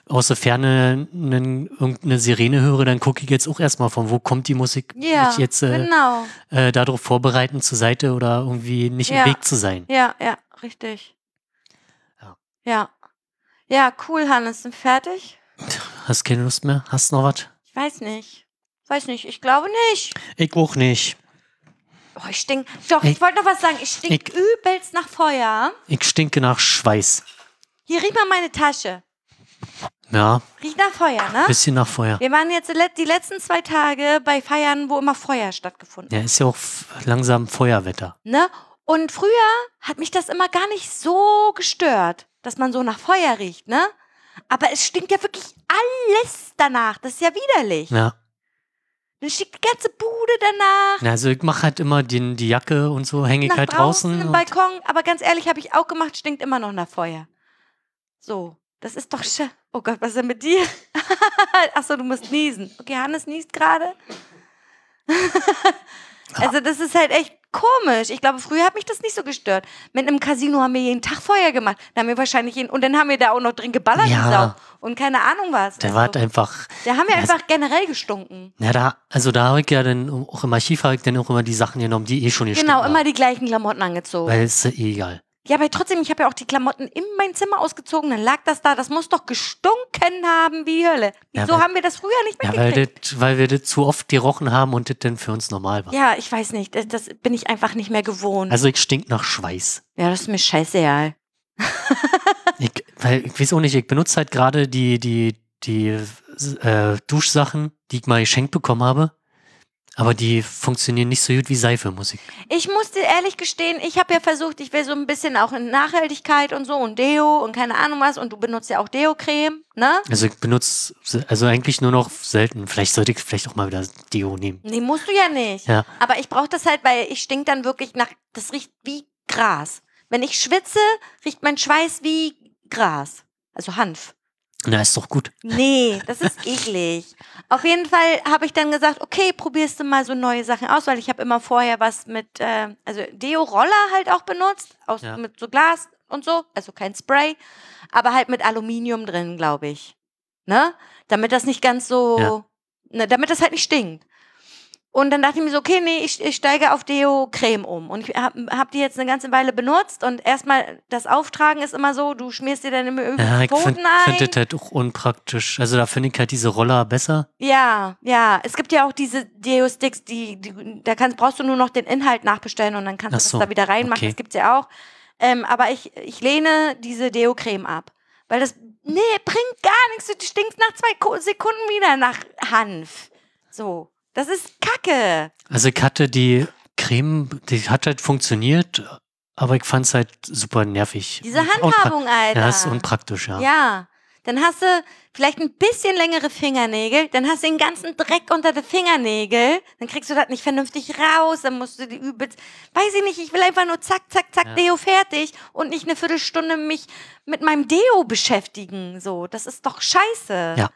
S1: aus der Ferne einen, irgendeine Sirene höre, dann gucke ich jetzt auch erstmal von wo kommt die, muss ich
S2: Ja,
S1: mich jetzt äh,
S2: genau.
S1: äh, darauf vorbereiten, zur Seite oder irgendwie nicht
S2: Ja.
S1: im Weg zu sein.
S2: Ja, ja, richtig.
S1: Ja.
S2: Ja. Ja, cool, Hannes. Sind wir fertig?
S1: Hast keine Lust mehr? Hast noch was?
S2: Ich weiß nicht. Weiß nicht, ich glaube nicht.
S1: Ich auch nicht.
S2: Oh, ich stink. Doch, ich,
S1: Ich-
S2: wollte noch was sagen. Ich stink
S1: ich-
S2: übelst nach Feuer.
S1: Ich stinke nach Schweiß.
S2: Hier riecht mal meine Tasche.
S1: Ja,
S2: Riecht nach Feuer, ne?
S1: bisschen nach Feuer.
S2: Wir waren jetzt die let- die letzten zwei Tage bei Feiern, wo immer Feuer stattgefunden
S1: Ja, ist ja auch f- langsam Feuerwetter.
S2: Ne? Und früher hat mich das immer gar nicht so gestört, dass man so nach Feuer riecht, ne? Aber es stinkt ja wirklich alles danach. Das ist ja widerlich.
S1: Ja.
S2: Dann stinkt die ganze Bude danach.
S1: Na, Also ich mache halt immer den, die Jacke und so, hänge ich
S2: Ah. nach
S1: halt
S2: draußen
S1: draußen.
S2: im
S1: und,
S2: Balkon. Aber ganz ehrlich, habe ich auch gemacht, stinkt immer noch nach Feuer. So, das ist doch sch Oh Gott, was ist denn mit dir? [laughs] Achso, du musst niesen. Okay, Hannes niest gerade. [laughs] also das ist halt echt komisch. Ich glaube, früher hat mich das nicht so gestört. Mit einem Casino haben wir jeden Tag Feuer gemacht. Da haben wir wahrscheinlich jeden, und dann haben wir da auch noch drin geballert die
S1: Ja.
S2: Sau. und keine Ahnung was.
S1: Der
S2: Also,
S1: war einfach,
S2: da haben wir
S1: Ja, es-
S2: einfach generell gestunken.
S1: na da, also da habe ich ja dann auch im Archiv habe ich dann auch immer die Sachen genommen, die eh schon gestimmt
S2: Genau, immer
S1: haben.
S2: die gleichen Klamotten angezogen.
S1: Weil es ist eh egal.
S2: ja, aber trotzdem, ich habe ja auch die Klamotten in mein Zimmer ausgezogen, dann lag das da. Das muss doch gestunken haben wie die Hölle.
S1: Ja,
S2: Wieso
S1: weil-
S2: haben wir das früher nicht
S1: Ja, weil,
S2: mitgekriegt?
S1: das, weil wir das zu oft gerochen haben und das dann für uns normal war.
S2: Ja, ich weiß nicht. Das- Das bin ich einfach nicht mehr gewohnt.
S1: Also ich stink nach Schweiß.
S2: ja, das ist mir scheißegal.
S1: Ich, weil, ich weiß auch nicht, ich benutze halt gerade die, die, die äh, Duschsachen, die ich mal geschenkt bekommen habe. Aber die funktionieren nicht so gut wie Seife, muss ich.
S2: Ich muss dir ehrlich gestehen, ich habe ja versucht, ich will so ein bisschen auch in Nachhaltigkeit und so und Deo und keine Ahnung was und du benutzt ja auch Deo-Creme, ne?
S1: Also ich benutze se- also eigentlich nur noch selten. Vielleicht sollte ich vielleicht auch mal wieder Deo nehmen.
S2: Nee, musst du ja nicht.
S1: Ja.
S2: Aber ich brauche das halt, weil ich stink dann wirklich nach, das riecht wie Gras. Wenn ich schwitze, riecht mein Schweiß wie Gras. Also Hanf.
S1: Na, ist doch gut.
S2: Nee, das ist eklig. Auf jeden Fall habe ich dann gesagt, okay, probierst du mal so neue Sachen aus, weil ich habe immer vorher was mit, äh, also Deo-Roller halt auch benutzt, aus,
S1: Ja.
S2: mit so Glas und so, also kein Spray, aber halt mit Aluminium drin, glaube ich. Ne? Damit das nicht ganz so,
S1: Ja.
S2: ne, damit das halt nicht stinkt. Und dann dachte ich mir so, okay, nee, ich, ich steige auf Deo-Creme um. Und ich habe hab die jetzt eine ganze Weile benutzt. Und erstmal, das Auftragen ist immer so, du schmierst dir dann immer irgendwie
S1: Ja,
S2: ja,
S1: ich finde
S2: Pfoten ein.
S1: find das halt auch unpraktisch. Also da finde ich halt diese Roller besser.
S2: Ja, ja. Es gibt ja auch diese Deo-Sticks, die, die da kannst, brauchst du nur noch den Inhalt nachbestellen und dann kannst
S1: Ach
S2: du
S1: so,
S2: das da wieder reinmachen.
S1: okay.
S2: Das gibt's ja auch. Ähm, aber ich, ich lehne diese Deo-Creme ab. Weil das, nee, bringt gar nichts. Du stinkst nach zwei Ko Sekunden wieder nach Hanf. So. Das ist Kacke.
S1: Also ich hatte die Creme, die hat halt funktioniert, aber ich fand es halt super nervig.
S2: Diese
S1: Und unpra-
S2: Handhabung, Alter.
S1: Ja, das ist unpraktisch, ja.
S2: Ja. [laughs] Dann hast du vielleicht ein bisschen längere Fingernägel, dann hast du den ganzen Dreck unter den Fingernägel, dann kriegst du das nicht vernünftig raus, dann musst du die übelst, weiß ich nicht, ich will einfach nur zack, zack, zack,
S1: Ja.
S2: Deo fertig und nicht eine Viertelstunde mich mit meinem Deo beschäftigen, so. Das ist doch scheiße.
S1: Ja.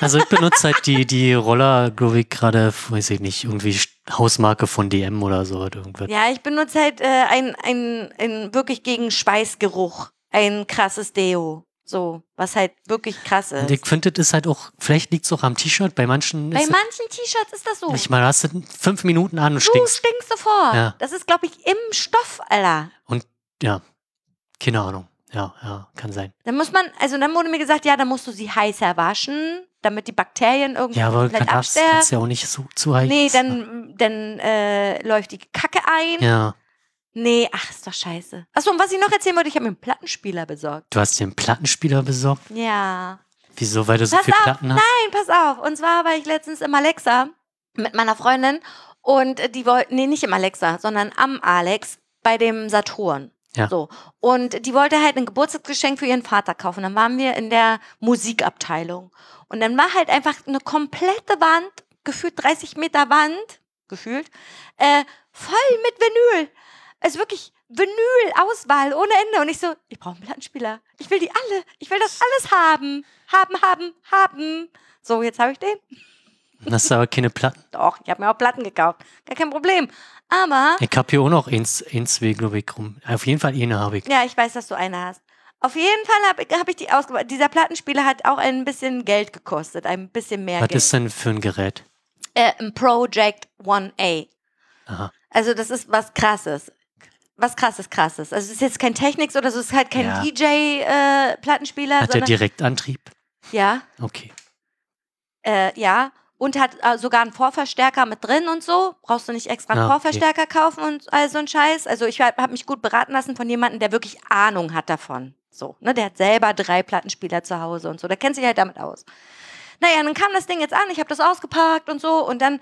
S1: Also ich benutze halt die, die Roller, glaube ich, gerade, weiß ich nicht, irgendwie Hausmarke von DM oder so. Halt irgendwas.
S2: Ja, ich benutze halt äh, ein, ein, ein wirklich gegen Schweißgeruch, ein krasses Deo, so, was halt wirklich krass ist.
S1: Und ich finde, das ist halt auch, vielleicht liegt es auch am T-Shirt, bei manchen
S2: Bei
S1: ist
S2: manchen T-Shirts ist das so.
S1: es, ich meine, hast du fünf Minuten an und
S2: Du
S1: stinkst.
S2: stinkst sofort.
S1: Ja.
S2: Das ist, glaube ich, im Stoff, Alter.
S1: Und ja, keine Ahnung. Ja, ja, kann sein.
S2: Dann muss man, also dann wurde mir gesagt, ja, dann musst du sie heißer waschen, damit die Bakterien irgendwie
S1: Ja, aber kann,
S2: komplett
S1: darfst, kannst
S2: absterben.
S1: ja auch nicht so zu heiß.
S2: Nee, dann, dann äh, läuft die Kacke ein.
S1: Ja,
S2: Nee, ach, ist doch scheiße. Achso, und was ich noch erzählen wollte, ich habe mir einen Plattenspieler besorgt.
S1: du hast dir einen Plattenspieler besorgt.
S2: Ja.
S1: Wieso? Weil du so
S2: Pass
S1: viele
S2: auf,
S1: Platten hast?
S2: Nein, pass auf. Und zwar war ich letztens im Alexa mit meiner Freundin und äh, die wollten, nee, nicht im Alexa, sondern am Alex bei dem Saturn.
S1: Ja.
S2: So. Und die wollte halt ein Geburtstagsgeschenk für ihren Vater kaufen. Dann waren wir in der Musikabteilung. Und dann war halt einfach eine komplette Wand, gefühlt 30 Meter Wand, gefühlt, äh, voll mit Vinyl. Also wirklich Vinyl-Auswahl ohne Ende. Und ich so, ich brauche einen Plattenspieler. Ich will die alle. Ich will das alles haben. Haben, haben, haben. So, jetzt habe ich den.
S1: Dann hast du aber keine Platten.
S2: Doch, ich habe mir auch Platten gekauft. Gar kein Problem. Aber,
S1: Ich habe hier auch noch eins, eins Weg, glaube ich, rum. Auf jeden Fall eine habe ich.
S2: ja, ich weiß, dass du eine hast. Auf jeden Fall habe ich, hab ich die ausgebaut. Dieser Plattenspieler hat auch ein bisschen Geld gekostet. Ein bisschen mehr
S1: Was
S2: Geld.
S1: ist denn für ein Gerät?
S2: äh, ein Project 1A.
S1: Aha.
S2: Also das ist was krasses. Was krasses, krasses. Also es ist jetzt kein Technics oder so, es ist halt kein
S1: Ja.
S2: DJ-Plattenspieler,
S1: Hat er
S2: sondern
S1: Direktantrieb?
S2: ja,
S1: Okay.
S2: äh, ja, und hat äh, sogar einen Vorverstärker mit drin und so. Brauchst du nicht extra einen
S1: Ah, okay.
S2: Vorverstärker kaufen und all so ein Scheiß. Also ich habe hab mich gut beraten lassen von jemandem, der wirklich Ahnung hat davon. So, ne, der hat selber drei Plattenspieler zu Hause und so. Der kennt sich halt damit aus. Naja, dann kam das Ding jetzt an, ich habe das ausgepackt und so und dann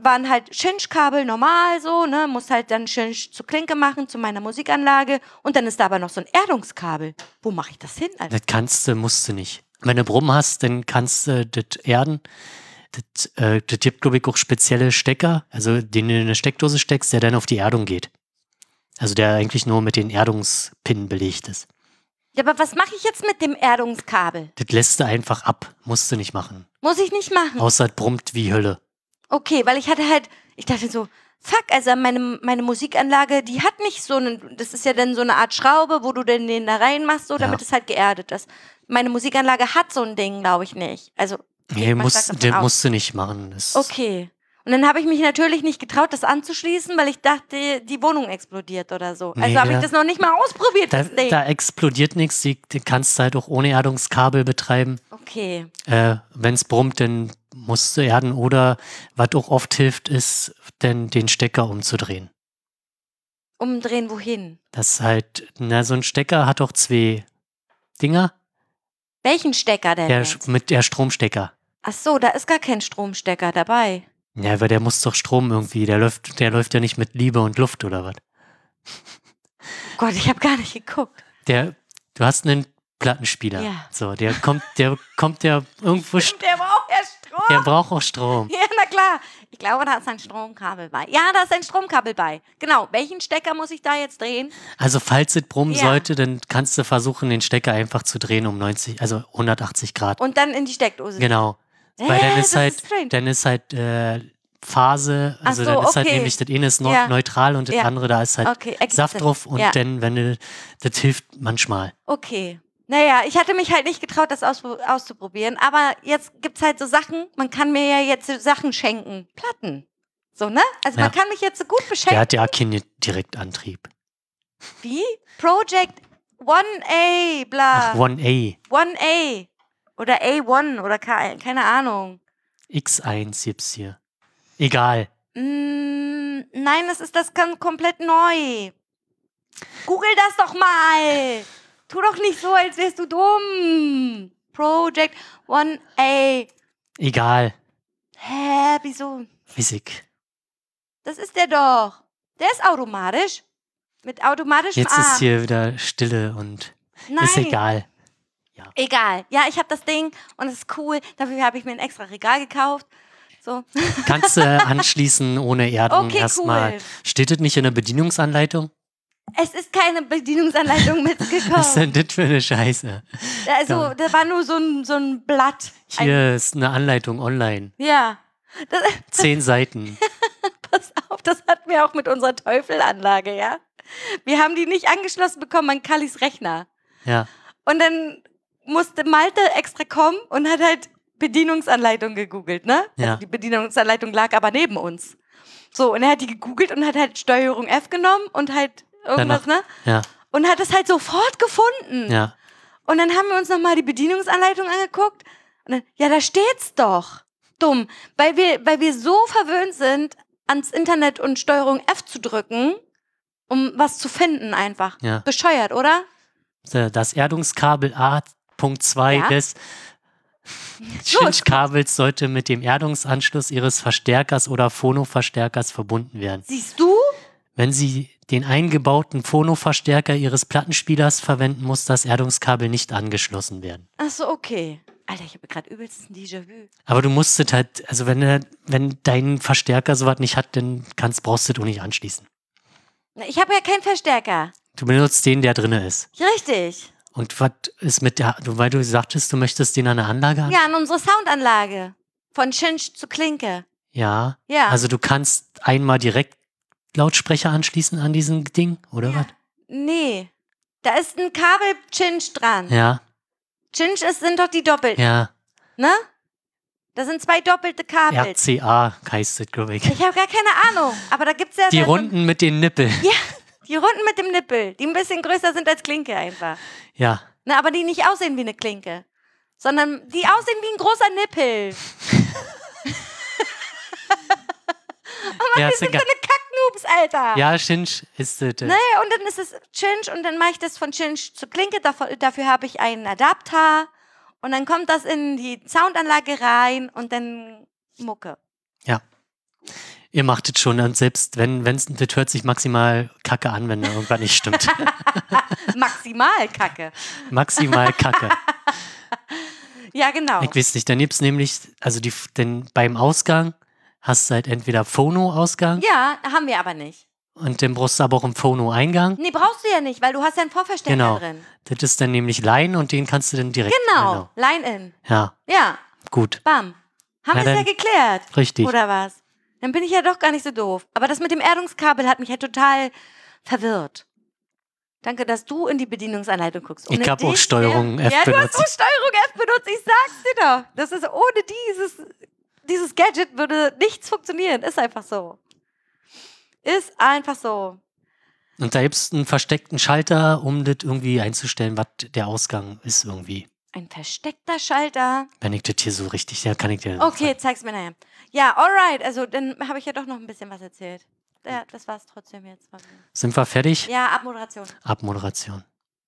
S2: waren halt Schinschkabel normal so, ne, muss halt dann Schinsch zu Klinke machen, zu meiner Musikanlage und dann ist da aber noch so ein Erdungskabel. Wo mache ich das hin, Alter?
S1: Das kannst du, musst du nicht. Wenn du Brumm hast, dann kannst du das erden. Das, äh, das gibt, glaube ich, auch spezielle Stecker, also den du in eine Steckdose steckst, der dann auf die Erdung geht. Also der eigentlich nur mit den Erdungspinnen belegt ist.
S2: Ja, aber was mache ich jetzt mit dem Erdungskabel?
S1: Das lässt du einfach ab, musst du nicht machen.
S2: Muss ich nicht machen.
S1: Außer es brummt wie Hölle.
S2: Okay, weil ich hatte halt, ich dachte so, fuck, also meine, meine Musikanlage, die hat nicht so einen, das ist ja dann so eine Art Schraube, wo du denn den da reinmachst, so, damit
S1: Ja.
S2: es halt geerdet ist. Meine Musikanlage hat so ein Ding, glaube ich nicht. Also,
S1: Nee,
S2: man
S1: musst,
S2: sagt davon
S1: den
S2: aus.
S1: musst du nicht machen. Das
S2: okay. Und dann habe ich mich natürlich nicht getraut, das anzuschließen, weil ich dachte, die Wohnung explodiert oder so. Also
S1: Nee,
S2: habe ich
S1: da-
S2: das noch nicht mal ausprobiert,
S1: Da,
S2: das Ding.
S1: da explodiert nichts. Die, die kannst du halt auch ohne Erdungskabel betreiben.
S2: okay.
S1: Äh, Wenn es brummt, dann musst du erden. Oder was auch oft hilft, ist, denn den Stecker umzudrehen.
S2: Umdrehen, wohin?
S1: Das ist halt, na, so ein Stecker hat doch zwei Dinger.
S2: Welchen Stecker denn?
S1: Der,
S2: jetzt?
S1: mit der Stromstecker.
S2: Ach so, da ist gar kein Stromstecker dabei.
S1: Ja, weil der muss doch Strom irgendwie. Der läuft, der läuft ja nicht mit Liebe und Luft oder was.
S2: Gott, ich habe gar nicht geguckt.
S1: Der, du hast einen Plattenspieler.
S2: Ja.
S1: So, der kommt, der kommt ja
S2: [laughs]
S1: irgendwo, st-
S2: Der braucht ja Strom.
S1: der braucht auch Strom.
S2: [laughs] Ja, na klar. Ich glaube, da ist ein Stromkabel bei. Ja, da ist ein Stromkabel bei. Genau. Welchen Stecker muss ich da jetzt drehen?
S1: Also falls es brummen
S2: Ja.
S1: sollte, dann kannst du versuchen, den Stecker einfach zu drehen um 90, also 180 Grad.
S2: Und dann in die Steckdose.
S1: genau.
S2: Hä,
S1: Weil dann
S2: das
S1: ist halt,
S2: ist strange.
S1: dann ist halt äh, Phase, also
S2: so,
S1: dann ist halt
S2: okay.
S1: nämlich das eine ist neu-
S2: Ja.
S1: neutral und das
S2: Ja.
S1: andere, da ist halt
S2: Okay, ergibt
S1: Saft
S2: Sinn.
S1: drauf und
S2: Ja.
S1: dann, wenn du, das hilft manchmal.
S2: Okay. Naja, ich hatte mich halt nicht getraut, das auspro- auszuprobieren. Aber jetzt gibt's halt so Sachen, man kann mir ja jetzt so Sachen schenken. Platten. So, ne? Also
S1: Ja.
S2: man kann mich jetzt so gut
S1: Der
S2: beschenken
S1: hat ja keinen Direktantrieb.
S2: wie Project 1A, bla.
S1: Ach, 1A,
S2: 1A. Oder A1 oder ke- keine Ahnung.
S1: X1 gibt's hier. Egal.
S2: Mm, nein, das ist das ganz komplett neu. Google das doch mal. Tu doch nicht so, als wärst du dumm. Project 1A.
S1: Egal.
S2: Hä, wieso?
S1: Physik.
S2: Das ist der doch. Der ist automatisch. Mit automatischem
S1: Jetzt
S2: A.
S1: ist hier wieder Stille und
S2: Ah. Nein.
S1: ist egal.
S2: Egal. Ja, ich habe das Ding und es ist cool. Dafür habe ich mir ein extra Regal gekauft. So.
S1: Kannst du anschließen ohne Erdung
S2: Okay,
S1: erstmal.
S2: cool.
S1: Steht das nicht in der Bedienungsanleitung?
S2: Es ist
S1: [laughs]
S2: keine Bedienungsanleitung
S1: Was ist
S2: mitgekommen.
S1: denn das für eine Scheiße?
S2: Also, da war nur so ein, so ein Blatt. Ein,
S1: Hier ist eine Anleitung online.
S2: ja. Das,
S1: Zehn
S2: [laughs]
S1: Seiten.
S2: pass auf, das hatten wir auch mit unserer Teufelanlage, ja. Wir haben die nicht angeschlossen bekommen an Kallis Rechner.
S1: Ja.
S2: Und dann musste Malte extra kommen und hat halt Bedienungsanleitung gegoogelt, ne?
S1: Ja.
S2: Also die Bedienungsanleitung lag aber neben uns. So, und er hat die gegoogelt und hat halt Steuerung F genommen und halt irgendwas,
S1: Danach-
S2: ne?
S1: Ja,
S2: Und hat es halt sofort gefunden.
S1: ja.
S2: Und dann haben wir uns nochmal die Bedienungsanleitung angeguckt. Und dann, ja, da steht's doch. Dumm. Weil wir, weil wir so verwöhnt sind, ans Internet und Steuerung F zu drücken, um was zu finden einfach.
S1: Ja.
S2: Bescheuert, oder?
S1: So, Das Erdungskabel A.2
S2: Ja.
S1: des
S2: [laughs]
S1: Schinchkabels sollte mit dem Erdungsanschluss Ihres Verstärkers oder Phonoverstärkers verbunden werden.
S2: Siehst du?
S1: Wenn Sie den eingebauten Phono-Verstärker Ihres Plattenspielers verwenden, muss das Erdungskabel nicht angeschlossen werden.
S2: Ach so, okay. Alter, ich habe gerade übelst ein Déjà-vu.
S1: Aber du musstet halt, also wenn, er- wenn dein Verstärker sowas nicht hat, dann kannst, brauchst du das auch nicht anschließen.
S2: Na, Ich habe ja keinen Verstärker.
S1: Du benutzt den, der drinne ist.
S2: Richtig.
S1: Und was ist mit der, du- weil du sagtest, du möchtest den an der Anlage an?
S2: Ja, an unsere Soundanlage. Von Schinsch zu Klinke.
S1: ja.
S2: Ja.
S1: Also du kannst einmal direkt Lautsprecher anschließen an diesem Ding, oder was?
S2: nee. Da ist ein Kabel Chinch dran.
S1: Ja,
S2: Chinch ist, sind doch die Doppel,
S1: ja.
S2: ne? Da sind zwei doppelte Kabel.
S1: RCA heißt das, glaube ich.
S2: Ich habe gar keine Ahnung, aber da gibt's ja
S1: Die
S2: dann so-
S1: Runden mit den Nippeln.
S2: die Runden mit dem Nippel, die ein bisschen größer sind als Klinke einfach.
S1: Ja.
S2: Na, aber die nicht aussehen wie eine Klinke, sondern die aussehen wie ein großer Nippel.
S1: ja,
S2: Wir
S1: ist
S2: sind Ne? so
S1: egal.
S2: eine Kacknoobs, Alter.
S1: Ja, Schinsch ist das. äh,
S2: Nee, und dann ist es Chinch und dann mache ich das von Chinch zu Klinke. Dafür, dafür habe ich einen Adapter und dann kommt das in die Soundanlage rein und dann Mucke.
S1: Ihr macht es schon und selbst wenn, wenn's, das hört sich maximal kacke an, wenn da irgendwann nicht
S2: [laughs]
S1: stimmt.
S2: Maximal Kacke.
S1: maximal kacke.
S2: Ja, genau.
S1: Ich weiß nicht, dann gibt's nämlich, also die, denn beim Ausgang hast du halt entweder Phono-Ausgang
S2: Ja, haben wir aber nicht.
S1: und dann brauchst du aber auch einen Phono-Eingang.
S2: Nee, brauchst du ja nicht, weil du hast ja einen Vorverstärker
S1: Genau.
S2: drin.
S1: Das ist dann nämlich Line und den kannst du dann direkt.
S2: Genau. Line in.
S1: Ja,
S2: Genau. Ja,
S1: gut.
S2: bam. Haben
S1: Na
S2: wir es ja
S1: dann-
S2: geklärt.
S1: Richtig.
S2: Oder was? Dann bin ich ja doch gar nicht so doof. Aber das mit dem Erdungskabel hat mich ja total verwirrt. Danke, dass du in die Bedienungsanleitung guckst.
S1: Ich hab auch
S2: dich
S1: Steuerung
S2: wär-
S1: F
S2: Ja, du hast
S1: benutzt.
S2: auch Steuerung F benutzt. Ich sag's dir doch. Das ist ohne dieses, dieses Gadget würde nichts funktionieren. Ist einfach so. Ist einfach so.
S1: Und da gibt's einen versteckten Schalter, um das irgendwie einzustellen, was der Ausgang ist irgendwie.
S2: Ein versteckter Schalter.
S1: Wenn ich das hier so richtig, ja, kann ich dir.
S2: Okay, zeig's mir nachher. Ja, alright. Also dann habe ich ja doch noch ein bisschen was erzählt. Ja, das war's trotzdem jetzt. von mir.
S1: Sind wir fertig?
S2: Ja, Abmoderation.
S1: Abmoderation.